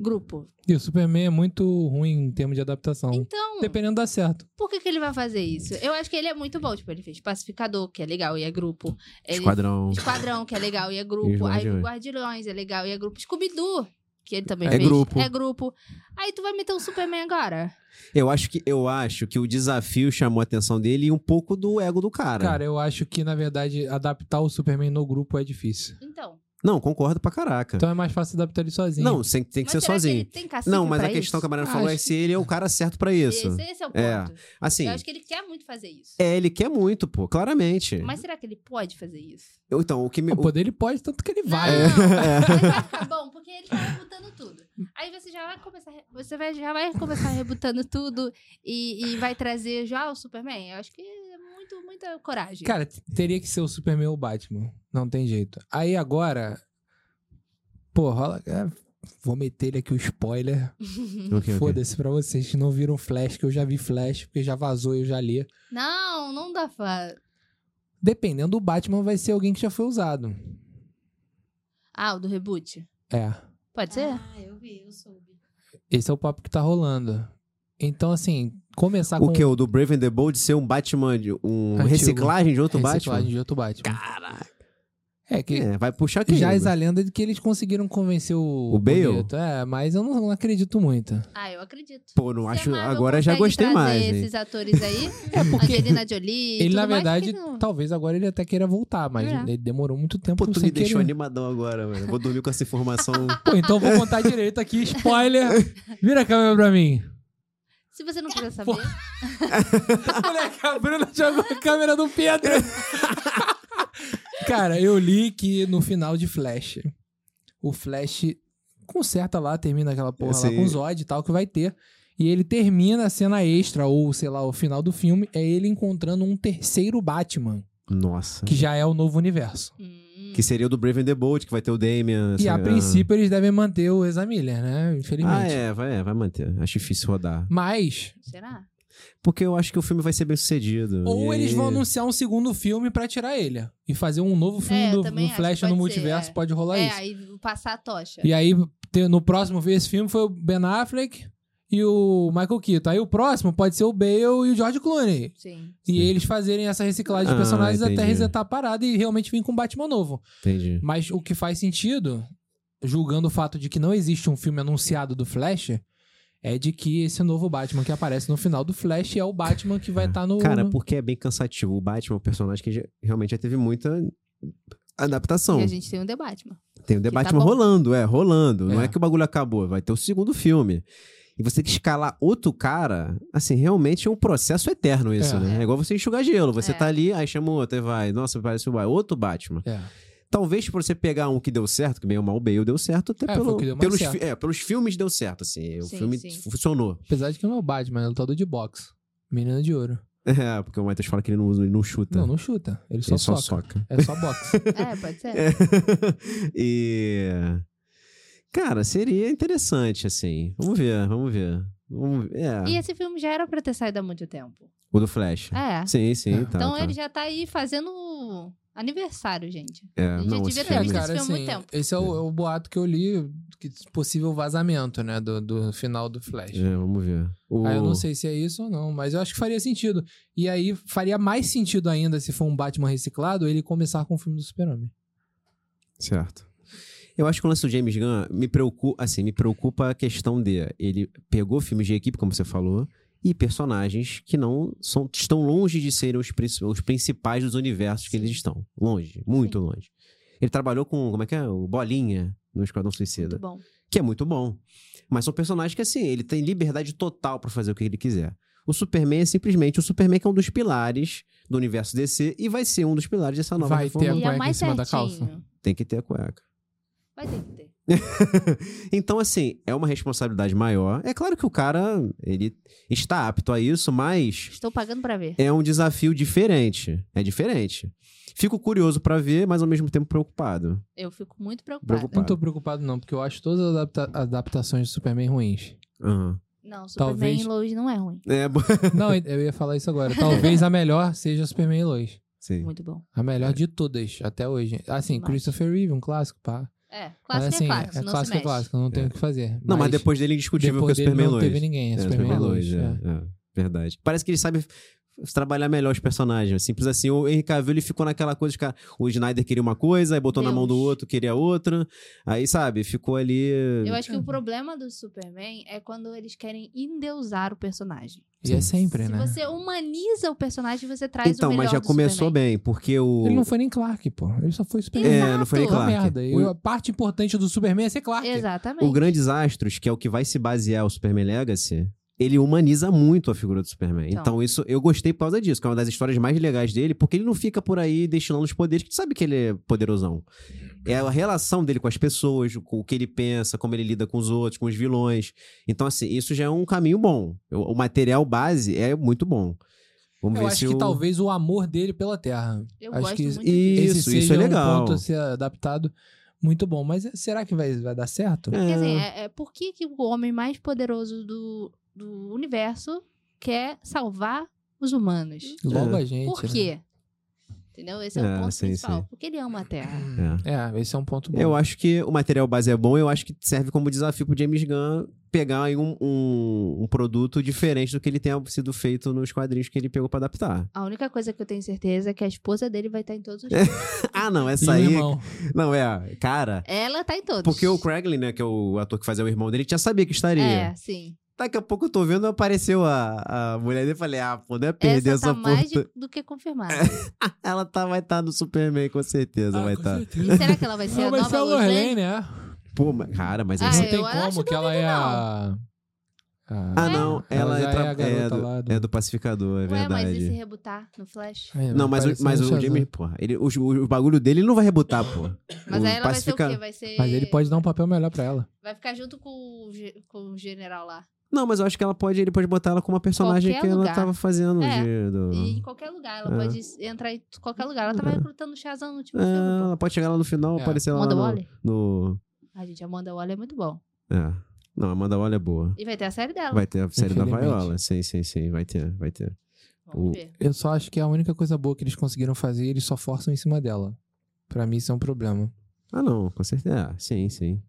grupo.
E o Superman é muito ruim em termos de adaptação.
Então,
Dependendo dá certo.
por que, que ele vai fazer isso? Eu acho que ele é muito bom. Tipo, ele fez Pacificador, que é legal e é grupo. Ele
Esquadrão.
Esquadrão, que é legal e é
E os
grupo. Aí
Guardiões.
o Guardiões é legal e é grupo. Scooby-Doo, que ele também
um. É
fez.
grupo.
É grupo. Aí tu vai meter um Superman agora.
Eu acho, que, eu acho que o desafio chamou a atenção dele e um pouco do ego do cara.
Cara, eu acho que, na verdade, adaptar o Superman no grupo é difícil.
Então.
Não, concordo pra caraca.
Então é mais fácil adaptar ele sozinho.
Não, sem- tem que
mas será
ser sozinho.
ele tem cacique
Não, mas
pra
a questão que
isso?
a Mariana
Ah,
falou é
acho
se ele é o cara certo pra isso.
Esse, esse é o ponto.
É. Assim,
Eu acho que ele quer muito fazer isso.
é, ele quer muito, pô, claramente.
Mas será que ele pode fazer isso?
Eu, então, o que me.
O
o- *laughs* É.
poder ele pode, tanto que ele vai.
Não, mas vai ficar *laughs* bom, porque ele tá rebutando tudo. Aí você já vai começar, re- você vai, já vai começar rebutando tudo e, e vai trazer já o Superman. Eu acho que é muito, muita coragem.
Cara, t- teria que ser o Superman ou o Batman. Não tem jeito. Aí agora. Pô, rola. é, Vou meter ele aqui o spoiler.
o quê, o quê?
Foda-se pra vocês que não viram Flash, que eu já vi Flash, porque já vazou e eu já li.
Não, não dá fã.
Dependendo do Batman, vai ser alguém que já foi usado.
Ah, o do reboot.
É.
Pode ser?
Ah, eu vi, eu soube.
Esse é o papo que tá rolando. Então, assim, começar com
O que? O do Brave and the Bold ser um Batman, de- um
Antigo.
reciclagem de outro
reciclagem
Batman?
de outro Batman.
Caraca.
É, que
É, vai puxar quem?
já é a lenda de que eles conseguiram convencer o.
O Bale?
Bonito. É, mas eu não, não acredito muito.
Ah, eu acredito.
Pô, não
Se a
acho.
Marvel
Agora já
é consegue
gostei
trazer
mais. hein?
esses atores aí, Angelina Jolie. e
Ele,
tudo
na
mais, por
verdade,
que não?
talvez agora ele até queira voltar, mas
É.
ele demorou muito
Pô,
tempo.
tu
sem
me deixou
querer.
animadão agora, mano. Vou dormir com essa informação.
*laughs* Pô, então vou contar direito aqui,
*laughs*
spoiler. Vira a câmera pra mim.
Se você não quiser saber.
Pô. Moleque, a Bruna jogou a câmera do Pedro. Cara, eu li que no final de Flash, o Flash conserta lá, termina aquela porra lá
Sim.
com o Zod e tal, que vai ter. E ele termina a cena extra, ou sei lá, o final do filme, é ele encontrando um terceiro Batman,
Nossa.
que já é o novo universo.
Hum.
Que seria o do Brave and the Bold, que vai ter o Damien.
E
essa-
a princípio eles devem manter o Examiller, né?
é. Ah,
Infelizmente.
é, vai, é, vai manter. Acho difícil rodar.
Mas.
Será?
Porque eu acho que o filme vai ser bem sucedido.
Ou
E
eles
aí-
vão anunciar um segundo filme pra tirar ele. E fazer um novo filme
É, eu
do,
também
do
acho,
Flash
pode
no
ser,
multiverso.
é.
Pode rolar
é,
isso.
aí passar a tocha.
E aí, te- no próximo, esse filme foi o Ben Affleck e o Michael Keaton. Aí o próximo pode ser o Bale e o George Clooney.
Sim.
E eles fazerem essa reciclagem de
Ah,
personagens até
entendi.
resetar a parada e realmente vir com um Batman novo.
Entendi.
Mas o que faz sentido, julgando o fato de que não existe um filme anunciado do Flash, é de que esse novo Batman que aparece no final do Flash é o Batman que vai estar no.
Cara,
no-
porque é bem cansativo. O Batman é um personagem que já- realmente já teve muita adaptação.
E a gente tem um debate, mano.
Tem o
tá
debate
bom.
rolando, é, rolando. Não
É.
é que o bagulho acabou, vai ter o segundo filme. E você tem que escalar outro cara, assim, realmente é um processo eterno isso,
É.
né? É igual você enxugar gelo. Você
É.
tá ali, aí chama outro, aí vai. Nossa, parece o vai. Outro Batman.
É.
Talvez pra você pegar um que deu certo, que meio mal o Bale deu certo, até
É, foi
pelo,
o que deu mais
pelos,
certo.
fi- é, pelos filmes deu certo, assim. O
Sim,
filme
sim.
funcionou. *laughs*
Apesar de que não é o Batman, é lutador de boxe. Menina de ouro.
É, porque o Matheus fala que ele não, usa- ele não chuta.
Não, não chuta. Ele só,
Tá. ele só
soca.
soca.
É só boxe.
É, pode ser.
*laughs* e. Cara, seria interessante, assim. Vamos ver, vamos ver. Vamos ver. É.
E esse filme já era pra ter saído há muito tempo.
O do Flash.
É.
Sim, sim,
É.
tá.
então
tá.
ele já tá aí fazendo aniversário, gente.
É,
já
não,
devia
esse
ter
filme...
visto.
cara,
filme há muito
assim,
tempo.
esse é o, é o boato que eu li, que possível vazamento, né, do, do final do Flash.
É, vamos ver. O-
Aí eu não sei se é isso ou não, mas eu acho que faria sentido. E aí faria mais sentido ainda, se for um Batman reciclado, ele começar com o filme do Super-Homem.
Certo. Eu acho que o lance do James Gunn me preocupa, assim, me preocupa a questão de ele pegou filmes de equipe, como você falou, e personagens que não são estão longe de serem os, princi- os principais dos universos que eles estão. Longe, muito longe. Ele trabalhou com, como é que é? O Bolinha no Esquadrão Suicida.
Muito bom.
que é muito bom. Mas são personagens que, assim, ele tem liberdade total pra fazer o que ele quiser. O Superman é simplesmente o Superman que é um dos pilares do universo DC e vai ser um dos pilares dessa nova
Vai ter
reforma.
a-
E
cueca
é
em
mais
cima da
certinho.
Tem que ter a cueca.
Vai ter que ter.
Então, assim, é uma responsabilidade maior. É claro que o cara, ele está apto a isso, mas
Estou pagando pra ver.
é um desafio diferente. É diferente. Fico curioso pra ver, mas ao mesmo tempo preocupado.
Eu fico muito preocupada.
Preocupado.
Não tô preocupado, não, porque eu acho todas as adapta- adaptações do Superman *laughs* ruins.
Aham.
Não, Superman
Talvez-
e Lois não é ruim.
É, bo- *laughs*
não, eu ia falar isso agora. Talvez a melhor seja Superman e Lois.
sim.
Muito bom.
A melhor de todas, até hoje. Assim,
Mas-
Christopher Reeve, um clássico, pá.
É,
Mas,
clássico
assim,
é clássico, não
clássico,
se
é
mexe.
clássico, não tem o que fazer.
Não, mas depois dele é indiscutível
depois
que é
dele
Superman
não
Lois.
teve ninguém, é,
É,
Superman, e Lois.
é,
é.
é, verdade. Parece que ele sabe f- trabalhar melhor os personagens. Simples assim, o Henry Cavill ele ficou naquela coisa de cara, o Snyder queria uma coisa, aí botou na mão do
Deus.
outro, queria outra. Aí, sabe, ficou ali.
Eu acho que o problema do Superman é quando eles querem endeusar o personagem.
E é sempre,
Se
né?
você humaniza o personagem, você traz o
então,
melhor
mas já
do
começou
Superman.
bem, porque o
Ele não foi nem Clark, pô. Ele só foi Superman.
É, não foi nem
Exato.
Clark.
Uma merda. E
O-
a parte importante do Superman é ser Clark.
Exatamente.
o Grandes Astros, que é o que vai se basear o Superman Legacy, ele humaniza muito a figura do Superman. Então,
Então.
isso eu gostei por causa disso, que é uma das histórias mais legais dele, porque ele não fica por aí destilando os poderes, que tu sabe que ele é poderosão. É a relação dele com as pessoas, com o que ele pensa, como ele lida com os outros, com os vilões. Então, assim, isso já é um caminho bom. O o material base é muito bom. Vamos
Eu
ver
acho
se
que
o...
talvez o amor dele pela Terra.
Eu
acho
gosto
que
muito disso.
Isso,
Esse
isso
seja
é legal.
um ponto a ser adaptado muito bom. Mas será que vai, vai dar certo?
É.
Porque, assim, é, é por que, que o homem mais poderoso do, do universo quer salvar os humanos?
Logo a gente.
Por
né?
quê? Entendeu? Esse é,
É,
o ponto
sim,
principal.
sim.
Porque ele ama a
*clears throat*
Terra.
É.
É, esse é um ponto bom.
Eu acho que o material base é bom, eu acho que serve como desafio pro James Gunn pegar aí um, um- um produto diferente do que ele tenha sido feito nos quadrinhos que ele pegou pra
*laughs*
adaptar.
A única coisa que eu tenho certeza é que a esposa dele vai estar
*laughs*
em todos os filmes.
Ah, não,
E o
essa aí.
irmão.
Não, é, cara.
Ela tá em todos.
Porque o Craiglin, né, que é o ator que fazia o irmão dele, já sabia que estaria.
É, sim.
Daqui a pouco eu tô vendo, apareceu a, a mulher dele e falei, ah, pô, não é perder
Essa
essa,
tá mais
puta.
de- do que
*laughs*
confirmada.
Ela tá, vai estar no Superman, com certeza,
Ah,
vai tá.
com
estar.
certeza.
E será que ela vai ser
Ah,
a
vai
nova
é
ser a
Lois Lane?
Lorraine, né?
Pô, mas- cara, mas
Ah,
essa...
não tem
eu acho
como,
que
que ela é a... a-
Ah, não, ela,
já
é, tra-
a garota
é do,
lá
é do Pacificador, é
Ué,
verdade.
mas e se rebutar no Flash?
É,
Não, mas,
parece
o, mas
um
o
Shazam.
James, porra, ele, o, o- o bagulho dele ele não vai rebutar, porra.
Mas
o
aí ela vai ser o
pacifica-
quê? Vai ser...
Mas ele pode dar um papel melhor pra ela.
Vai ficar junto com o, ge- com o general lá.
Não, mas eu acho que ela pode, ele pode botar ela como uma personagem
Qualquer
que ela
lugar.
tava fazendo.
É,
de- do-
E em qualquer lugar. Ela
É.
pode entrar em qualquer lugar. Ela tava recrutando o Shazam tipo, no último
É,
filme. pô.
ela pode chegar lá no final,
É.
aparecer lá
Amanda
no,
Waller?
no-
A gente, Amanda Waller é muito bom.
É. Não, a Amanda Waller é boa.
E vai ter a série dela.
Vai ter a série da
Infelizmente.
Viola. Sim, sim, sim. Vai ter, vai ter.
Vamos
o-
ver.
Eu só acho que é a única coisa boa que eles conseguiram fazer, eles só forçam em cima dela. Pra mim isso é um problema.
Ah, não, com certeza. Ah, sim, sim.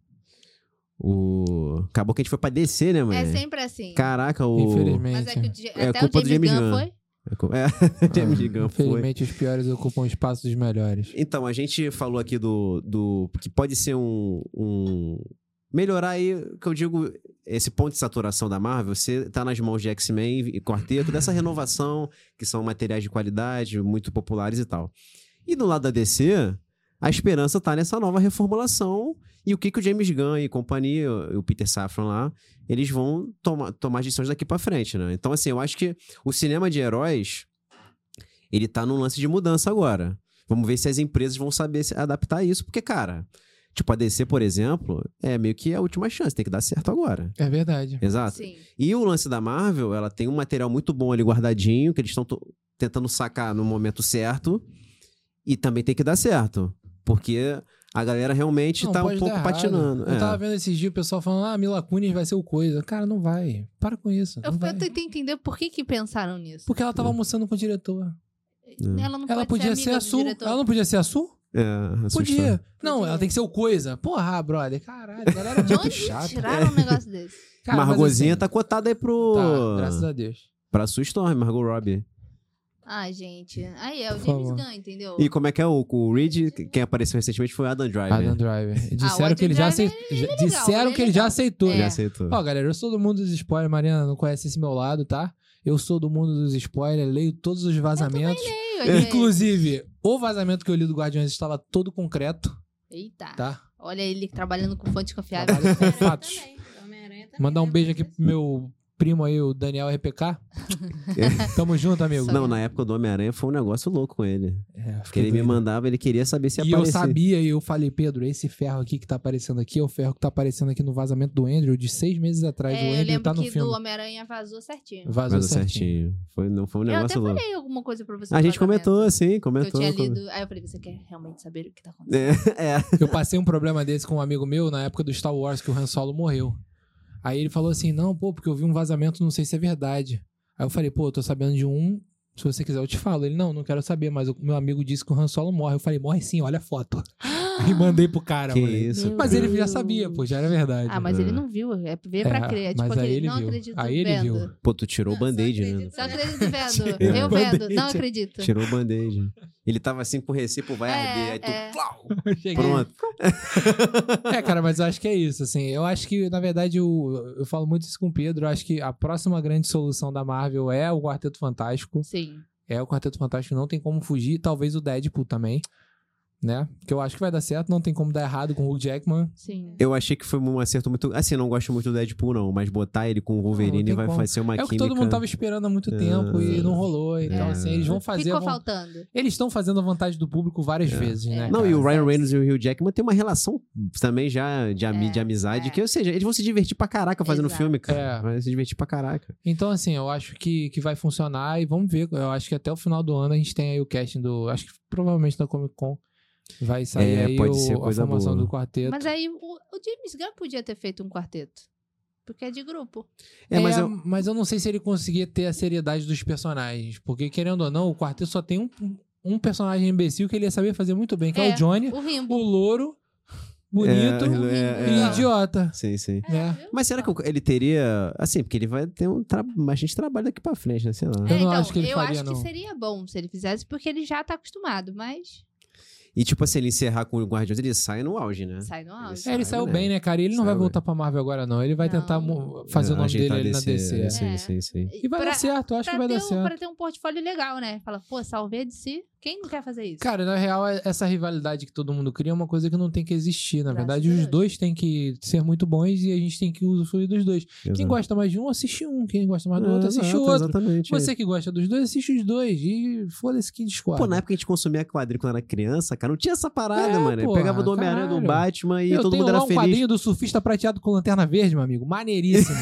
O... Acabou que a gente foi pra descer, né, mano?
É sempre assim.
Caraca, o.
Infelizmente.
Mas é que o, J-
É
até
culpa
o
do
James
James Gunn.
Gunn foi.
É,
*laughs*
James
Ah,
Gunn foi.
Infelizmente os piores ocupam o espaço dos melhores.
Então, a gente falou aqui do. do que pode ser um, um- Melhorar aí, que eu digo, esse ponto de saturação da Marvel, você tá nas mãos de X-Men e Quarteto, dessa renovação, que são materiais de qualidade, muito populares e tal. E do lado da DC, a esperança tá nessa nova reformulação e o que, que o James Gunn e companhia, o Peter Safran lá, eles vão tomar, tomar as lições daqui pra frente, né? Então, assim, eu acho que o cinema de heróis, ele tá num lance de mudança agora. Vamos ver se as empresas vão saber se adaptar a isso, porque, cara, tipo, a DC, por exemplo, é meio que a última chance, tem que dar certo agora.
É verdade.
Exato.
Sim.
E o lance da Marvel, ela tem um material muito bom ali guardadinho, que eles estão to- tentando sacar no momento certo, e também tem que dar certo, porque a galera realmente
Não,
tá um
pode
pouco
dar errado.
patinando.
Eu
é.
tava vendo esses dias o pessoal falando, ah, Mila Kunis vai ser o coisa. Cara, não vai. Para com isso.
Eu,
não vai.
eu tentei entender por que que pensaram nisso.
Porque ela tava almoçando com o diretor.
Ela não
ela
pode
podia ser,
amiga
a
do
Sul.
diretor.
Ela não podia ser a Sul?
É, assustou.
Podia. Não,
Podia.
ela tem que ser o coisa. Porra, brother. Caralho,
*laughs*
a galera é
De
muito
onde
chata.
tiraram um
*laughs*
negócio desse?
Cara, mas
Margozinha
assim,
tá cotada aí pro.
tá, graças a Deus.
Pra sua Storm, Margot Robbie.
Ah, gente. Aí é o
Por
James
favor.
Gunn, entendeu?
E como é que é o, o Reed? Quem apareceu recentemente foi o Adam Driver.
Adam Driver. Disseram
Ah, Adam
que ele já
Driver,
aceitou. disseram
ele é
que ele já
legal.
aceitou.
É.
Já aceitou.
Ó, galera, eu sou do mundo dos spoilers. Mariana não conhece esse meu lado, tá? Eu sou do mundo dos spoilers, leio todos os vazamentos.
Aí, olha aí.
Inclusive, o vazamento que eu li do Guardiões estava todo concreto,
Eita.
tá?
Olha ele trabalhando com fontes confiáveis.
Trabalho com fatos.
Também, Homem-Aranha também,
Mandar um
né?
beijo aqui pro meu primo aí, o Daniel
*laughs*
RPK. Tamo junto, amigo.
Não, na época do Homem-Aranha foi um negócio louco com ele.
É,
Porque
fiquei
ele me
doido.
mandava, ele queria saber se
E eu
aparecia.
sabia, e eu falei, Pedro, esse ferro aqui que tá aparecendo aqui é o ferro que tá aparecendo aqui no vazamento do Andrew de seis meses atrás.
É,
o
eu
Andrew
lembro
tá no
que
filme.
do Homem-Aranha vazou certinho.
Vazou
Mas
certinho.
certinho. Foi, não, foi um
eu até
negócio louco.
falei alguma coisa pra você.
A
no
gente
vazamento,
comentou, assim,
que
comentou.
Eu tinha
comentou.
lido. Aí eu falei, você quer realmente saber o que tá acontecendo?
É, é.
Eu passei um problema desse com um amigo meu na época do Star Wars, que o Han Solo morreu. Aí ele falou assim: não, pô, porque eu vi um vazamento, não sei se é verdade. Aí eu falei, pô, eu tô sabendo de um. Se você quiser, eu te falo. Ele, não, não quero saber, mas o meu amigo disse que o Han Solo morre. Eu falei, morre sim, olha
*gasps*
a foto. E mandei pro cara,
que
moleque.
isso.
Meu
Mas
cara.
ele já sabia, pô, já era verdade.
Ah, mas
É.
ele não viu. É ver pra
É,
crer. É tipo
mas aí
aquele,
ele
não
viu.
acredito
Aí ele
vendo.
viu.
Pô, tu tirou o
Não, só
band-aid, né?
acredito.
Só acredito
*laughs*
vendo.
Tirou
Eu
o
vendo.
band-aid.
Não acredito.
Tirou o band-aid. Ele tava assim com o recipo, vai
É,
arder. Aí tu,
é.
plau,
Cheguei.
pronto.
*laughs* É, cara, mas eu acho que é isso, assim. Eu acho que, na verdade, eu, eu falo muito isso com o Pedro. Eu acho que a próxima grande solução da Marvel é o Quarteto Fantástico.
Sim.
É o Quarteto Fantástico, não tem como fugir. Talvez o Deadpool também, né? Que eu acho que vai dar certo, não tem como dar errado com o Hugh Jackman.
Sim.
Eu achei que foi um acerto muito. Assim, eu não gosto muito do Deadpool, não, mas botar ele com o
Não, não
Wolverine
tem
vai
como.
fazer uma
é o que
química.
todo mundo tava esperando há muito tempo e
Sim.
não rolou. Então,
É.
assim, eles vão fazer.
Ficou
vão-
faltando.
Eles estão fazendo a vantagem do público várias
É.
vezes, né?
Não, e o
cara?
Ryan Reynolds e o Hugh Jackman tem uma relação também já de, ami-
É,
de amizade,
é.
que, ou seja, eles vão se divertir pra caraca fazendo
Exato.
filme, cara.
É.
Vai se divertir pra caraca.
Então, assim, eu acho que, que vai funcionar e vamos ver. Eu acho que até o final do ano a gente tem aí o casting do. Acho que provavelmente na Comic Con vai sair
É,
aí
pode
o-
ser
a
coisa
formação
boa.
do quarteto.
Mas aí o, o James Gunn podia ter feito um quarteto. Porque é de grupo.
É, mas eu.
mas eu não sei se ele conseguia ter a seriedade dos personagens. Porque, querendo ou não, o quarteto só tem um, um personagem imbecil que ele ia saber fazer muito bem, que é,
É.
o Johnny,
O Rimbo.
o louro, bonito
É, é,
e
é.
idiota.
Sim, sim.
né?
viu?
Mas será que o- ele teria. Assim, porque ele vai ter um tra... bastante trabalho daqui pra frente, né? Sei lá.
Eu
É,
não
então,
acho que ele
eu
faria,
acho que
não.
seria bom se ele fizesse, porque ele já tá acostumado, mas
E tipo assim, ele encerrar com o Guardiões, ele sai no auge, né?
sai no auge.
É, ele
Saiu,
saiu
né?
bem, né, cara? E ele não vai
Saiu,
voltar pra Marvel agora, não. Ele vai
Não.
tentar mo- fazer o nome dele
É, Ajeitar
ali na DC. é.
Sim,
É.
sim, sim.
E vai
pra,
dar certo, eu acho que
pra
vai
ter
dar
um,
certo.
Pra ter um portfólio legal, né? Fala, pô, salvei de si. Quem não quer fazer isso?
Cara, na real, é- essa rivalidade que todo mundo cria é uma coisa que não tem que existir. Na
Graças
verdade,
a
os
Deus.
dois têm que ser muito bons e a gente tem que usufruir dos dois. Quem
Exato.
gosta mais de um, assiste um. Quem gosta mais do
É,
outro, assiste
exato,
o outro.
Exatamente. é.
Você que gosta dos dois, assiste os dois. E foda-se que discorda.
Pô, na época que a gente consumia quadrinho quando era criança, cara, não tinha essa parada,
É,
mano. Eu
porra,
pegava do Homem-Aranha, do
caralho.
Batman e
eu
todo
tenho
mundo era
lá um
feliz.
quadrinho do surfista prateado com lanterna verde, meu
*laughs*
amigo. Maneiríssimo.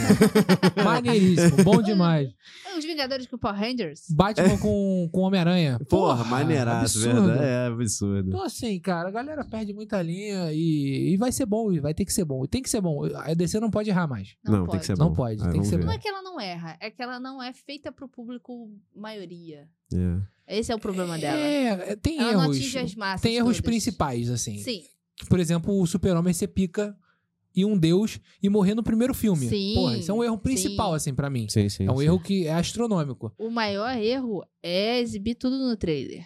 Maneiríssimo. Bom demais.
Os Vingadores com Power Rangers.
Batman com, com Homem-Aranha.
Porra, maneiraço,
absurdo.
verdade. É, absurdo.
Então, assim, cara, a galera perde muita linha e, e vai ser bom, e vai ter que ser bom. E tem que ser bom. A DC não pode errar mais.
Não, tem
pode.
que ser bom. Ah,
Não pode, tem que
vamos
ser
ver.
Não é que ela não erra, é que ela não é feita pro público maioria.
É.
Esse é o problema dela.
É, é, tem
ela não
erros.
atinge as massas.
Tem erros
todas.
principais, assim.
Sim.
Que, Por exemplo, o super-homem ser pica e um deus e morrer no primeiro filme.
Sim,
Porra, isso é um erro principal,
sim.
assim, pra mim.
Sim, sim.
É um
sim.
erro que é astronômico.
O maior erro é exibir tudo no trailer.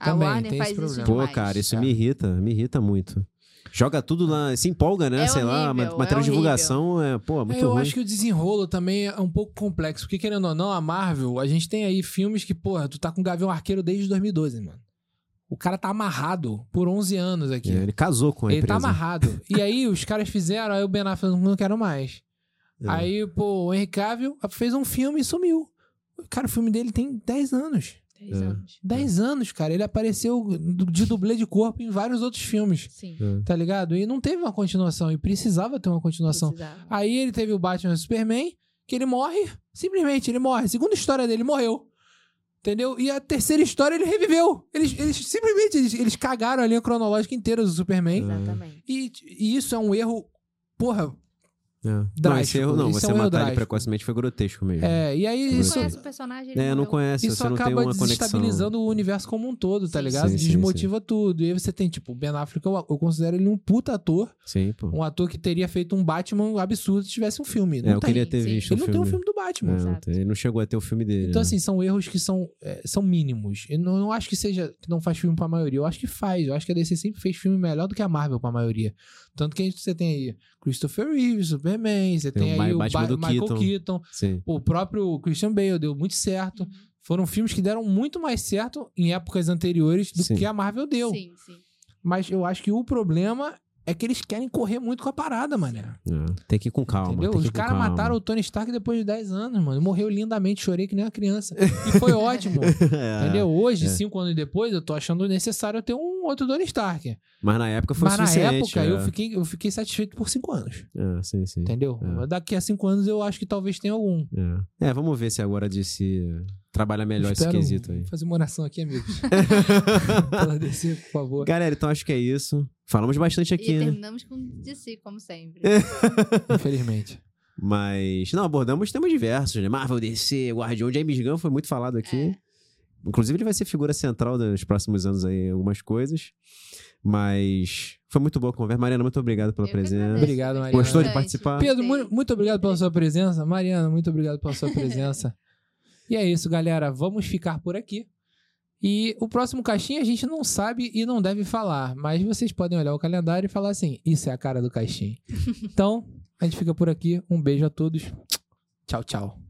A
Também,
Warner
tem
faz
esse
isso
problema.
Pô,
demais.
cara, isso
É.
me irrita, me irrita muito. Joga tudo lá, se empolga, né?
É
Sei lá,
horrível,
ma- material de
é
divulgação é, pô, é
É,
muito
eu
ruim.
acho que o desenrolo também é um pouco complexo. Porque, querendo ou não, a Marvel, a gente tem aí filmes que, porra, tu tá com o Gavião Arqueiro desde 2012, mano. O cara tá amarrado por 11 anos aqui.
É, ele casou com a
Ele tá
empresa.
amarrado.
*laughs*
e aí os caras fizeram, aí o Ben Affleck falou, não quero mais.
É.
Aí, pô, o Henry Cavill fez um filme e sumiu. Cara, o filme dele tem 10 anos.
Dez
É.
anos.
10 anos, cara. Ele apareceu do- de dublê de corpo em vários outros filmes,
Sim.
É.
tá ligado? E não teve uma continuação, e precisava ter uma continuação.
precisava.
Aí ele teve o Batman e Superman, que ele morre, simplesmente ele morre. A segunda história dele morreu. Entendeu? E a terceira história ele reviveu. Eles, eles simplesmente eles, eles cagaram a linha cronológica inteira do Superman.
Exatamente.
E, e isso é um erro. Porra.
É. Não,
Drástico,
esse erro, não,
isso
você
é um erro
matar ele
drástico.
precocemente foi grotesco mesmo.
É, e aí
Não
Não
isso,
conhece o personagem? ele
É, não
morreu.
conhece,
isso
você não tem
acaba
uma conexão.
desestabilizando o universo como um todo, tá
Sim.
ligado?
Sim, sim,
Desmotiva tudo. E aí você tem, tipo, o Ben Affleck, eu, eu considero ele um puta ator.
Sim, pô.
Um ator que teria feito um Batman absurdo se tivesse um filme.
É,
Não
eu
tem.
queria ter
sim.
visto
Ele
o
não
filme.
tem um filme do Batman.
É, não
Exato.
tem. ele não chegou a ter o filme dele.
Então,
né?
assim, são erros que são, é, são mínimos. Eu não, eu não acho que seja que não faz filme pra maioria. Eu acho que faz. Eu acho que a DC sempre fez filme melhor do que a Marvel pra maioria. Tanto que a gente- você tem aí Christopher Reeve, Superman, você
Tem
tem,
o
aí
Ba-
o
Batman
Ba-
do
Michael
Keaton.
Keaton.
Sim.
o próprio Christian Bale deu muito certo. Foram filmes que deram muito mais certo em épocas anteriores do
Sim.
que a Marvel deu.
Sim, sim.
Mas eu acho que o problema é que eles querem correr muito com a parada, mané.
É, Tem que ir com calma.
Entendeu?
tem que
Os
ir com
caras
calma.
mataram o Tony Stark depois de 10 anos, mano. Morreu lindamente, chorei que nem
*laughs*
uma criança. E foi ótimo.
É,
Entendeu? Hoje, cinco anos depois, eu tô achando necessário eu ter um outro Tony Stark.
Mas na época foi
Mas na
suficiente.
época,
é.
eu, fiquei, eu fiquei satisfeito por cinco anos.
É, sim, sim.
Entendeu?
É.
Daqui a cinco anos eu acho que talvez tenha algum.
É. É, vamos ver se agora de se trabalha melhor
Espero um.
esse quesito aí.
fazer uma oração aqui, amigos.
*laughs*
Pela DC, por favor.
Galera, então acho que é isso. Falamos bastante
E
aqui, né?
terminamos com DC, como sempre.
*laughs* Infelizmente.
Mas, não, abordamos temas diversos, né? Marvel, DC, Guardião, James Gunn foi muito falado aqui.
É.
Inclusive, ele vai ser figura central dos próximos anos aí, em algumas coisas. Mas foi muito boa a conversa. Mariana, muito obrigado pela
Eu que
presença.
agradeço,
Obrigado,
foi
Mariana.
Gostou de
importante.
participar?
Pedro, mu- muito obrigado pela sua presença. Mariana, muito obrigado pela sua presença. e é isso, galera. Vamos ficar por aqui. E o próximo caixinha a gente não sabe e não deve falar, mas vocês podem olhar o calendário e falar assim: isso é a cara do caixinha. então, a gente fica por aqui. Um beijo a todos. Tchau, tchau.